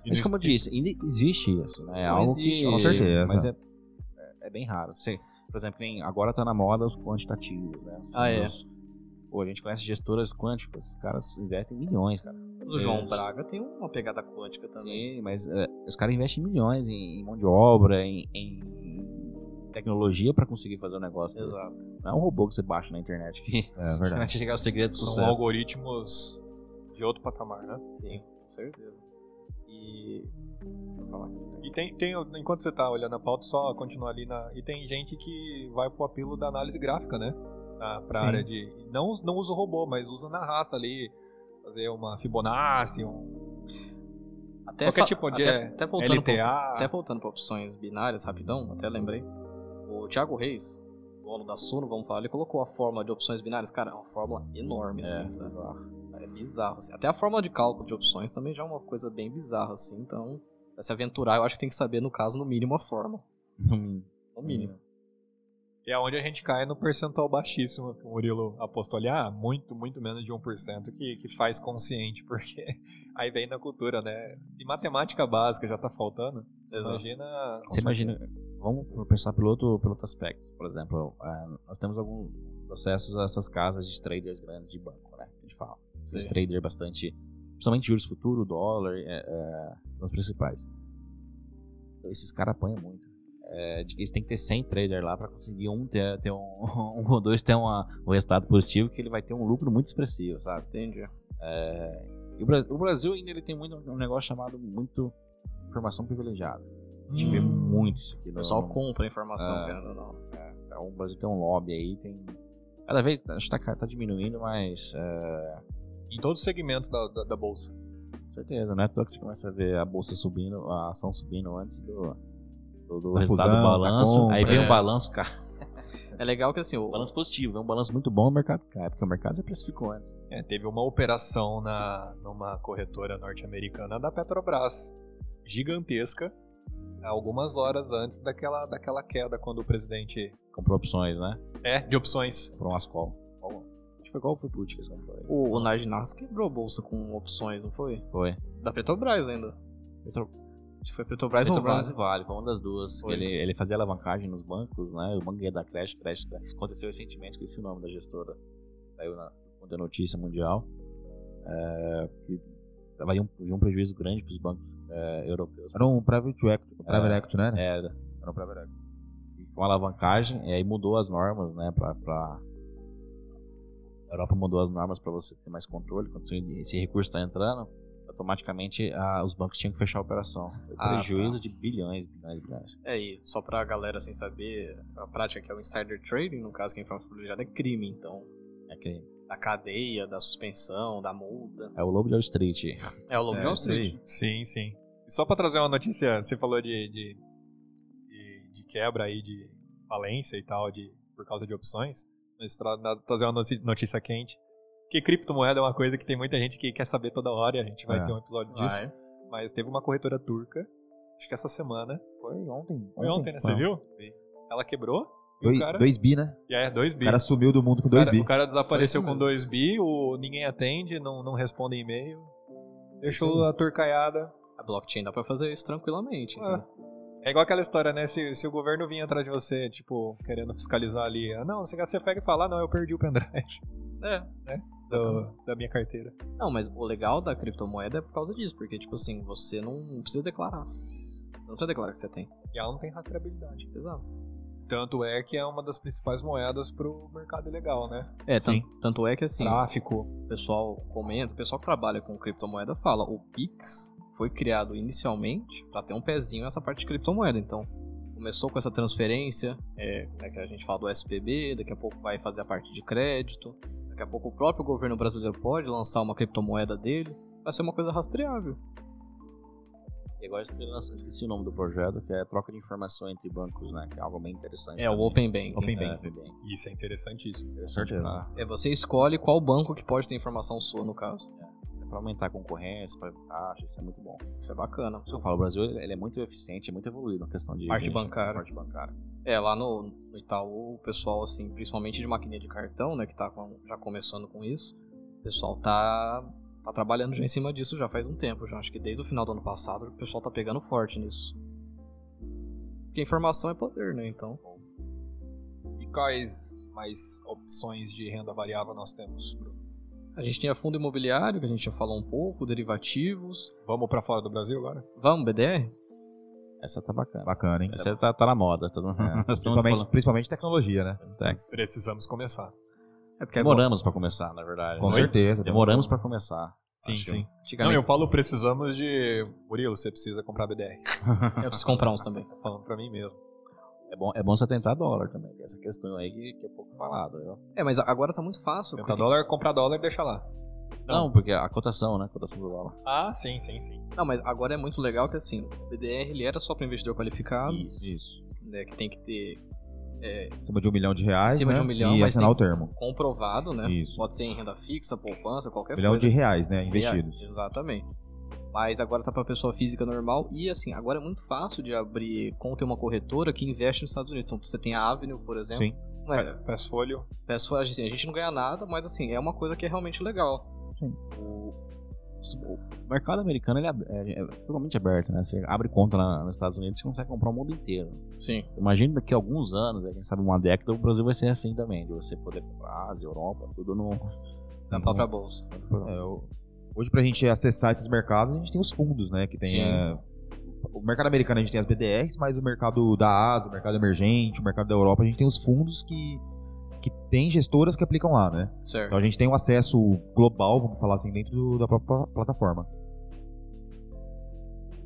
[SPEAKER 2] E
[SPEAKER 3] Mas
[SPEAKER 2] no
[SPEAKER 3] como eu disse, ainda existe isso, né? É
[SPEAKER 1] Não
[SPEAKER 3] algo
[SPEAKER 1] existe,
[SPEAKER 3] que...
[SPEAKER 5] com certeza.
[SPEAKER 3] Mas é, é- é bem raro. Você, por exemplo, que nem agora tá na moda os quantitativos, né? Os-
[SPEAKER 1] Ah, é.
[SPEAKER 3] os- Pô, a gente conhece gestoras quânticas. Os caras investem milhões, cara.
[SPEAKER 1] O João Braga tem uma pegada quântica também.
[SPEAKER 3] Sim, mas é, os caras investem milhões em, em mão de obra, em, em tecnologia pra conseguir fazer o negócio. dele.
[SPEAKER 1] Exato.
[SPEAKER 3] Não é um robô que você baixa na internet que
[SPEAKER 5] É verdade.
[SPEAKER 3] vai chegar ao segredo do
[SPEAKER 2] São
[SPEAKER 3] sucesso.
[SPEAKER 2] algoritmos de outro patamar, né?
[SPEAKER 1] Sim, com certeza.
[SPEAKER 2] E. vou falar aqui. E tem, tem, enquanto você tá olhando a pauta, só continuar ali na. E tem gente que vai pro apelo da análise gráfica, né? Na, pra
[SPEAKER 5] Sim.
[SPEAKER 2] área de. Não, us- não usa o robô, mas usa na raça ali. Fazer uma Fibonacci, um
[SPEAKER 1] Até
[SPEAKER 2] Qualquer
[SPEAKER 1] fa-
[SPEAKER 2] tipo de
[SPEAKER 3] é
[SPEAKER 1] até, até voltando pra-
[SPEAKER 2] LTA.
[SPEAKER 1] Até voltando para opções binárias, rapidão, até lembrei. O Thiago Reis, dono da Sono, vamos falar, ele colocou a fórmula de opções binárias. Cara, é uma fórmula enorme, assim, sabe? É bizarro. assim. Até a fórmula de cálculo de opções também já é uma coisa bem bizarra, assim. Então, pra se aventurar, eu acho que tem que saber, no caso, no mínimo, a fórmula. No mínimo. É.
[SPEAKER 2] E é onde a gente cai no percentual baixíssimo que o Murilo apostou ali. Ah, muito, muito menos de 1% que, que faz consciente, porque aí vem da cultura, né? Se matemática básica já tá faltando,
[SPEAKER 1] Exato.
[SPEAKER 2] imagina.
[SPEAKER 3] Você imagina, vamos pensar pelo outro, pelo outro aspecto. Por exemplo, ah, nós temos alguns processos a essas casas de traders grandes de banco, né? A gente fala. Esses
[SPEAKER 1] Sim.
[SPEAKER 3] traders bastante, principalmente juros futuro, dólar, é, é, nas principais. Então, esses caras apanham muito. É, de que eles têm que ter 100 traders lá para conseguir um ter, ter um, um ou dois ter uma, um resultado positivo que ele vai ter um lucro muito expressivo, sabe?
[SPEAKER 1] Entendi.
[SPEAKER 3] É, e o, Bra- o Brasil ainda ele tem muito um negócio chamado muito informação privilegiada. A gente vê muito isso aqui.
[SPEAKER 1] O
[SPEAKER 3] No,
[SPEAKER 1] pessoal
[SPEAKER 3] no-
[SPEAKER 1] compra a informação,
[SPEAKER 3] Ah.
[SPEAKER 1] querendo ou não.
[SPEAKER 3] Então, o Brasil tem um lobby aí, tem. Cada vez acho que tá, ca- tá diminuindo, mas é,
[SPEAKER 2] Em todos os segmentos da, da, da bolsa.
[SPEAKER 3] com certeza, né? Toda que você começa a ver a bolsa subindo, a ação subindo antes do, do, do
[SPEAKER 5] Da
[SPEAKER 3] resultado
[SPEAKER 5] fusão, tá
[SPEAKER 3] do
[SPEAKER 5] da
[SPEAKER 3] balanço.
[SPEAKER 5] compra.
[SPEAKER 3] aí vem
[SPEAKER 1] É.
[SPEAKER 3] um balanço, cara.
[SPEAKER 1] É legal que assim, o,
[SPEAKER 3] Um balanço positivo, é um balanço muito bom, o mercado cai, porque o mercado já precificou antes.
[SPEAKER 2] É, teve uma operação na, numa corretora norte-americana da Petrobras, gigantesca, algumas horas antes daquela, daquela queda quando o presidente
[SPEAKER 3] Comprou opções, né?
[SPEAKER 2] é de opções.
[SPEAKER 3] Comprou umas call. Qual- Acho que foi qual foi put que eles compraram?
[SPEAKER 1] o, o Najnars quebrou a bolsa com opções, não foi?
[SPEAKER 3] Foi.
[SPEAKER 1] Da Petrobras ainda.
[SPEAKER 3] Petro-
[SPEAKER 1] Acho que foi Petrobras,
[SPEAKER 3] Petrobras e
[SPEAKER 1] ou Vale.
[SPEAKER 3] Vale, foi uma das duas.
[SPEAKER 1] Foi.
[SPEAKER 3] Ele, ele fazia alavancagem nos bancos, né? O banco ia dar creche, creche, creche. Aconteceu recentemente, esqueci o nome da gestora. Saiu na da notícia mundial. É, que tava aí um, havia um prejuízo grande para os bancos é, europeus.
[SPEAKER 5] Era um private equity, private equity, né?
[SPEAKER 3] Era, era um private equity. E Com alavancagem, e aí mudou as normas, né? Pra, pra... A Europa mudou as normas para você ter mais controle. Quando você- esse recurso está entrando, automaticamente ah, os bancos tinham que fechar a operação. Foi
[SPEAKER 1] Ah,
[SPEAKER 5] tá.
[SPEAKER 3] prejuízo de bilhões, bilhões, bilhões.
[SPEAKER 1] É, e só pra galera sem saber, a prática que é o insider trading, no caso quem foi privilegiado é crime, então.
[SPEAKER 3] É, que-
[SPEAKER 1] Da cadeia, da suspensão, da multa.
[SPEAKER 3] é o Lobo de Wall Street.
[SPEAKER 1] É o Lobo de Wall Street.
[SPEAKER 2] Sim, sim. E só para trazer uma notícia, você falou de, de, de, de quebra aí, de falência e tal, de, por causa de opções, mas tra- na- trazer uma noti- notícia quente. Porque criptomoeda é uma coisa que tem muita gente que quer saber toda hora, e a gente vai
[SPEAKER 5] É.
[SPEAKER 2] ter um episódio disso.
[SPEAKER 1] Vai.
[SPEAKER 2] Mas teve uma corretora turca, acho que essa semana.
[SPEAKER 5] Foi ontem.
[SPEAKER 2] Foi ontem, né? Você viu? Ela quebrou. E
[SPEAKER 5] Doi-
[SPEAKER 2] o cara.
[SPEAKER 5] 2 bi, né?
[SPEAKER 2] E é, 2
[SPEAKER 5] O
[SPEAKER 2] bi.
[SPEAKER 5] cara sumiu do mundo com 2
[SPEAKER 2] Cara,
[SPEAKER 5] bi.
[SPEAKER 2] o cara desapareceu
[SPEAKER 1] Foi isso
[SPEAKER 2] com 2 bi, o ninguém atende, não, não responde e-mail. Deixou a turcaiada.
[SPEAKER 1] A blockchain dá pra fazer isso tranquilamente.
[SPEAKER 2] Ah,
[SPEAKER 1] então.
[SPEAKER 2] É igual aquela história, né? Se, se o governo vinha atrás de você, tipo, querendo fiscalizar ali. Ah, não, você, você pega e fala, ah, não, eu perdi o pendrive Né?
[SPEAKER 1] É.
[SPEAKER 2] do- da minha carteira.
[SPEAKER 1] Não, mas o legal da criptomoeda é por causa disso, porque, tipo assim, você não precisa declarar. Não precisa declarar que você tem.
[SPEAKER 2] E ela não tem rastreabilidade.
[SPEAKER 1] Exato.
[SPEAKER 2] Tanto é que é uma das principais moedas pro mercado ilegal, né?
[SPEAKER 1] É, tan- tanto é que assim,
[SPEAKER 2] Tráfico.
[SPEAKER 1] o pessoal comenta, o pessoal que trabalha com criptomoeda fala, o Pix foi criado inicialmente pra ter um pezinho nessa parte de criptomoeda, então começou com essa transferência, é, né, que a gente fala do SPB, daqui a pouco vai fazer a parte de crédito, daqui a pouco o próprio governo brasileiro pode lançar uma criptomoeda dele, vai ser uma coisa rastreável.
[SPEAKER 3] E agora eles lançam- esqueci o nome do projeto, que é a troca de informação entre bancos, né? Que é algo bem interessante.
[SPEAKER 1] É o
[SPEAKER 3] também.
[SPEAKER 1] Open Banking.
[SPEAKER 5] Open
[SPEAKER 3] É,
[SPEAKER 5] Banking.
[SPEAKER 3] Open Banking.
[SPEAKER 2] Isso é interessantíssimo.
[SPEAKER 3] Interessante
[SPEAKER 5] Certeza.
[SPEAKER 3] pra,
[SPEAKER 1] É, você escolhe qual banco que pode ter informação sua, no caso.
[SPEAKER 3] pra aumentar a concorrência, pra taxa, isso é muito bom. Por
[SPEAKER 1] Isso é bacana.
[SPEAKER 3] isso que eu falo, o Brasil ele é muito eficiente, é muito evoluído na questão de.
[SPEAKER 1] Parte
[SPEAKER 3] de-
[SPEAKER 1] bancária.
[SPEAKER 3] Parte bancária.
[SPEAKER 1] É, lá no, no Itaú, o pessoal, assim, principalmente de maquininha de cartão, né, que tá com- já começando com isso, o pessoal tá, tá trabalhando já em cima disso já faz um tempo, já. Acho que desde o final do ano passado o pessoal tá pegando forte nisso. Porque informação é poder, né, então.
[SPEAKER 2] E quais mais opções de renda variável nós temos? Bruno?
[SPEAKER 1] A gente tinha fundo imobiliário, que a gente já falou um pouco, derivativos.
[SPEAKER 2] Vamos pra fora do Brasil agora?
[SPEAKER 1] Vamos, BDR?
[SPEAKER 3] Essa tá bacana.
[SPEAKER 5] Bacana, hein?
[SPEAKER 3] Essa tá, tá na moda. Tá,
[SPEAKER 5] É,
[SPEAKER 3] todo mundo
[SPEAKER 5] principalmente, principalmente tecnologia, né?
[SPEAKER 3] falando. Tá.
[SPEAKER 2] Precisamos começar.
[SPEAKER 1] É porque agora,
[SPEAKER 3] Demoramos pra começar, na verdade.
[SPEAKER 5] Com
[SPEAKER 3] Oi?
[SPEAKER 5] certeza.
[SPEAKER 3] Demoramos pra começar. Acho-
[SPEAKER 2] Não,
[SPEAKER 1] antigamente,
[SPEAKER 2] eu falo precisamos de. Murilo, você precisa comprar BDR.
[SPEAKER 1] eu preciso comprar uns também.
[SPEAKER 2] Tô Tá falando pra mim mesmo.
[SPEAKER 3] É bom, é bom você tentar dólar também. né? Essa questão aí que, que é pouco falada. viu?
[SPEAKER 1] É, mas agora tá muito fácil.
[SPEAKER 2] Tentar
[SPEAKER 1] porque-
[SPEAKER 2] dólar, comprar dólar e deixar lá. Não.
[SPEAKER 3] Não, porque a cotação, né? A cotação do dólar.
[SPEAKER 2] Ah, sim, sim, sim.
[SPEAKER 1] Não, mas agora é muito legal que assim, o BDR ele era só para investidor qualificado,
[SPEAKER 3] Isso. é Isso.
[SPEAKER 1] né, que tem que ter é,
[SPEAKER 5] Acima de um milhão de reais.
[SPEAKER 1] Acima
[SPEAKER 5] né?
[SPEAKER 1] de um milhão,
[SPEAKER 5] E
[SPEAKER 1] mas
[SPEAKER 5] assinar
[SPEAKER 1] tem-
[SPEAKER 5] o termo.
[SPEAKER 1] comprovado, né?
[SPEAKER 5] Isso.
[SPEAKER 1] Pode ser em renda fixa, poupança, qualquer
[SPEAKER 5] milhão
[SPEAKER 1] coisa.
[SPEAKER 5] de reais, né?
[SPEAKER 1] Real-
[SPEAKER 5] Investidos.
[SPEAKER 1] Exatamente. Mas agora tá pra pessoa física normal e assim, agora é muito fácil de abrir conta em uma corretora que investe nos Estados Unidos. Então você tem a Avenue, por exemplo.
[SPEAKER 5] Sim.
[SPEAKER 1] Não é,
[SPEAKER 2] Peço folho.
[SPEAKER 1] peço, assim, a gente não ganha nada, mas assim, é uma coisa que é realmente legal.
[SPEAKER 3] Sim.
[SPEAKER 1] O-
[SPEAKER 3] O mercado americano ele é, é- é totalmente aberto, né? Você abre conta lá nos Estados Unidos, você consegue comprar o mundo inteiro.
[SPEAKER 1] Sim.
[SPEAKER 3] Imagina daqui a alguns anos, né, quem sabe uma década, o Brasil vai ser assim também, de você poder comprar Ásia, Europa, tudo no.
[SPEAKER 5] Tá
[SPEAKER 1] Na
[SPEAKER 3] no-
[SPEAKER 1] própria bolsa.
[SPEAKER 5] É, o- Hoje, pra gente acessar esses mercados, a gente tem os fundos, né? Que
[SPEAKER 1] Sim.
[SPEAKER 5] tem. é, O mercado americano a gente tem as BDRs, mas o mercado da Ásia, o mercado emergente, o mercado da Europa, a gente tem os fundos que, que tem gestoras que aplicam lá, né?
[SPEAKER 1] Certo.
[SPEAKER 5] Então a gente tem um acesso global, vamos falar assim, dentro do- da própria plataforma.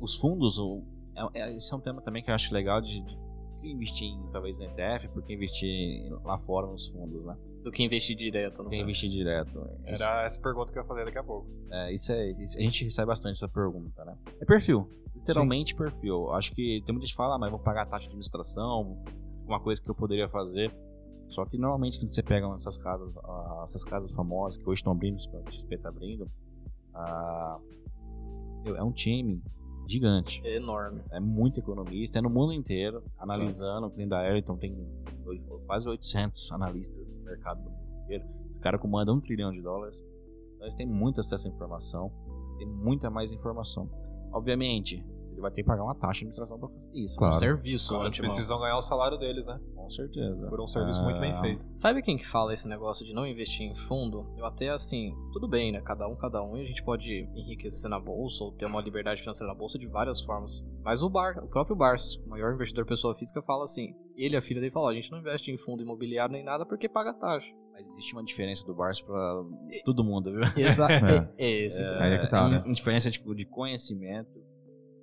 [SPEAKER 3] Os fundos, o- é- é- esse é um tema também que eu acho legal de, de investir em, talvez, na ETF, porque investir lá fora nos fundos, né?
[SPEAKER 1] Do que investir direto.
[SPEAKER 3] Porque
[SPEAKER 1] né?
[SPEAKER 3] investir direto. Isso,
[SPEAKER 2] Era essa pergunta que eu ia fazer daqui a pouco.
[SPEAKER 3] é, isso é, isso- a gente recebe bastante essa pergunta, né? É perfil. Literalmente perfil. Eu Acho que tem muita gente que fala, ah, mas vou pagar a taxa de administração, uma coisa que eu poderia fazer. Só que normalmente quando você pega essas casas, ah, essas casas famosas que hoje estão abrindo, o XP está abrindo, ah, meu, é um time gigante
[SPEAKER 1] É enorme.
[SPEAKER 3] é muito economista, é no mundo inteiro, analisando, que nem da Ayrton tem oi- quase 800 analistas no mercado do mundo inteiro. Esse cara comanda um trilhão de dólares, então eles têm muito acesso à informação, tem muita mais informação. Obviamente, ele vai ter que pagar uma taxa de administração para fazer isso.
[SPEAKER 1] Um
[SPEAKER 4] Claro.
[SPEAKER 1] serviço, né,
[SPEAKER 2] Eles
[SPEAKER 1] Timão?
[SPEAKER 2] precisam ganhar o salário deles, né?
[SPEAKER 3] Com certeza.
[SPEAKER 2] Por um serviço muito bem
[SPEAKER 3] Ah,
[SPEAKER 2] feito.
[SPEAKER 1] Sabe quem que fala esse negócio de não investir em fundo? Eu até assim, tudo bem, né? Cada um, cada um, e a gente pode enriquecer na bolsa ou ter uma liberdade financeira na bolsa de várias formas. Mas o Bar, o próprio Bars, o maior investidor pessoa física, fala assim: ele e a filha dele falam, "Ó, a gente não investe em fundo imobiliário nem nada porque paga taxa.
[SPEAKER 3] Mas existe uma diferença do Barça para todo mundo, viu?
[SPEAKER 1] Exato.
[SPEAKER 5] É.
[SPEAKER 1] É esse.
[SPEAKER 5] Aí é que tá, né?
[SPEAKER 3] Uma diferença tipo, de, de conhecimento.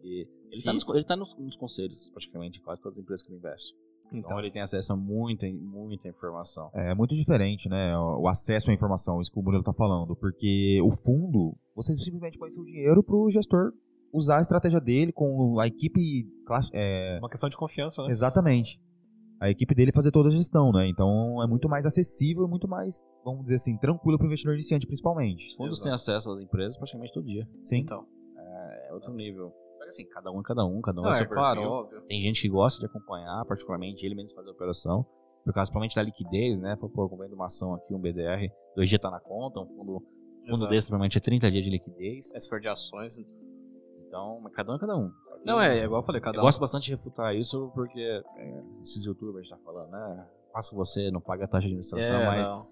[SPEAKER 3] E ele está nos, ele tá nos, nos conselhos, praticamente, em quase todas as empresas que ele investe. Então
[SPEAKER 1] Então,
[SPEAKER 3] ele tem acesso a muita, muita informação.
[SPEAKER 5] É muito diferente, né? O acesso à informação, isso que o Murilo tá falando. Porque o fundo, você simplesmente põe seu dinheiro pro gestor usar a estratégia dele com a equipe. classe- é,
[SPEAKER 2] É uma questão de confiança, né?
[SPEAKER 5] exatamente. A equipe dele fazer toda a gestão, né? Então é muito mais acessível e muito mais, vamos dizer assim, tranquilo pro investidor iniciante, principalmente.
[SPEAKER 3] Os fundos têm acesso às empresas praticamente todo dia.
[SPEAKER 5] Sim.
[SPEAKER 1] então.
[SPEAKER 3] É outro nível. Só que assim, cada um é cada um, cada um
[SPEAKER 1] Não,
[SPEAKER 3] é
[SPEAKER 1] é
[SPEAKER 3] seu
[SPEAKER 1] claro,
[SPEAKER 3] perfil.
[SPEAKER 1] óbvio.
[SPEAKER 3] Tem gente que gosta de acompanhar, particularmente ele mesmo fazer a operação. Por causa principalmente da liquidez, né? Falou, pô, comprei uma ação aqui, um BDR, dois dias tá na conta, um fundo, fundo
[SPEAKER 1] Exato.
[SPEAKER 3] desse provavelmente é 30 dias de liquidez.
[SPEAKER 1] É, se for de ações.
[SPEAKER 3] Então, mas cada um é cada um. Só que
[SPEAKER 1] Não, é, é igual eu falei, cada
[SPEAKER 3] Eu
[SPEAKER 1] um.
[SPEAKER 3] gosto bastante de refutar isso porque é, esses youtubers tá falando, né? Faça você, não paga a taxa de administração,
[SPEAKER 1] É,
[SPEAKER 3] mas
[SPEAKER 1] não.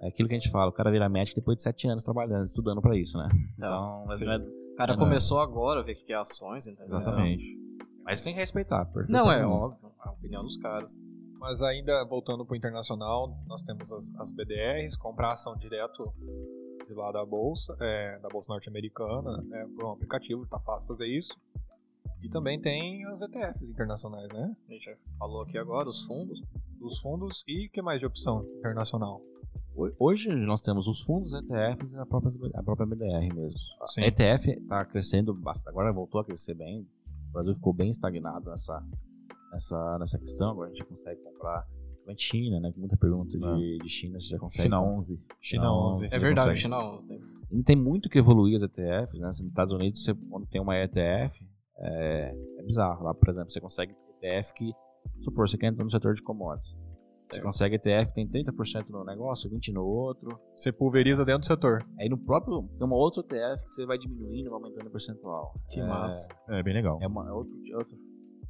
[SPEAKER 3] é aquilo que a gente fala, o cara vira médico depois de sete anos trabalhando, estudando pra isso, né? Então, mas
[SPEAKER 2] sim.
[SPEAKER 3] não é
[SPEAKER 1] O cara
[SPEAKER 3] É, não.
[SPEAKER 1] começou agora a ver o que que é ações, entendeu?
[SPEAKER 5] Exatamente.
[SPEAKER 3] Mas tem que respeitar, perfeito.
[SPEAKER 1] Não, é óbvio. É a opinião dos caras.
[SPEAKER 2] Mas ainda voltando pro internacional, nós temos as, as BDRs, comprar ação direto de lá da bolsa, é, da bolsa norte-americana, né, por um aplicativo, tá fácil fazer isso. E também tem as ETFs internacionais, né?
[SPEAKER 1] A gente já falou aqui agora, os fundos.
[SPEAKER 2] Dos fundos e que mais de opção internacional?
[SPEAKER 3] Ho- Hoje nós temos os fundos ETFs e a própria, a própria BDR mesmo. A
[SPEAKER 2] Sim.
[SPEAKER 3] ETF está tá crescendo bastante, agora voltou a crescer bem. O Brasil ficou bem estagnado nessa, nessa, nessa questão. Agora a gente consegue comprar. Também China, né? Muita pergunta
[SPEAKER 5] É.
[SPEAKER 3] de, de China, você já consegue.
[SPEAKER 5] China
[SPEAKER 3] comprar.
[SPEAKER 5] 11.
[SPEAKER 2] China
[SPEAKER 3] Não,
[SPEAKER 2] 11.
[SPEAKER 3] Você
[SPEAKER 1] É verdade, o
[SPEAKER 3] consegue.
[SPEAKER 1] China 11. né?
[SPEAKER 3] E tem muito que evoluir as ETFs, né? Nos Estados Unidos, você, quando tem uma ETF, é, é bizarro. Lá, por exemplo, você consegue ETF que, supor, você quer entrar no setor de commodities. Você
[SPEAKER 1] Certo.
[SPEAKER 3] consegue ETF que tem 30% no negócio, 20% no outro.
[SPEAKER 2] Você pulveriza dentro do setor.
[SPEAKER 3] Aí no próprio, tem uma outra ETF que você vai diminuindo, vai aumentando o percentual.
[SPEAKER 1] Que
[SPEAKER 3] é,
[SPEAKER 1] massa.
[SPEAKER 5] É bem legal.
[SPEAKER 3] É, uma, é outro, é outro-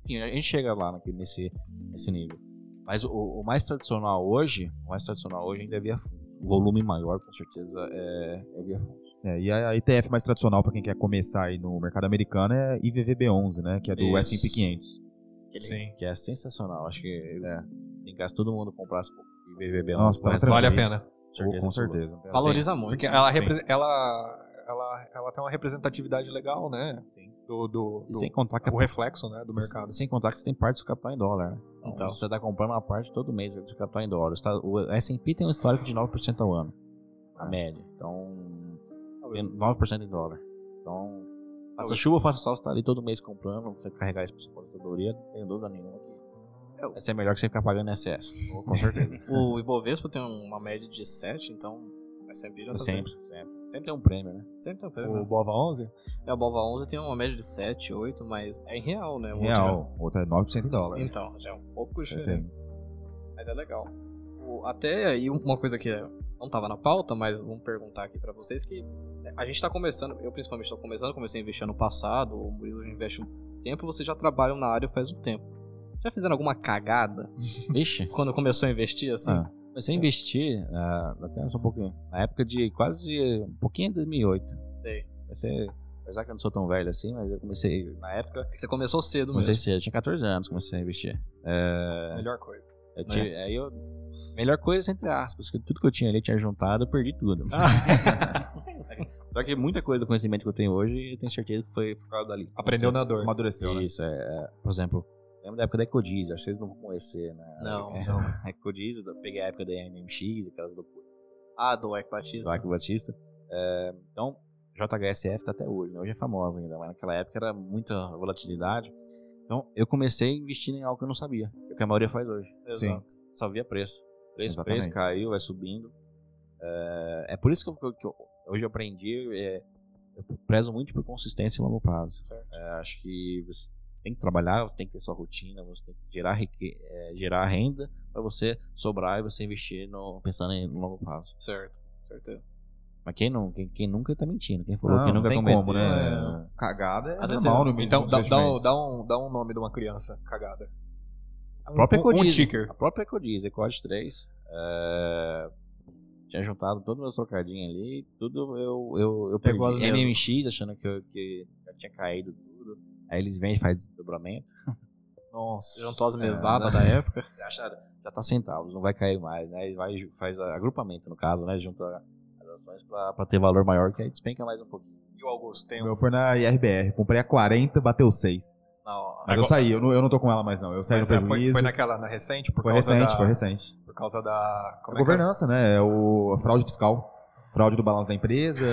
[SPEAKER 3] Enfim, a gente chega lá naque- nesse, nesse nível. Mas o, o mais tradicional hoje, o mais tradicional hoje ainda é via fundo. O volume maior, com certeza, é, é via fundo.
[SPEAKER 5] É, e a ETF mais tradicional para quem quer começar aí no mercado americano é IVVB11, né? Que é do
[SPEAKER 1] Isso.
[SPEAKER 5] S&P 500.
[SPEAKER 2] Sim.
[SPEAKER 3] Que é sensacional. Acho que é, tem caso todo mundo comprasse o IBBB.
[SPEAKER 5] Nossa, tá
[SPEAKER 3] parece-
[SPEAKER 5] tranquilo.
[SPEAKER 2] Vale a pena.
[SPEAKER 5] Ou, com certeza.
[SPEAKER 1] Valoriza muito.
[SPEAKER 2] Porque ela, repre- ela, ela, ela tem uma representatividade legal, né? Do, do,
[SPEAKER 3] E
[SPEAKER 2] do-
[SPEAKER 3] sem contar que
[SPEAKER 2] o reflexo né, do mercado.
[SPEAKER 3] mercado. Sem contar que você tem parte do capital em dólar. né?
[SPEAKER 1] Então.
[SPEAKER 3] Você está comprando uma parte todo mês do capital em dólar. Os Estados- O S&P tem um histórico de 9% ao ano. A média. Então, 9% em dólar. Então, faça chuva ou faça sol, você está ali todo mês comprando. Você carregar isso para sua aposentadoria, não tem dúvida nenhuma. que
[SPEAKER 1] É, o-
[SPEAKER 3] Vai ser melhor que você ficar pagando excesso. Com certeza.
[SPEAKER 1] O Ibovespa tem uma média de 7, então é sempre já tá
[SPEAKER 3] sempre, sempre. Sempre tem um prêmio, né?
[SPEAKER 1] Sempre tem um prêmio,
[SPEAKER 2] O
[SPEAKER 1] né?
[SPEAKER 2] Bova 11?
[SPEAKER 1] É, o Bova 11 tem uma média de 7, 8, mas é em real, né? O outro
[SPEAKER 5] Real. Outra é 9% em
[SPEAKER 1] já-
[SPEAKER 5] dólar.
[SPEAKER 1] Então, já é um pouco diferente.
[SPEAKER 5] Certeza.
[SPEAKER 1] Mas é legal. O- até aí, uma coisa que não tava na pauta, mas vamos perguntar aqui pra vocês que a gente tá começando, eu principalmente tô começando, comecei a investir ano passado, o Murilo investe um tempo, vocês já trabalham na área faz um tempo. Já fizeram alguma cagada
[SPEAKER 3] Vixe.
[SPEAKER 1] quando começou a investir, assim?
[SPEAKER 5] Ah.
[SPEAKER 3] Comecei a investir, ah, até só um pouquinho, na época de quase um pouquinho de 2008.
[SPEAKER 1] Sei.
[SPEAKER 3] Comecei, apesar que eu não sou tão velho assim, mas eu comecei, na época,
[SPEAKER 1] É Você começou cedo mesmo.
[SPEAKER 3] comecei cedo, tinha 14 anos, comecei a investir. É,
[SPEAKER 2] Melhor coisa.
[SPEAKER 3] eu tive- aí eu, melhor coisa entre aspas, que tudo que eu tinha ali eu tinha juntado, eu perdi tudo. Só que muita coisa do conhecimento que eu tenho hoje, eu tenho certeza que foi por causa dali.
[SPEAKER 2] Aprendeu na dor.
[SPEAKER 5] Amadureceu, né?
[SPEAKER 3] Isso, é, é, Por exemplo, lembro da época da Ecodiz, acho que vocês não vão conhecer, né?
[SPEAKER 1] Não,
[SPEAKER 3] É,
[SPEAKER 1] não.
[SPEAKER 3] A Ecodiz, eu peguei a época da MMX, aquelas loucuras.
[SPEAKER 1] Ah, do Ike Batista.
[SPEAKER 3] Isaac Batista. É, então, JHSF tá até hoje, né? Hoje é famosa ainda, mas naquela época era muita volatilidade. Então, eu comecei investindo em algo que eu não sabia, que é o que a maioria faz hoje.
[SPEAKER 1] Exato.
[SPEAKER 3] Só via preço. Preço,
[SPEAKER 5] Exatamente.
[SPEAKER 3] preço, caiu, vai subindo. É, é por isso que, eu- que eu- que eu- hoje eu aprendi, é, eu prezo muito por consistência em longo prazo. É, acho que você tem que trabalhar, você tem que ter sua rotina, você tem que gerar, rique- é, gerar renda para você sobrar e você investir no, pensando em longo prazo.
[SPEAKER 1] Certo. Certeza.
[SPEAKER 3] Mas quem, não, quem, quem nunca tá mentindo. Quem falou
[SPEAKER 5] Não,
[SPEAKER 3] que
[SPEAKER 5] não
[SPEAKER 3] nunca
[SPEAKER 5] tem
[SPEAKER 3] cometeu,
[SPEAKER 5] como, né?
[SPEAKER 3] é,
[SPEAKER 5] Cagada é
[SPEAKER 1] Às vezes
[SPEAKER 5] normal
[SPEAKER 1] é-
[SPEAKER 5] no mundo
[SPEAKER 2] Então,
[SPEAKER 5] dos
[SPEAKER 2] dá, dá um,
[SPEAKER 5] investimentos.
[SPEAKER 2] dá, um, dá um nome de uma criança cagada.
[SPEAKER 3] A própria
[SPEAKER 2] um, um
[SPEAKER 3] Codiz.
[SPEAKER 2] ticker.
[SPEAKER 3] A própria Ecodiz, Ecod 3. é, Tinha juntado todos os meus trocadinhos ali. Tudo eu, eu, eu perdi.
[SPEAKER 1] Pegou as mesmas.
[SPEAKER 3] MMX, achando que, eu, que já tinha caído tudo. Aí eles vêm e fazem desdobramento.
[SPEAKER 2] Nossa.
[SPEAKER 1] Juntou as mesadas da época.
[SPEAKER 3] Você acha, já tá centavos, não vai cair mais. Né? Ele vai, e faz a- agrupamento, no caso, né? Junta as ações pra, pra ter valor maior, que aí despenca mais um pouquinho.
[SPEAKER 2] E o Augusto tem
[SPEAKER 5] O
[SPEAKER 2] um.
[SPEAKER 5] meu foi na IRBR. Comprei a 40, bateu 6.
[SPEAKER 2] Não,
[SPEAKER 5] Mas eu saí, eu não, eu não tô com ela mais, não. Eu saí
[SPEAKER 2] Mas
[SPEAKER 5] no
[SPEAKER 2] é, foi,
[SPEAKER 5] prejuízo.
[SPEAKER 2] foi
[SPEAKER 5] Foi,
[SPEAKER 2] naquela, na recente? Por causa
[SPEAKER 5] recente,
[SPEAKER 2] da,
[SPEAKER 5] foi recente.
[SPEAKER 2] Por causa da. Como
[SPEAKER 5] a governança, né? É o a fraude fiscal. Fraude do balanço da empresa,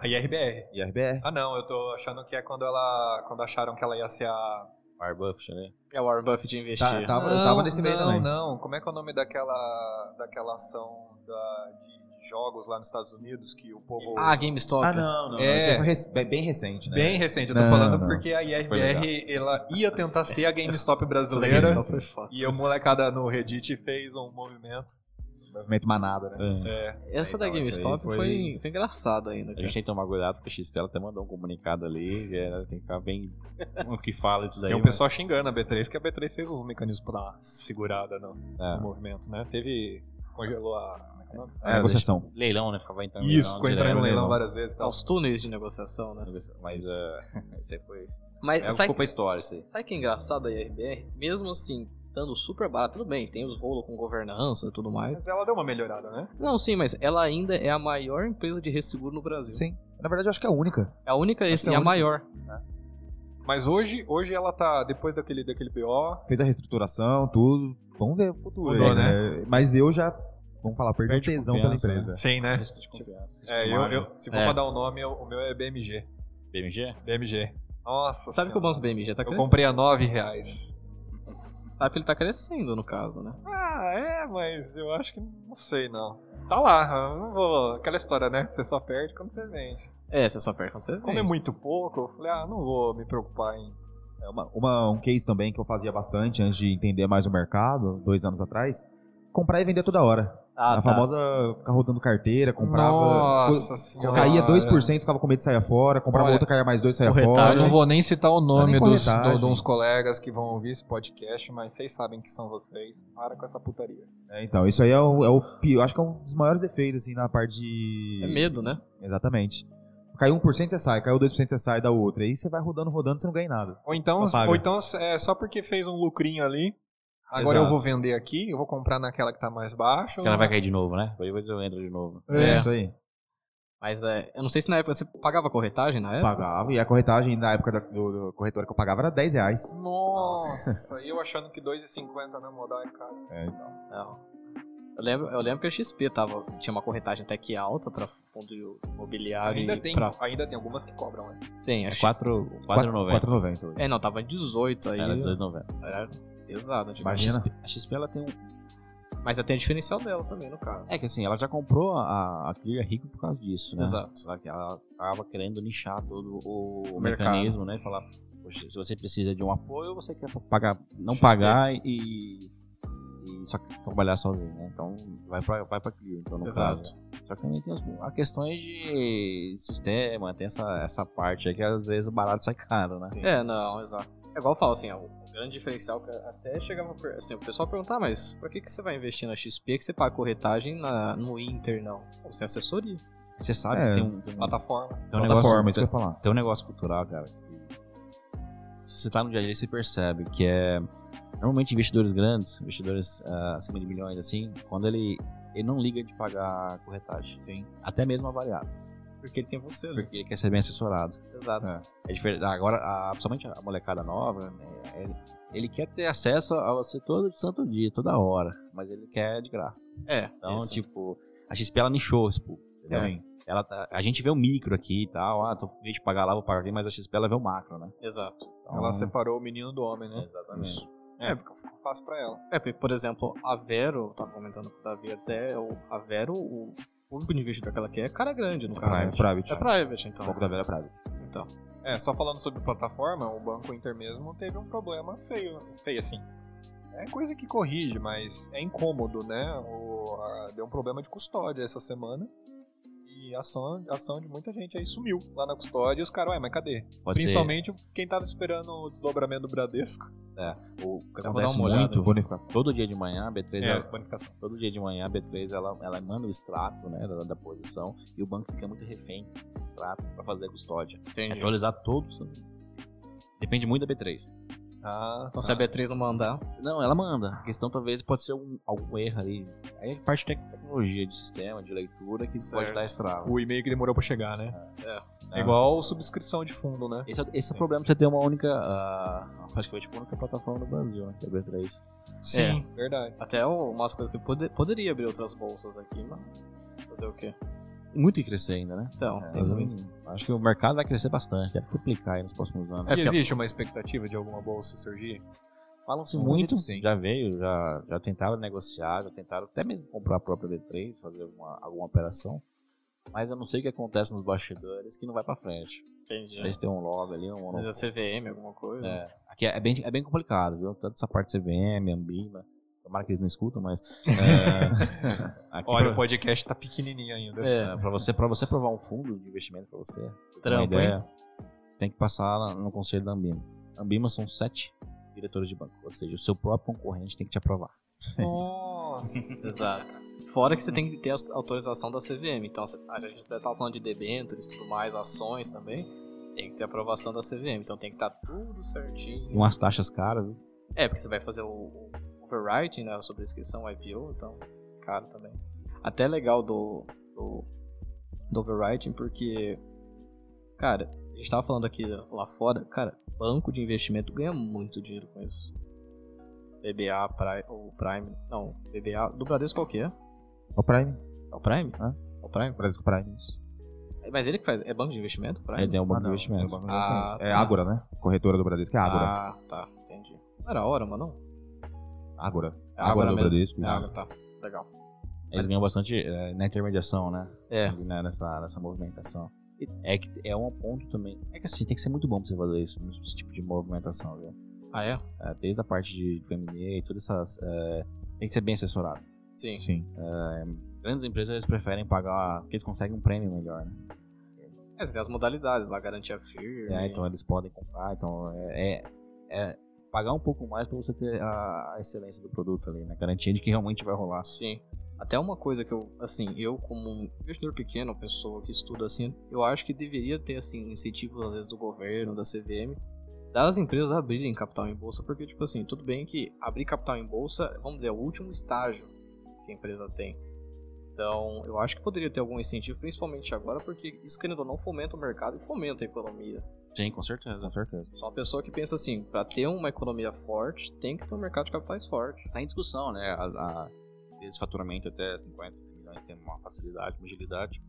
[SPEAKER 2] que é? A IRBR.
[SPEAKER 5] IRBR.
[SPEAKER 2] Ah, não, eu tô achando que é quando ela. Quando acharam que ela ia ser a.
[SPEAKER 3] Warbuff, né?
[SPEAKER 1] É o Warren Buffett investir.
[SPEAKER 5] Tá, tava,
[SPEAKER 2] não,
[SPEAKER 5] tava nesse meio
[SPEAKER 2] não,
[SPEAKER 5] também.
[SPEAKER 2] Não, Como é que é o nome daquela. Daquela ação da- de, de jogos lá nos Estados Unidos que o povo.
[SPEAKER 1] Ah, GameStop.
[SPEAKER 5] Ah, não, não.
[SPEAKER 2] É.
[SPEAKER 5] isso aí foi rec- bem- bem recente, né?
[SPEAKER 2] Bem recente, eu tô
[SPEAKER 5] Não,
[SPEAKER 2] falando
[SPEAKER 5] não.
[SPEAKER 2] porque a
[SPEAKER 5] Foi legal.
[SPEAKER 2] IRBR ela ia tentar ser a GameStop
[SPEAKER 1] Essa
[SPEAKER 2] brasileira.
[SPEAKER 1] GameStop foi foda.
[SPEAKER 2] E o molecada no Reddit fez um movimento.
[SPEAKER 5] Movimento manada, né?
[SPEAKER 2] É.
[SPEAKER 1] Essa da
[SPEAKER 3] Legal, essa aí
[SPEAKER 1] GameStop foi... Foi,
[SPEAKER 3] foi-
[SPEAKER 1] engraçada ainda,
[SPEAKER 3] A
[SPEAKER 1] cara.
[SPEAKER 3] gente tem que tomar cuidado porque a XP ela até mandou um comunicado ali, que era- tem que ficar bem o que fala disso daí. né?
[SPEAKER 2] Tem um
[SPEAKER 5] né?
[SPEAKER 3] mas-
[SPEAKER 2] pessoal xingando a B3, que a B3 fez uns mecanismos pra dar uma segurada no,
[SPEAKER 5] É.
[SPEAKER 2] no movimento, né? Teve. Congelou a.
[SPEAKER 5] A
[SPEAKER 3] É,
[SPEAKER 5] negociação.
[SPEAKER 3] Leilão, né? Ficava entrando
[SPEAKER 2] Isso, ficou entrando no leilão
[SPEAKER 3] direto,
[SPEAKER 2] várias vezes e
[SPEAKER 1] Tá,
[SPEAKER 2] tal.
[SPEAKER 1] os túneis de negociação, né?
[SPEAKER 3] leilão. Mas eh, isso aí foi.
[SPEAKER 1] Mas
[SPEAKER 3] É,
[SPEAKER 1] sabe,
[SPEAKER 3] ficou pra história isso aí.
[SPEAKER 1] sabe que é engraçado da IRBR? Mesmo assim, dando super barato, tudo bem, tem os rolos com governança e tudo mais.
[SPEAKER 2] Mas ela deu uma melhorada, né?
[SPEAKER 1] Não, sim, mas ela ainda é a maior empresa de resseguro no Brasil.
[SPEAKER 5] Sim. Na verdade, eu acho que é a única.
[SPEAKER 1] É a única
[SPEAKER 5] Acho que
[SPEAKER 1] e
[SPEAKER 5] é
[SPEAKER 1] a
[SPEAKER 5] a única.
[SPEAKER 1] maior.
[SPEAKER 2] Mas hoje, hoje ela tá, depois daquele, daquele BO,
[SPEAKER 5] Fez a reestruturação, tudo. Vamos ver o futuro.
[SPEAKER 2] Mudou,
[SPEAKER 5] aí, né? Mas eu já, vamos falar, perdi o
[SPEAKER 3] Perde
[SPEAKER 5] tesão pela
[SPEAKER 3] confiança,
[SPEAKER 5] empresa.
[SPEAKER 2] sim, né?
[SPEAKER 3] Risco de confiança.
[SPEAKER 2] É, eu, eu- se for
[SPEAKER 1] É.
[SPEAKER 2] pra dar um nome, eu- o meu é BMG.
[SPEAKER 3] BMG?
[SPEAKER 2] BMG. Nossa
[SPEAKER 1] Sabe que o
[SPEAKER 2] Senhora.
[SPEAKER 1] Banco BMG tá
[SPEAKER 2] Eu
[SPEAKER 1] crescendo?
[SPEAKER 2] comprei a 9 reais.
[SPEAKER 1] Sabe que ele tá crescendo, no caso, né?
[SPEAKER 2] Ah, é, mas eu acho que não sei não. Tá lá, eu não vou. Aquela história, né? Você só perde quando você vende.
[SPEAKER 1] É, você só perde quando você
[SPEAKER 2] Como é
[SPEAKER 1] vende.
[SPEAKER 2] muito pouco, eu falei, ah, não vou me preocupar em.
[SPEAKER 5] É uma- uma- um case também que eu fazia bastante antes de entender mais o mercado, dois anos atrás. Comprar e vender toda hora.
[SPEAKER 1] Ah,
[SPEAKER 5] a famosa ficar rodando carteira, comprava.
[SPEAKER 2] tá. Nossa
[SPEAKER 5] ficou-
[SPEAKER 2] senhora.
[SPEAKER 5] caía 2%, ficava com medo de sair fora. Comprava
[SPEAKER 2] Olha,
[SPEAKER 5] outra, caía mais 2%, saia
[SPEAKER 2] Ah, eu
[SPEAKER 5] fora.
[SPEAKER 2] não vou nem citar o nome
[SPEAKER 5] nem
[SPEAKER 2] dos,
[SPEAKER 5] corretagem.
[SPEAKER 2] do- de uns colegas que vão ouvir esse podcast, mas vocês sabem que são vocês. Para com essa putaria.
[SPEAKER 5] É, então, isso aí é o, é o pior. Acho que é um dos maiores defeitos, assim, na parte de.
[SPEAKER 1] É medo, né?
[SPEAKER 5] Exatamente. Caiu 1% você sai, caiu 2% você sai da outra. Aí você vai rodando, rodando, você não ganha nada.
[SPEAKER 2] Ou então,
[SPEAKER 5] Apaga.
[SPEAKER 2] ou então é só porque fez um lucrinho ali. Agora eu
[SPEAKER 5] Exato.
[SPEAKER 2] vou vender aqui, eu vou comprar naquela que tá mais baixo.
[SPEAKER 3] Que ela vai cair de novo, né? Depois eu entro de novo.
[SPEAKER 1] É.
[SPEAKER 5] isso aí.
[SPEAKER 1] Mas é, eu não sei se na época você pagava corretagem
[SPEAKER 2] É?
[SPEAKER 1] na época.
[SPEAKER 5] Pagava. E a corretagem na época da, do, do corretora que eu pagava era 10 reais.
[SPEAKER 2] Nossa, e eu achando que 2,50 na modal é caro.
[SPEAKER 1] Não. Eu lembro, eu lembro que a XP tava, tinha uma corretagem até que alta pra fundo imobiliário
[SPEAKER 2] Ainda
[SPEAKER 1] e
[SPEAKER 2] tem,
[SPEAKER 1] pra...
[SPEAKER 2] ainda tem algumas que cobram, né?
[SPEAKER 1] Tem,
[SPEAKER 3] É
[SPEAKER 1] acho
[SPEAKER 3] 4,90. 4,90.
[SPEAKER 5] 4,90 hoje.
[SPEAKER 1] É, não, tava 18 aí.
[SPEAKER 3] Era 18,90.
[SPEAKER 1] Era pesado. Tipo,
[SPEAKER 5] Imagina.
[SPEAKER 1] XP.
[SPEAKER 3] A XP ela tem um.
[SPEAKER 1] Mas até tem o diferencial dela também, no caso.
[SPEAKER 3] É que assim, ela já comprou a, a Clear Rico por causa disso, né?
[SPEAKER 1] Exato.
[SPEAKER 3] Só que ela tava querendo nichar todo o,
[SPEAKER 1] O mercado.
[SPEAKER 3] mecanismo, né? Falar, poxa, se você precisa de um apoio, você quer pagar, não
[SPEAKER 1] XP.
[SPEAKER 3] pagar e, e só que trabalhar sozinho, né? Então vai pra, vai pra Clear, então, no
[SPEAKER 1] Exato.
[SPEAKER 3] caso. Só que também tem as as questões de sistema, tem essa, essa parte aí que às vezes o barato sai caro, né?
[SPEAKER 1] É, não, exato. É igual eu falo, assim, ó, o grande diferencial que até chegava per- assim, o pessoal perguntar, mas pra que, que você vai investir na XP que você paga corretagem na- no Inter, não? Pô, Você é assessoria.
[SPEAKER 3] Você sabe
[SPEAKER 5] É,
[SPEAKER 3] que tem um, tem um,
[SPEAKER 2] Plataforma.
[SPEAKER 3] tem um
[SPEAKER 5] Plataforma,
[SPEAKER 3] negócio,
[SPEAKER 5] isso que eu ia falar.
[SPEAKER 3] tem um negócio cultural, cara. que Se você tá no dia a dia, você percebe que é. Normalmente, investidores grandes, investidores ah, acima de milhões, assim, quando ele, ele não liga de pagar corretagem. Até mesmo a variável.
[SPEAKER 1] Porque ele tem você ali.
[SPEAKER 3] porque ele quer ser bem assessorado.
[SPEAKER 1] Exato.
[SPEAKER 3] É. É diferente. Agora, a, principalmente a molecada nova, né, ele, ele quer ter acesso a você todo santo dia, toda hora, mas ele quer de graça.
[SPEAKER 1] É.
[SPEAKER 3] Então,
[SPEAKER 1] esse.
[SPEAKER 3] tipo, a XP ela nichou esse público. entendeu?
[SPEAKER 1] É.
[SPEAKER 3] Ela tá- a gente vê o micro aqui e tal, ah, tô com medo de pagar lá, vou pagar aqui, mas a XP ela vê o macro, né?
[SPEAKER 1] Exato.
[SPEAKER 3] Então,
[SPEAKER 2] Ela separou o menino do homem, né?
[SPEAKER 3] Exatamente.
[SPEAKER 2] É, ficou, ficou fácil pra ela.
[SPEAKER 1] É, porque, por exemplo, a Vero, eu tava comentando com o Davi até, o- a Vero, o único investidor que ela quer é cara grande, no caso.
[SPEAKER 5] Private. Private.
[SPEAKER 1] É private,
[SPEAKER 5] O
[SPEAKER 1] então.
[SPEAKER 5] foco da velha Private.
[SPEAKER 1] Então.
[SPEAKER 2] É, só falando sobre plataforma, o Banco Inter mesmo teve um problema feio, feio assim. É coisa que corrige, mas é incômodo, né? O- a- deu um problema de custódia essa semana. E a ação, a ação de muita gente aí sumiu lá na custódia e os caras, ué, mas cadê?
[SPEAKER 3] Pode
[SPEAKER 2] Principalmente quem tava esperando o desdobramento do Bradesco.
[SPEAKER 3] ser. O
[SPEAKER 1] vou
[SPEAKER 3] que
[SPEAKER 1] dar
[SPEAKER 3] acontece
[SPEAKER 1] uma olhada.
[SPEAKER 3] muito,
[SPEAKER 5] Bonificação.
[SPEAKER 3] todo dia de manhã a B3
[SPEAKER 2] É,
[SPEAKER 3] ela-
[SPEAKER 2] bonificação.
[SPEAKER 3] todo dia de manhã a B3 ela, ela manda o extrato né, da, da posição e o banco fica muito refém desse extrato para fazer a custódia. É
[SPEAKER 1] Entendi.
[SPEAKER 3] atualizar todos. Depende muito da B3.
[SPEAKER 2] Ah,
[SPEAKER 1] Então se a B3 não mandar,
[SPEAKER 3] Não, ela manda. A questão talvez pode ser um- algum erro ali. Aí é parte de tecnologia, de sistema, de leitura que
[SPEAKER 1] Certo.
[SPEAKER 3] pode dar estrago.
[SPEAKER 2] o e-mail que demorou pra chegar, né? É
[SPEAKER 3] Ah.
[SPEAKER 2] igual subscrição de fundo, né?
[SPEAKER 3] Esse é, esse é o problema de você ter uma única. ah, praticamente uma única plataforma no Brasil, né? Que é a B3.
[SPEAKER 1] Sim.
[SPEAKER 2] Verdade.
[SPEAKER 1] até o- umas coisas que pode- poderia abrir outras bolsas aqui, mas fazer o quê?
[SPEAKER 3] Tem muito que crescer ainda, né?
[SPEAKER 1] Então,
[SPEAKER 3] É,
[SPEAKER 1] tem
[SPEAKER 3] mas
[SPEAKER 1] muito.
[SPEAKER 3] eu acho que o mercado vai crescer bastante, deve triplicar aí nos próximos anos.
[SPEAKER 1] É,
[SPEAKER 2] e
[SPEAKER 1] porque-
[SPEAKER 2] existe uma expectativa de alguma bolsa surgir? um
[SPEAKER 3] Falam-se
[SPEAKER 5] Acredito
[SPEAKER 3] muito,
[SPEAKER 5] que sim.
[SPEAKER 3] já veio, já, já tentaram negociar, já tentaram até mesmo comprar a própria B3, fazer uma- alguma operação. Mas eu não sei o que acontece nos bastidores que não vai pra frente.
[SPEAKER 1] Entendi.
[SPEAKER 5] É
[SPEAKER 3] Eles têm um lobby ali, um
[SPEAKER 1] Precisa
[SPEAKER 3] monopólio.
[SPEAKER 1] CVM, alguma coisa.
[SPEAKER 3] É. Aqui é bem, é bem complicado, viu? Tanto essa parte CVM, Ambima. Tomara que eles não escutam, mas. é, aqui
[SPEAKER 2] Olha,
[SPEAKER 3] pra-
[SPEAKER 2] o podcast tá pequenininho ainda.
[SPEAKER 1] É.
[SPEAKER 3] É, pra você, pra você provar um fundo de investimento pra você, você tem uma
[SPEAKER 1] Trampo,
[SPEAKER 3] ideia, você tem que passar lá no conselho da Ambima. Ambima são sete diretores de banco, ou seja, o seu próprio concorrente tem que te aprovar.
[SPEAKER 2] Nossa.
[SPEAKER 1] Exato. Fora que você tem que ter a autorização da CVM. Então, a gente até tava falando de debêntures e tudo mais, ações também. Tem que ter aprovação da CVM. Então tem que estar tudo certinho.
[SPEAKER 3] E umas taxas caras, viu?
[SPEAKER 1] É, porque você vai fazer o- o overwriting, né? A sobrescrição, IPO, então, caro também. Até legal do, do, do overwriting, porque, cara, a gente tava falando aqui lá fora, cara, banco de investimento ganha muito dinheiro com isso. BBA, Prime, ou Prime, não, BBA, do Bradesco qual que é?
[SPEAKER 5] O Prime?
[SPEAKER 1] É o Prime?
[SPEAKER 5] Hã?
[SPEAKER 1] É o Prime?
[SPEAKER 5] Bradesco Prime, isso.
[SPEAKER 1] Mas ele que faz, é banco de investimento, Prime?
[SPEAKER 3] Aí tem o
[SPEAKER 5] um Ah,
[SPEAKER 3] banco de investimento.
[SPEAKER 1] Ah,
[SPEAKER 5] É
[SPEAKER 1] tá.
[SPEAKER 5] Ágora, né? Corretora do Bradesco é Ágora.
[SPEAKER 1] Ah, tá, entendi. Não era a hora, mano, não?
[SPEAKER 5] Ágora.
[SPEAKER 1] É Ágora
[SPEAKER 5] do
[SPEAKER 1] mesmo.
[SPEAKER 5] Bradesco.
[SPEAKER 1] É
[SPEAKER 5] isso.
[SPEAKER 1] Ágora, tá, legal.
[SPEAKER 3] Eles ganham bastante eh, na intermediação, né?
[SPEAKER 1] É.
[SPEAKER 3] Ali, né, Nessa, nessa movimentação. E É que é um ponto também. É que assim, tem que ser muito bom pra você fazer isso, esse tipo de movimentação, viu?
[SPEAKER 1] Ah, é?
[SPEAKER 3] É, desde a parte de, do MBA e todas essas. eh, tem que ser bem assessorado. É,
[SPEAKER 1] Sim.
[SPEAKER 5] Sim.
[SPEAKER 3] Grandes empresas eles preferem pagar. Porque eles conseguem um prêmio melhor, né?
[SPEAKER 1] É, você tem as modalidades lá, garantia firme.
[SPEAKER 3] É, então eles podem comprar, então é, é- é pagar um pouco mais pra você ter a, a excelência do produto ali, né? Garantia de que realmente vai rolar.
[SPEAKER 1] Sim. Até uma coisa que eu, assim, eu como um investidor pequeno, uma pessoa que estuda assim, eu acho que deveria ter, assim, incentivos às vezes do governo, da CVM, das empresas abrirem capital em bolsa, porque, tipo assim, tudo bem que abrir capital em bolsa, vamos dizer, é o último estágio que a empresa tem. Então, eu acho que poderia ter algum incentivo, principalmente agora, porque isso, querendo ou não, fomenta o mercado e fomenta a economia.
[SPEAKER 3] Sim, com certeza. Com certeza.
[SPEAKER 1] Só uma pessoa que pensa assim, pra ter uma economia forte, tem que ter um mercado de capitais forte.
[SPEAKER 3] Tá em discussão, né? A, a, esse faturamento até 50, 100 milhões tem uma facilidade, uma agilidade.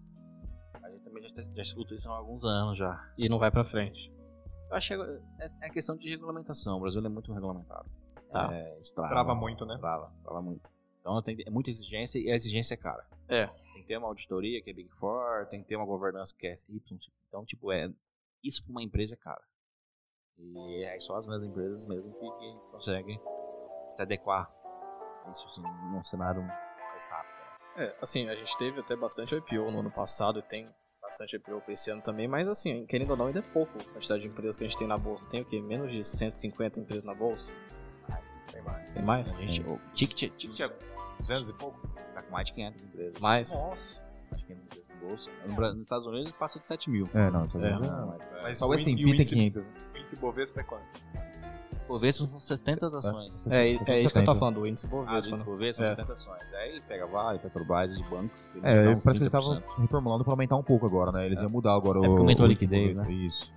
[SPEAKER 3] A gente também já, tá- já escuta isso há alguns anos já.
[SPEAKER 1] E não vai pra frente.
[SPEAKER 3] Eu acho que é, é questão de regulamentação. O Brasil ele é muito regulamentado.
[SPEAKER 1] Tá.
[SPEAKER 3] É, estrava,
[SPEAKER 2] Trava muito, né?
[SPEAKER 3] Trava, trava muito. Então tem, é muita exigência e a exigência é cara.
[SPEAKER 1] É.
[SPEAKER 3] Tem que ter uma auditoria que é Big Four, tem que ter uma governança que é Y. Então, tipo, é, isso pra uma empresa é cara. E é só as mesmas empresas mesmo que, que conseguem se adequar a isso assim, num cenário mais rápido.
[SPEAKER 1] É, assim, a gente teve até bastante IPO no ano passado e tem bastante IPO pra esse ano também, mas assim, querendo ou não, ainda é pouco a quantidade de empresas que a gente tem na bolsa. Tem o quê? Menos de 150 empresas na bolsa?
[SPEAKER 3] Tem mais.
[SPEAKER 1] Tem mais?
[SPEAKER 3] A gente, o ticket, ticket
[SPEAKER 2] 200 e pouco. né?
[SPEAKER 3] tá com mais de 500 empresas.
[SPEAKER 1] Mais?
[SPEAKER 3] Nossa. Mais É. de 500 empresas no bolso. No Bra- Nos Estados Unidos passa de 7 mil.
[SPEAKER 5] É, não, tá
[SPEAKER 1] É.
[SPEAKER 5] vendo?
[SPEAKER 3] Não, é-
[SPEAKER 2] Mas
[SPEAKER 5] Só
[SPEAKER 2] o
[SPEAKER 5] o
[SPEAKER 2] índice-
[SPEAKER 5] S&P
[SPEAKER 2] e o
[SPEAKER 5] tem
[SPEAKER 2] índice-
[SPEAKER 5] 500.
[SPEAKER 2] O índice Bovespa é quanto?
[SPEAKER 3] Bovespa são 70 ações.
[SPEAKER 1] É, é isso que eu tô
[SPEAKER 5] 70.
[SPEAKER 1] falando, o índice
[SPEAKER 3] Ah, do
[SPEAKER 1] Bovespa.
[SPEAKER 3] índice
[SPEAKER 1] né?
[SPEAKER 3] Bovespa são
[SPEAKER 1] É.
[SPEAKER 3] 70 ações. Aí ele pega Vale, Petrobras, os bancos. ele
[SPEAKER 5] É,
[SPEAKER 3] dá um
[SPEAKER 5] parece
[SPEAKER 3] uns
[SPEAKER 5] que eles
[SPEAKER 3] 30%.
[SPEAKER 5] estavam reformulando pra aumentar um pouco agora, né? Eles iam mudar agora
[SPEAKER 3] É
[SPEAKER 5] o.
[SPEAKER 3] porque aumentou a
[SPEAKER 5] o índice
[SPEAKER 3] liquidez,
[SPEAKER 1] né?
[SPEAKER 5] Bovespa. Isso.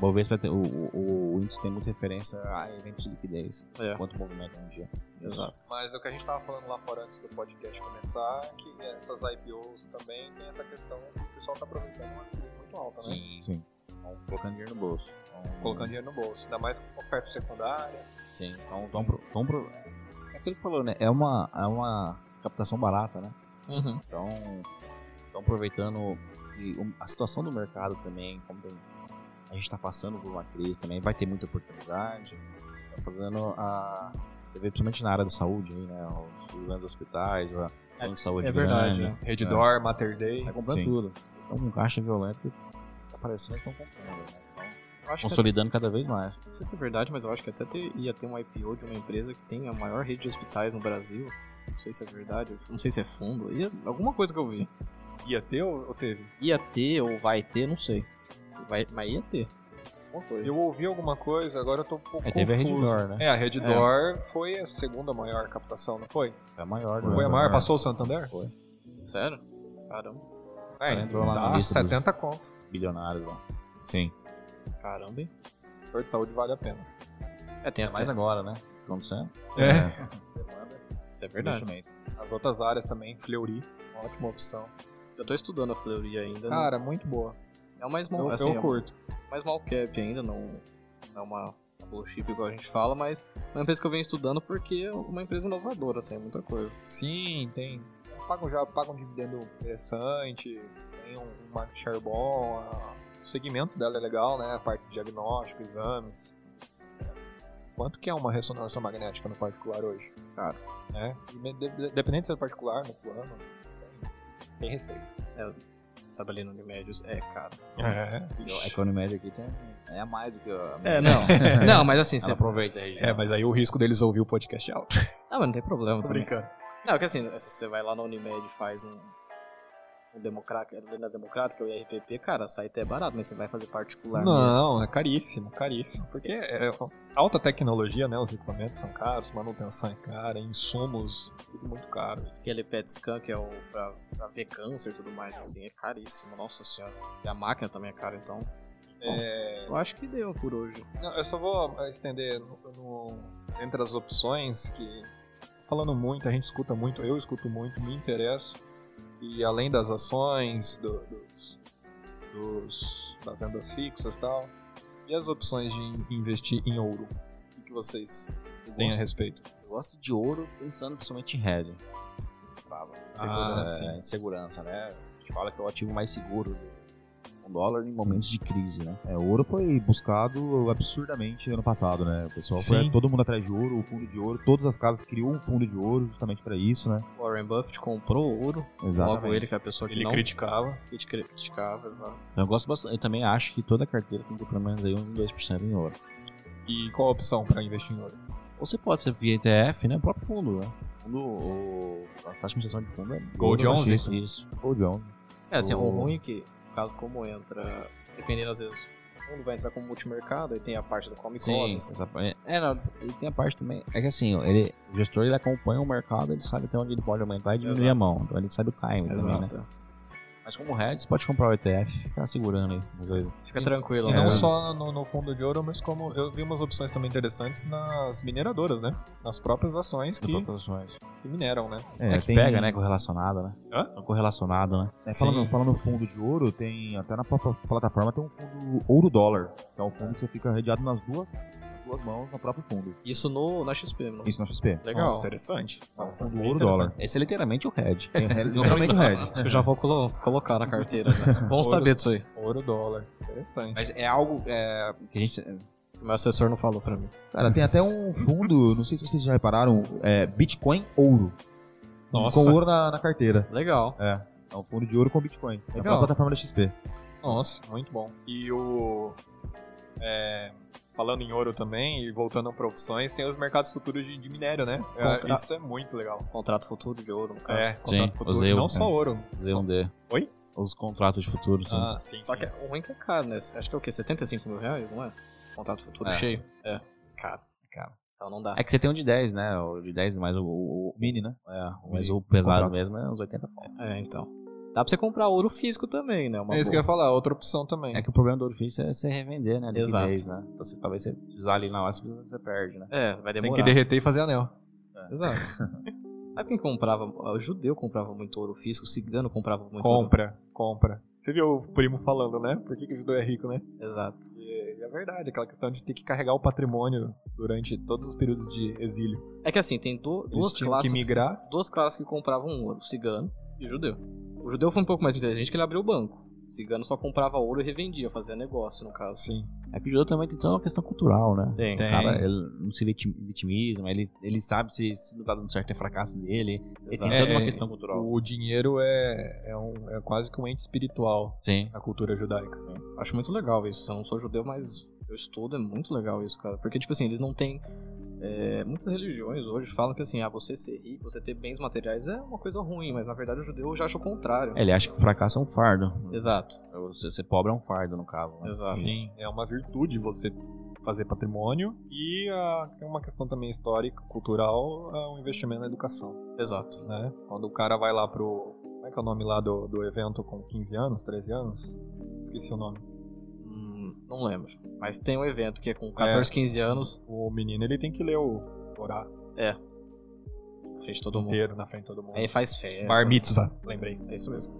[SPEAKER 3] Bovespa, tem- o, o, o índice tem muita referência a eventos de liquidez.
[SPEAKER 1] É.
[SPEAKER 3] Quanto movimento no dia.
[SPEAKER 1] Exato.
[SPEAKER 2] Mas é o que a gente tava falando lá fora antes do podcast começar, que essas IPOs também tem essa questão que o pessoal tá aproveitando uma curva muito alta, né?
[SPEAKER 3] Sim,
[SPEAKER 5] Sim.
[SPEAKER 3] Então, colocando dinheiro no bolso. Então,
[SPEAKER 2] Colocando dinheiro no bolso, ainda mais com oferta secundária.
[SPEAKER 3] Sim, então, então, pro- então pro- é aquilo que falou, né? É uma, é uma captação barata, né?
[SPEAKER 1] Uhum.
[SPEAKER 3] Então, então aproveitando que o- a situação do mercado também, como tem- a gente está passando por uma crise também, vai ter muita oportunidade. Tá fazendo a. você vê Principalmente na área da saúde, aí, né? Os, os grandes hospitais, a plano de saúde
[SPEAKER 1] É verdade.
[SPEAKER 3] grande.
[SPEAKER 1] né?
[SPEAKER 2] Redditor, Mater Day.
[SPEAKER 3] Tá comprando
[SPEAKER 5] Sim.
[SPEAKER 3] tudo. Então, com caixa violento que tá aparecendo, eles estão comprando. né? Então,
[SPEAKER 1] Eu acho que
[SPEAKER 3] consolidando cada vez mais.
[SPEAKER 1] Não sei se é verdade, mas eu acho que até ter- ia ter um IPO de uma empresa que tem a maior rede de hospitais no Brasil. Não sei se é verdade, não sei se é fundo. Ia, alguma coisa que eu vi.
[SPEAKER 2] Ia ter ou, ou teve?
[SPEAKER 1] Ia ter ou vai ter, não sei. Vai, mas ia ter. Alguma coisa.
[SPEAKER 2] Eu ouvi alguma coisa, agora eu tô um pouco
[SPEAKER 3] É, teve a
[SPEAKER 2] confuso.
[SPEAKER 3] Redditor, né?
[SPEAKER 2] É, a Redditor foi a segunda maior captação, não foi?
[SPEAKER 3] É a maior.
[SPEAKER 5] Foi
[SPEAKER 3] né?
[SPEAKER 2] Foi a maior, passou o Santander?
[SPEAKER 1] Sério? Caramba.
[SPEAKER 2] É,
[SPEAKER 3] entrou lá na
[SPEAKER 2] dá
[SPEAKER 3] lista dos-
[SPEAKER 2] 70 conto.
[SPEAKER 3] Bilionários lá.
[SPEAKER 5] Sim.
[SPEAKER 1] Caramba, hein?
[SPEAKER 2] Setor de saúde vale a pena.
[SPEAKER 1] É, tem
[SPEAKER 3] Ainda mais
[SPEAKER 1] mais
[SPEAKER 3] agora, né? Acontecendo.
[SPEAKER 2] É.
[SPEAKER 1] Isso é verdade.
[SPEAKER 2] As outras áreas também, Fleury, uma ótima opção.
[SPEAKER 1] Eu tô estudando a Fleury ainda. né?
[SPEAKER 2] Cara, muito boa.
[SPEAKER 1] é o mais
[SPEAKER 2] Ah, Eu,
[SPEAKER 1] mal, assim,
[SPEAKER 2] eu
[SPEAKER 1] é
[SPEAKER 2] curto.
[SPEAKER 1] o mais mal cap ainda, não não é uma blue chip igual a gente fala, mas é uma empresa que eu venho estudando porque é uma empresa inovadora, tem muita coisa.
[SPEAKER 2] Sim, tem. Pagam já, pagam dividendo interessante, tem um, um market share bom, a- o segmento dela é legal, né? A parte de diagnóstico, exames. Quanto que é uma ressonância magnética no particular hoje?
[SPEAKER 1] Caro.
[SPEAKER 2] É, e me- de- de- dependendo se é particular, no plano, tem, tem receita.
[SPEAKER 1] Trabalhando em médios é caro.
[SPEAKER 2] É.
[SPEAKER 3] A Economédia aqui tem, é a mais do que a
[SPEAKER 1] É, não. não, mas assim, você
[SPEAKER 3] Ela aproveita aí.
[SPEAKER 2] É, mas aí o risco deles ouvir o podcast é alto.
[SPEAKER 1] Ah, mas não tem problema
[SPEAKER 2] Tô
[SPEAKER 1] também.
[SPEAKER 2] brincando.
[SPEAKER 1] Não, que assim, se você vai lá na Unimed e faz um, um democrática, na democrática, é o IRPP, cara, sai até barato, mas você vai fazer particular. mesmo.
[SPEAKER 2] Não, é caríssimo, caríssimo. Porque é alta tecnologia, né? Os equipamentos são caros, manutenção é cara, insumos, tudo muito caro.
[SPEAKER 1] Aquele PET scan que é o pra, pra ver câncer e tudo mais, assim, é caríssimo, nossa senhora. E a máquina também é cara, então.
[SPEAKER 2] É,
[SPEAKER 1] Eu acho que deu por hoje.
[SPEAKER 2] não, eu só vou eh, estender no- no- entre as opções que falando muito, a gente escuta muito, eu escuto muito, me interesso. E além das ações, do- dos, dos- das rendas fixas e tal, e as opções de in- investir em ouro? O que que vocês têm a respeito?
[SPEAKER 3] Eu gosto de ouro pensando principalmente em hedge.
[SPEAKER 2] Segurança.
[SPEAKER 3] é, em segurança, né? A gente fala que é o ativo mais seguro do um dólar em momentos de crise, né?
[SPEAKER 5] É, o ouro foi buscado absurdamente ano passado, né? O pessoal
[SPEAKER 2] Sim.
[SPEAKER 5] foi todo mundo atrás de ouro, o fundo de ouro, todas as casas criou um fundo de ouro justamente pra isso, né?
[SPEAKER 1] Warren Buffett comprou o ouro,
[SPEAKER 5] Exatamente.
[SPEAKER 1] logo ele, que é a pessoa que
[SPEAKER 2] Ele
[SPEAKER 1] não
[SPEAKER 2] criticava.
[SPEAKER 1] que te criticava, exato.
[SPEAKER 3] Então, eu gosto bastante. Eu também acho que toda carteira tem que ter pelo menos aí uns 2% em ouro.
[SPEAKER 2] E qual a opção para investir em ouro?
[SPEAKER 3] Ou você pode ser via ETF, né? O próprio fundo, né? Fundo, o, a taxa de administração de fundo é.
[SPEAKER 2] Gold
[SPEAKER 3] ouro
[SPEAKER 2] 11?
[SPEAKER 3] baixíssimo. Isso.
[SPEAKER 5] Ou John.
[SPEAKER 1] É, assim, o
[SPEAKER 5] O-
[SPEAKER 1] ruim é que, caso como entra, dependendo às vezes, um vai entrar como multimercado, aí tem a parte do Comic Con, assim.
[SPEAKER 3] Sim, essa pa- é, não, e tem a parte também, é que assim, ele, o gestor ele acompanha o mercado, ele sabe até onde ele pode aumentar e diminuir a mão, então ele sabe o time também, né?
[SPEAKER 1] Exato.
[SPEAKER 3] Mas como head, você pode comprar o ETF e ficar segurando aí. os dois.
[SPEAKER 1] Fica tranquilo,
[SPEAKER 2] E
[SPEAKER 1] né?
[SPEAKER 2] não só no, no fundo de ouro, mas como eu vi umas opções também interessantes nas mineradoras, né? Nas próprias ações que,
[SPEAKER 3] proporções.
[SPEAKER 2] que mineram, né?
[SPEAKER 3] É, que pega, né? Correlacionado, né?
[SPEAKER 2] Hã?
[SPEAKER 3] Correlacionado, né?
[SPEAKER 5] É,
[SPEAKER 2] Sim.
[SPEAKER 5] falando, falando fundo de ouro, tem até na própria plataforma tem um fundo ouro dólar, que é um fundo que você fica redeado nas duas, nas duas mãos no próprio fundo.
[SPEAKER 1] Isso no, na XP, não?
[SPEAKER 5] Isso na XP.
[SPEAKER 1] Legal.
[SPEAKER 2] Nossa, interessante.
[SPEAKER 5] Nossa,
[SPEAKER 2] bem
[SPEAKER 5] ouro
[SPEAKER 2] interessante.
[SPEAKER 5] dólar.
[SPEAKER 3] Esse é literalmente o head.
[SPEAKER 5] Tem literalmente o head.
[SPEAKER 1] Isso eu já vou colo- colocar na carteira. Né? Bom saber disso aí.
[SPEAKER 2] Ouro dólar. Interessante.
[SPEAKER 3] Mas é algo é, que a gente...
[SPEAKER 1] O meu assessor não falou pra mim.
[SPEAKER 5] Cara, tem até um fundo, não sei se vocês já repararam, é Bitcoin ouro.
[SPEAKER 2] Nossa.
[SPEAKER 5] Com ouro na, na carteira.
[SPEAKER 1] Legal.
[SPEAKER 5] É. É um fundo de ouro com Bitcoin. É
[SPEAKER 1] Legal.
[SPEAKER 5] uma plataforma da XP.
[SPEAKER 2] Nossa, muito bom. E o. é, falando em ouro também, e voltando para opções, tem os mercados futuros de, de minério, né? É,
[SPEAKER 1] Contra-
[SPEAKER 2] Isso é muito legal.
[SPEAKER 1] Contrato futuro de ouro, no caso.
[SPEAKER 2] É, contrato futuro.
[SPEAKER 3] Ah, usei o-
[SPEAKER 2] Não só ouro.
[SPEAKER 3] Z1D.
[SPEAKER 2] Oi?
[SPEAKER 3] Os contratos futuros. né?
[SPEAKER 2] Ah, sim,
[SPEAKER 1] Só
[SPEAKER 2] sim.
[SPEAKER 1] é que o ruim que é caro, né? Acho que é o quê? 75 mil reais, não é? Contrato futuro
[SPEAKER 3] É.
[SPEAKER 1] cheio. Cara,
[SPEAKER 3] Cara.
[SPEAKER 1] Então não dá.
[SPEAKER 3] É que você tem um de 10, né? O de 10 mais o, o- o-
[SPEAKER 5] Mini, né?
[SPEAKER 3] é, mas o pesado mesmo é uns 80 pau.
[SPEAKER 1] É, então. Dá pra você comprar ouro físico também, né? Uma
[SPEAKER 2] É isso que eu
[SPEAKER 1] boa.
[SPEAKER 2] ia falar, outra opção também.
[SPEAKER 3] É que o problema do ouro físico é você revender, né? Liquidez,
[SPEAKER 1] Exato.
[SPEAKER 3] né? Então você, talvez você precisar ali na hora, você, você perde, né?
[SPEAKER 1] É, vai
[SPEAKER 2] Tem
[SPEAKER 1] demorar.
[SPEAKER 2] que derreter e fazer anel.
[SPEAKER 1] Exato. Sabe quem comprava? O judeu comprava muito ouro físico, o cigano comprava muito ouro.
[SPEAKER 2] Compra, compra. Você viu o primo falando, né? Por que, que o judeu é rico, né?
[SPEAKER 1] Exato.
[SPEAKER 2] E é verdade, aquela questão de ter que carregar o patrimônio durante todos os períodos de exílio.
[SPEAKER 1] É que assim, tem du-
[SPEAKER 2] Eles
[SPEAKER 1] duas
[SPEAKER 2] tinham
[SPEAKER 1] classes,
[SPEAKER 2] que migrar.
[SPEAKER 1] duas classes que compravam ouro, o cigano e o judeu. O judeu foi um pouco mais inteligente que ele abriu o banco. O cigano só comprava ouro e revendia, fazia negócio, no caso.
[SPEAKER 2] Sim.
[SPEAKER 3] É que o judeu também tem toda uma questão cultural, né?
[SPEAKER 1] Tem.
[SPEAKER 3] O cara, ele não se vitim- vitimiza, ele, ele sabe se, se não tá dando certo é fracasso dele. Ele
[SPEAKER 1] Exato.
[SPEAKER 3] tem toda uma
[SPEAKER 2] É,
[SPEAKER 3] questão cultural.
[SPEAKER 2] O dinheiro é, é, um- é quase que um ente espiritual
[SPEAKER 3] Sim.
[SPEAKER 2] na cultura judaica.
[SPEAKER 1] Acho muito legal isso. Eu não sou judeu, mas eu estudo, é muito legal isso, cara. Porque, tipo assim, eles não têm. é, muitas religiões hoje falam que assim, ah, você ser rico, você ter bens materiais é uma coisa ruim, mas na verdade o judeu já acha o contrário.
[SPEAKER 3] Ele acha que o fracasso é um fardo.
[SPEAKER 1] Exato,
[SPEAKER 3] Você ser pobre é um fardo, no caso. Né?
[SPEAKER 1] exato.
[SPEAKER 2] Sim, é uma virtude você fazer patrimônio e ah, é uma questão também histórica, cultural, é um investimento na educação,
[SPEAKER 1] Exato.
[SPEAKER 2] né? Quando o cara vai lá pro... Como é que é o nome lá do, do evento com 15 anos, 13 anos? Esqueci o nome.
[SPEAKER 1] Hum, não lembro. Mas tem um evento que é com 14, 15 anos,
[SPEAKER 2] O menino, ele tem que ler o Torá
[SPEAKER 1] na frente de todo mundo.
[SPEAKER 2] inteiro, na frente de todo mundo.
[SPEAKER 1] Aí é faz festa.
[SPEAKER 2] Bar mitzvah, lembrei.
[SPEAKER 1] É isso mesmo.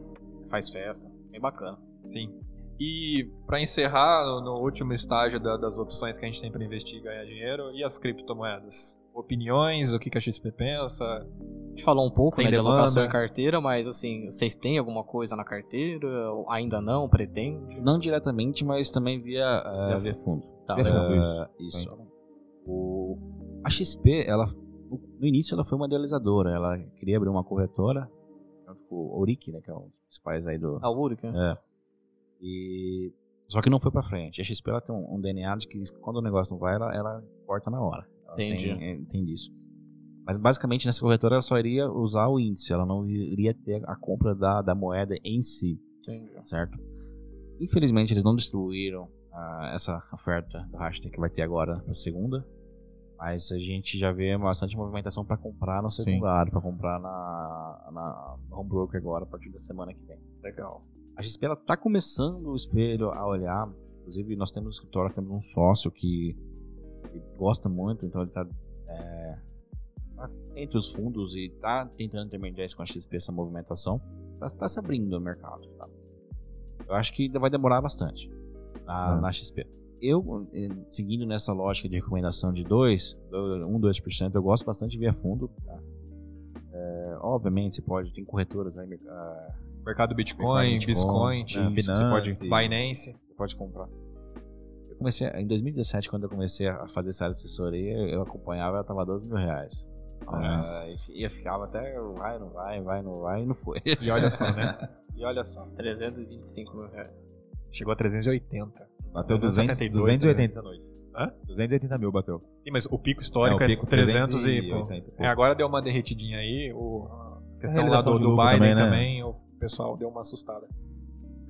[SPEAKER 1] Faz festa. Bem bacana.
[SPEAKER 2] Sim. E pra encerrar, no, no último estágio da- das opções que a gente tem pra investir e ganhar dinheiro, e as criptomoedas? Opiniões, o que, que a XP pensa?
[SPEAKER 1] A gente falou um pouco
[SPEAKER 2] Tem
[SPEAKER 1] né, de alocação
[SPEAKER 2] demanda?
[SPEAKER 1] em carteira, mas assim, vocês têm alguma coisa na carteira? Ou Ainda não? Pretende?
[SPEAKER 3] Não diretamente, mas também via, eh, via fundo.
[SPEAKER 1] Tá.
[SPEAKER 5] Via fundo.
[SPEAKER 3] Eh, isso. O, a XP, ela, no início, ela foi uma idealizadora. Ela queria abrir uma corretora, junto com o Ourique, né, que é um dos principais aí do,
[SPEAKER 1] A né? Urica?
[SPEAKER 3] É. E... Só que não foi pra frente. A XP ela tem um, um DNA de que quando o negócio não vai, ela, ela corta na hora. Ela
[SPEAKER 1] Entendi.
[SPEAKER 3] Tem, é, tem disso. Mas basicamente nessa corretora ela só iria usar o índice, ela não iria ter a compra da, da moeda em si,
[SPEAKER 1] Entendi.
[SPEAKER 3] certo? Infelizmente eles não distribuíram ah, essa oferta do hashtag que vai ter agora na segunda. Mas a gente já vê bastante movimentação pra comprar no secundário, pra comprar na, na Home Broker agora, a partir da semana que vem.
[SPEAKER 2] Legal.
[SPEAKER 3] A XP ela tá começando o espelho a olhar. Inclusive, nós temos no escritório, temos um sócio que, que gosta muito, então ele tá é, tá entre os fundos e tá tentando intermediar isso com a XP, essa movimentação. Tá, tá se abrindo o mercado. tá? Eu acho que ainda vai demorar bastante na,
[SPEAKER 2] Ah.
[SPEAKER 5] É.
[SPEAKER 3] na XP. Eu, eh, seguindo nessa lógica de recomendação de 2, 1, 2%, eu um, gosto bastante de via fundo. tá? É, obviamente, você pode, tem corretoras aí, merc- ah,
[SPEAKER 2] Mercado Bitcoin,
[SPEAKER 3] Bitcoin,
[SPEAKER 2] Biscoint,
[SPEAKER 3] né,
[SPEAKER 2] você pode
[SPEAKER 3] Binance.
[SPEAKER 2] Binance.
[SPEAKER 3] Você pode comprar. Eu comecei, em 2017, quando eu comecei a fazer essa área de assessoria, eu acompanhava, ela tava 12 mil reais.
[SPEAKER 2] É.
[SPEAKER 3] Ah, e eu ficava até, vai, não vai, vai, não vai, e não foi.
[SPEAKER 2] E olha só, né? E olha só.
[SPEAKER 1] 325 mil reais.
[SPEAKER 2] Chegou a 380.
[SPEAKER 5] Bateu 200,
[SPEAKER 2] 272,
[SPEAKER 5] 280 essa noite.
[SPEAKER 2] né? Hã?
[SPEAKER 5] 280 mil bateu.
[SPEAKER 2] Sim, mas o pico histórico é,
[SPEAKER 5] É, o pico
[SPEAKER 2] 300 e... pô.
[SPEAKER 5] 380 e pouco.
[SPEAKER 2] É, agora deu uma derretidinha aí. O, a questão lá
[SPEAKER 5] realização
[SPEAKER 2] do,
[SPEAKER 5] de
[SPEAKER 2] do
[SPEAKER 5] lucro
[SPEAKER 2] Biden também,
[SPEAKER 5] também, né?
[SPEAKER 2] o pessoal deu uma assustada.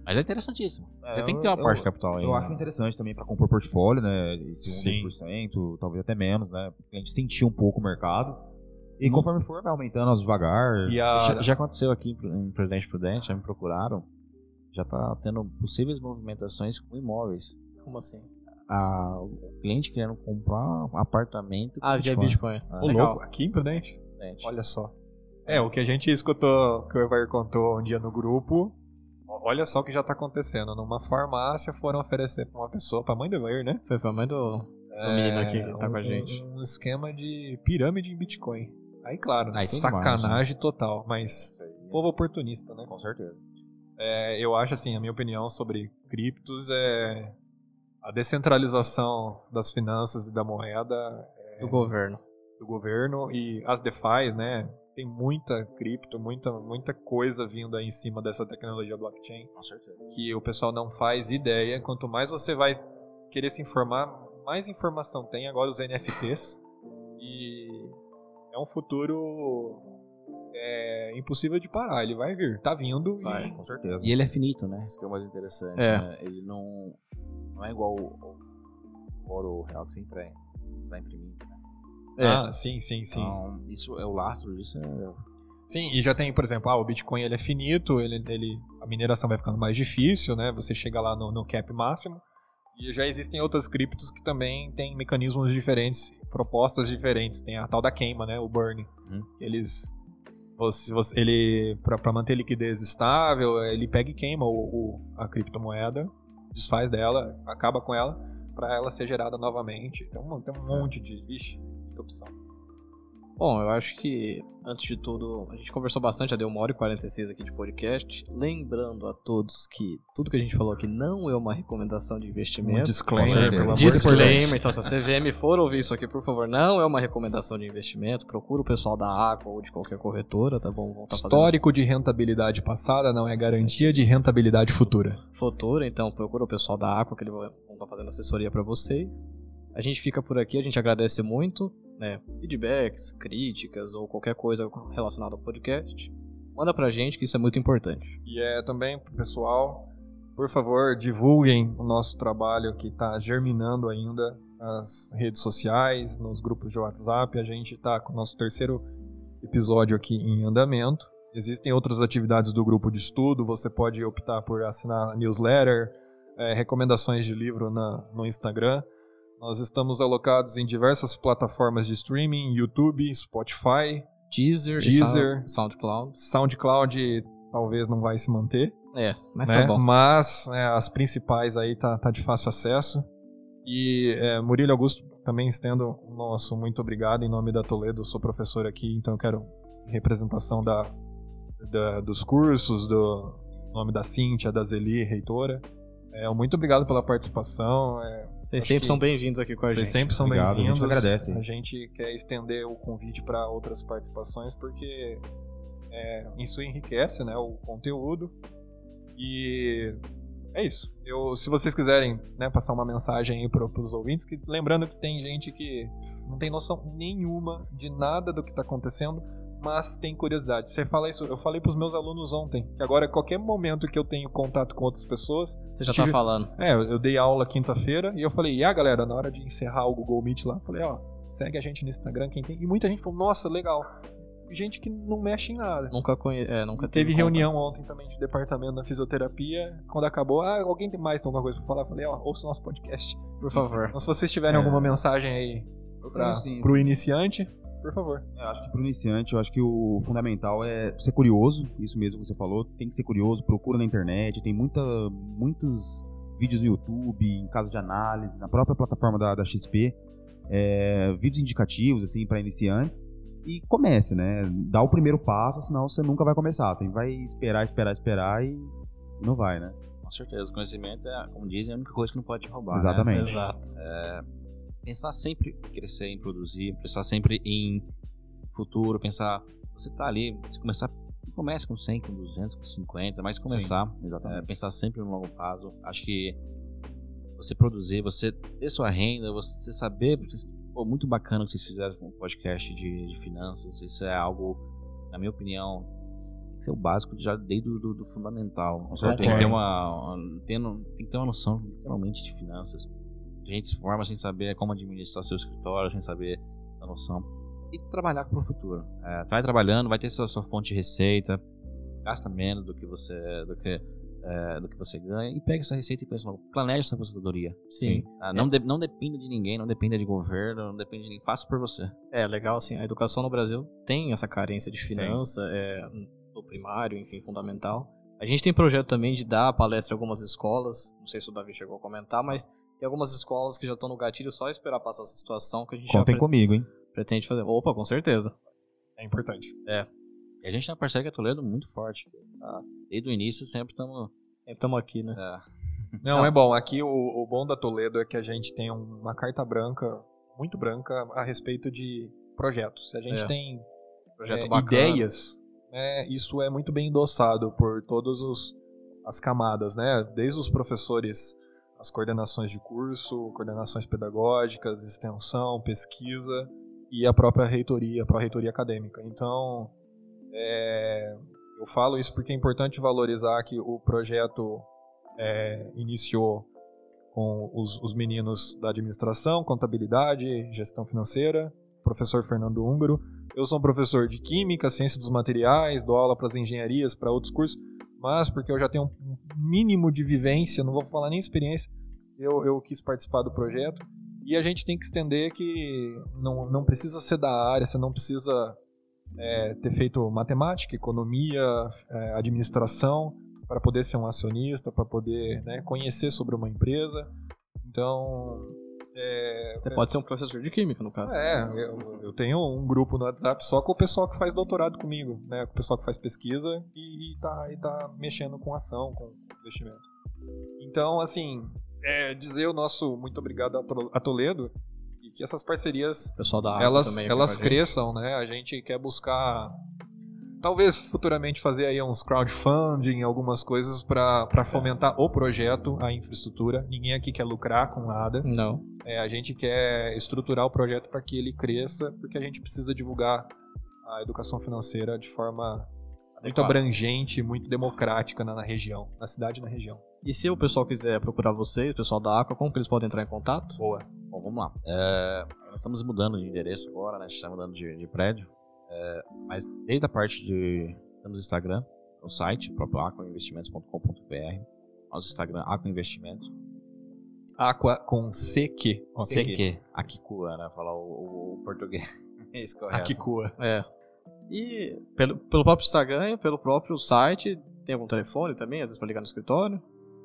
[SPEAKER 3] Mas é interessantíssimo.
[SPEAKER 5] É,
[SPEAKER 3] Você tem que
[SPEAKER 5] eu-
[SPEAKER 3] ter uma parte de
[SPEAKER 5] eu-
[SPEAKER 3] capital né? aí.
[SPEAKER 5] Eu acho interessante também para compor portfólio, né? Esse
[SPEAKER 2] Sim.
[SPEAKER 5] 1, 2%, talvez até menos, né? A gente sentir um pouco o mercado.
[SPEAKER 3] Hum.
[SPEAKER 5] E conforme for, vai aumentando aos devagar.
[SPEAKER 2] E a,
[SPEAKER 3] Já, já aconteceu aqui em Pru- em Presidente Prudente, já me procuraram, já tá tendo possíveis movimentações com imóveis.
[SPEAKER 1] Como assim?
[SPEAKER 3] Ah, o cliente querendo comprar um apartamento com
[SPEAKER 1] Ah, via Bitcoin.
[SPEAKER 2] Ô,
[SPEAKER 1] Legal.
[SPEAKER 2] louco, aqui em Prudente?
[SPEAKER 3] Prudente.
[SPEAKER 2] Olha só. É, o que a gente escutou, que o Evar contou um dia no grupo. o- Olha só o que já tá acontecendo. Numa farmácia foram oferecer pra uma pessoa, pra mãe do Evar, né?
[SPEAKER 1] Foi pra mãe do. menino aqui que tá
[SPEAKER 2] um-
[SPEAKER 1] com a gente.
[SPEAKER 2] Um esquema de pirâmide em Bitcoin. Aí, claro,
[SPEAKER 3] Aí tem
[SPEAKER 2] sacanagem
[SPEAKER 3] demais,
[SPEAKER 1] né?
[SPEAKER 2] total, mas povo oportunista, né?
[SPEAKER 5] é Com certeza.
[SPEAKER 2] É, eu acho assim, a minha opinião sobre criptos é a descentralização das finanças e da moeda
[SPEAKER 1] do governo.
[SPEAKER 2] do governo e as DeFi's, né? Tem muita cripto, muita, muita coisa vindo aí em cima dessa tecnologia blockchain
[SPEAKER 3] Com certeza.
[SPEAKER 2] que o pessoal não faz ideia. Quanto mais você vai querer se informar, mais informação tem. Agora os NFTs. E é um futuro é, impossível de parar. Ele vai vir. Tá vindo. e-
[SPEAKER 1] Vai.
[SPEAKER 5] Com certeza. É.
[SPEAKER 3] E né? ele é finito, né? Isso que é o mais interessante.
[SPEAKER 1] É.
[SPEAKER 3] né? Ele não, não é igual o, o moro real que você imprensa, vai imprimir.
[SPEAKER 1] É.
[SPEAKER 2] Ah, sim, sim, sim.
[SPEAKER 3] Então, isso é o lastro disso. É...
[SPEAKER 2] Sim, e já tem, por exemplo, ah, o Bitcoin ele é finito, ele, ele, a mineração vai ficando mais difícil, né? Você chega lá no, no cap máximo. E já existem outras criptos que também têm mecanismos diferentes, propostas diferentes. Tem a tal da queima, né? O burn.
[SPEAKER 3] Uhum.
[SPEAKER 2] Eles. Você, você- ele para manter liquidez estável, ele pega e queima o, o- a criptomoeda, desfaz dela, acaba com ela, para ela ser gerada novamente. Tem um, tem um monte de, vixe, de opção.
[SPEAKER 1] Bom, eu acho que, antes de tudo, a gente conversou bastante, já deu uma hora e 46 aqui de podcast. Lembrando a todos que tudo que a gente falou aqui não é uma recomendação de
[SPEAKER 2] Um
[SPEAKER 1] investimento.
[SPEAKER 2] disclaimer, pelo amor de Deus.
[SPEAKER 1] Disclaimer, então se a CVM for ouvir isso aqui, por favor, não é uma recomendação de investimento. Procura o pessoal da Água ou de qualquer corretora, tá bom? Vão tá fazendo
[SPEAKER 2] Histórico de rentabilidade passada não é garantia de rentabilidade futura.
[SPEAKER 1] futuro, então procura o pessoal da Aqua, que eles vão estar fazendo assessoria pra vocês. A gente fica por aqui, a gente agradece muito, né? Feedbacks, críticas ou qualquer coisa relacionada ao podcast. Manda pra gente que isso é muito importante.
[SPEAKER 2] E é também pro pessoal, por favor, divulguem o nosso trabalho que está germinando ainda nas redes sociais, nos grupos de WhatsApp. A gente está com o nosso terceiro episódio aqui em andamento. Existem outras atividades do grupo de estudo, você pode optar por assinar a newsletter, eh, recomendações de livro na- no Instagram. Nós estamos alocados em diversas plataformas de streaming, YouTube, Spotify,
[SPEAKER 1] Deezer, e
[SPEAKER 2] Deezer.
[SPEAKER 1] Sound- SoundCloud.
[SPEAKER 2] SoundCloud talvez não vai se manter,
[SPEAKER 1] É, mas
[SPEAKER 2] né?
[SPEAKER 1] tá bom.
[SPEAKER 2] Mas, é, as principais aí tá, tá de fácil acesso. E é, Murilo Augusto, também estendo o nosso muito obrigado em nome da Toledo, eu sou professor aqui, então eu quero representação da, da- dos cursos, do nome da Cíntia, da Zeli, reitora. É, muito obrigado pela participação. é,
[SPEAKER 1] Vocês
[SPEAKER 2] acho
[SPEAKER 1] sempre
[SPEAKER 2] que
[SPEAKER 1] são bem-vindos aqui com a
[SPEAKER 2] vocês
[SPEAKER 1] gente.
[SPEAKER 2] sempre são
[SPEAKER 5] Obrigado, a
[SPEAKER 2] bem-vindos.
[SPEAKER 5] gente agradece.
[SPEAKER 2] A gente quer estender o convite para outras participações, porque é, isso enriquece né, o conteúdo. E é isso. Eu, se vocês quiserem né, passar uma mensagem aí para os ouvintes, que, lembrando que tem gente que não tem noção nenhuma de nada do que está acontecendo, mas tem curiosidade. Você fala isso, eu falei para os meus alunos ontem, que agora qualquer momento que eu tenho contato com outras pessoas,
[SPEAKER 1] Você já tá
[SPEAKER 2] Tive-
[SPEAKER 1] falando.
[SPEAKER 2] é, eu eu dei aula quinta-feira e eu falei, e ah, galera, na hora de encerrar o Google Meet lá, eu falei, ó, segue a gente no Instagram, quem tem. E muita gente falou, nossa, legal. E gente que não mexe em nada.
[SPEAKER 1] Nunca conhe... é, nunca
[SPEAKER 2] Teve
[SPEAKER 1] contato.
[SPEAKER 2] reunião ontem também de departamento da fisioterapia. Quando acabou, ah, alguém tem mais tem alguma coisa pra falar? Eu falei, ó, ouça o nosso podcast.
[SPEAKER 1] Por favor.
[SPEAKER 2] Então, se vocês tiverem
[SPEAKER 5] É.
[SPEAKER 2] alguma mensagem aí pra,
[SPEAKER 5] Sim, sim,
[SPEAKER 2] pro
[SPEAKER 5] sim.
[SPEAKER 2] iniciante, por favor.
[SPEAKER 5] Eu acho que para o iniciante, eu acho que o fundamental é ser curioso, isso mesmo que você falou, tem que ser curioso, procura na internet, tem muita, muitos vídeos no YouTube, em caso de análise, na própria plataforma da, da XP, é, vídeos indicativos, assim, para iniciantes, e comece, né? Dá o primeiro passo, senão você nunca vai começar, você vai esperar, esperar, esperar e não vai, né?
[SPEAKER 3] Com certeza, o conhecimento é, como dizem, a única coisa que não pode te roubar. né?
[SPEAKER 5] Exatamente.
[SPEAKER 1] Exato.
[SPEAKER 3] pensar sempre em crescer, em produzir, pensar sempre em futuro, pensar, você tá ali, se começar, comece com 100, com 200, com 50, mas começar,
[SPEAKER 5] Exatamente.
[SPEAKER 3] é, pensar sempre no longo prazo. Acho que você produzir, você ter sua renda, você saber, vocês- pô, muito bacana o que vocês fizeram com o podcast de, de finanças, isso é algo, na minha opinião, tem que ser o básico já desde do, do, do fundamental. Você tem que ter uma, uma- tem, no- tem que ter uma noção literalmente de finanças. A gente se forma sem saber como administrar seu escritório, sem saber a noção. E trabalhar para o futuro. É, vai trabalhando, vai ter sua, sua fonte de receita, gasta menos do que você do que é, do que você ganha e pega essa receita e pensa logo. Planeje sua aposentadoria.
[SPEAKER 1] Sim.
[SPEAKER 3] Ah, não, de- não dependa de ninguém, não dependa de governo, não depende de ninguém. Faça por você.
[SPEAKER 1] É, legal, assim, a educação no Brasil tem essa carência de finança, é, no primário, enfim, fundamental. A gente tem projeto também de dar palestra em algumas escolas, não sei se o Davi chegou a comentar, mas tem algumas escolas que já estão no gatilho só esperar passar essa situação que a gente já
[SPEAKER 5] Contem
[SPEAKER 1] pre-
[SPEAKER 5] comigo, hein?
[SPEAKER 1] pretende fazer. Opa, com certeza.
[SPEAKER 2] É importante.
[SPEAKER 3] E a gente tem uma parceria com a Toledo muito forte. tá? Desde o início sempre é, estamos.
[SPEAKER 1] Sempre estamos aqui, né?
[SPEAKER 2] Não,
[SPEAKER 1] Não.
[SPEAKER 2] é bom. Aqui o, o bom da Toledo é que a gente tem um- uma carta branca, muito branca, a respeito de projetos. Se a gente
[SPEAKER 1] É.
[SPEAKER 2] tem
[SPEAKER 1] Projeto
[SPEAKER 2] é,
[SPEAKER 1] bacana.
[SPEAKER 2] ideias, né, isso é muito bem endossado por todas os- as camadas, né? Desde os professores, as coordenações de curso, coordenações pedagógicas, extensão, pesquisa e a própria reitoria, a pró-reitoria acadêmica. Então, é, eu falo isso porque é importante valorizar que o projeto é, iniciou com os, os meninos da administração, contabilidade, gestão financeira, professor Fernando Húngaro. Eu sou um professor de química, ciência dos materiais, dou aula para as engenharias, para outros cursos, mas porque eu já tenho um mínimo de vivência, não vou falar nem experiência, eu, eu quis participar do projeto. E a gente tem que estender que não, não precisa ser da área, você não precisa é, ter feito matemática, economia, é, administração, para poder ser um acionista, para poder né, conhecer sobre uma empresa. Então. É,
[SPEAKER 1] Você pode ser um professor de química, no caso.
[SPEAKER 2] é, eu, eu tenho um grupo no WhatsApp só com o pessoal que faz doutorado comigo, né? Com o pessoal que faz pesquisa e, e, tá, e tá mexendo com ação, com investimento. Então, assim, é, dizer o nosso muito obrigado a Tro- a Toledo e que essas parcerias
[SPEAKER 1] O pessoal da água
[SPEAKER 2] elas,
[SPEAKER 1] Ah, também. aqui
[SPEAKER 2] elas
[SPEAKER 1] com a gente.
[SPEAKER 2] cresçam, né? A gente quer buscar talvez futuramente fazer aí uns crowdfunding, algumas coisas para fomentar o projeto, a infraestrutura. Ninguém aqui quer lucrar com nada.
[SPEAKER 1] Não.
[SPEAKER 2] É, a gente quer estruturar o projeto para que ele cresça, porque a gente precisa divulgar a educação financeira de forma muito
[SPEAKER 1] Adequado.
[SPEAKER 2] abrangente, muito democrática na, na região, na cidade e na região.
[SPEAKER 1] E se o pessoal quiser procurar vocês, o pessoal da Aqua, como que eles podem entrar em contato?
[SPEAKER 2] Boa.
[SPEAKER 3] Bom, vamos lá. É, nós estamos mudando de endereço agora, né? A gente está mudando de, de prédio. É, mas desde a parte de. Temos Instagram, o site, próprio aquainvestimentos.com.br. Nosso Instagram, aquainvestimentos.
[SPEAKER 2] Aqua com CQ.
[SPEAKER 3] CQ. Akikua, né? Falar o, o, o português correto.
[SPEAKER 2] Akikua.
[SPEAKER 1] É. E pelo, pelo próprio Instagram e pelo próprio site, tem algum telefone também, às vezes pra ligar no escritório?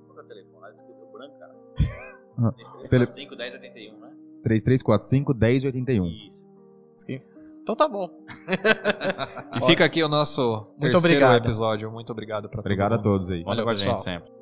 [SPEAKER 3] Qual é o telefone? Ela escreveu branco, cara.
[SPEAKER 5] Ah,
[SPEAKER 3] 345 1081, né?
[SPEAKER 5] 3345 1081.
[SPEAKER 3] Isso.
[SPEAKER 1] Diz que- Então tá bom.
[SPEAKER 2] E fica aqui o nosso
[SPEAKER 1] Muito
[SPEAKER 2] terceiro
[SPEAKER 1] obrigado.
[SPEAKER 2] episódio. Muito obrigado para
[SPEAKER 5] Obrigado a todos aí.
[SPEAKER 3] Olha
[SPEAKER 1] Valeu,
[SPEAKER 3] com a
[SPEAKER 1] pessoal.
[SPEAKER 3] gente sempre.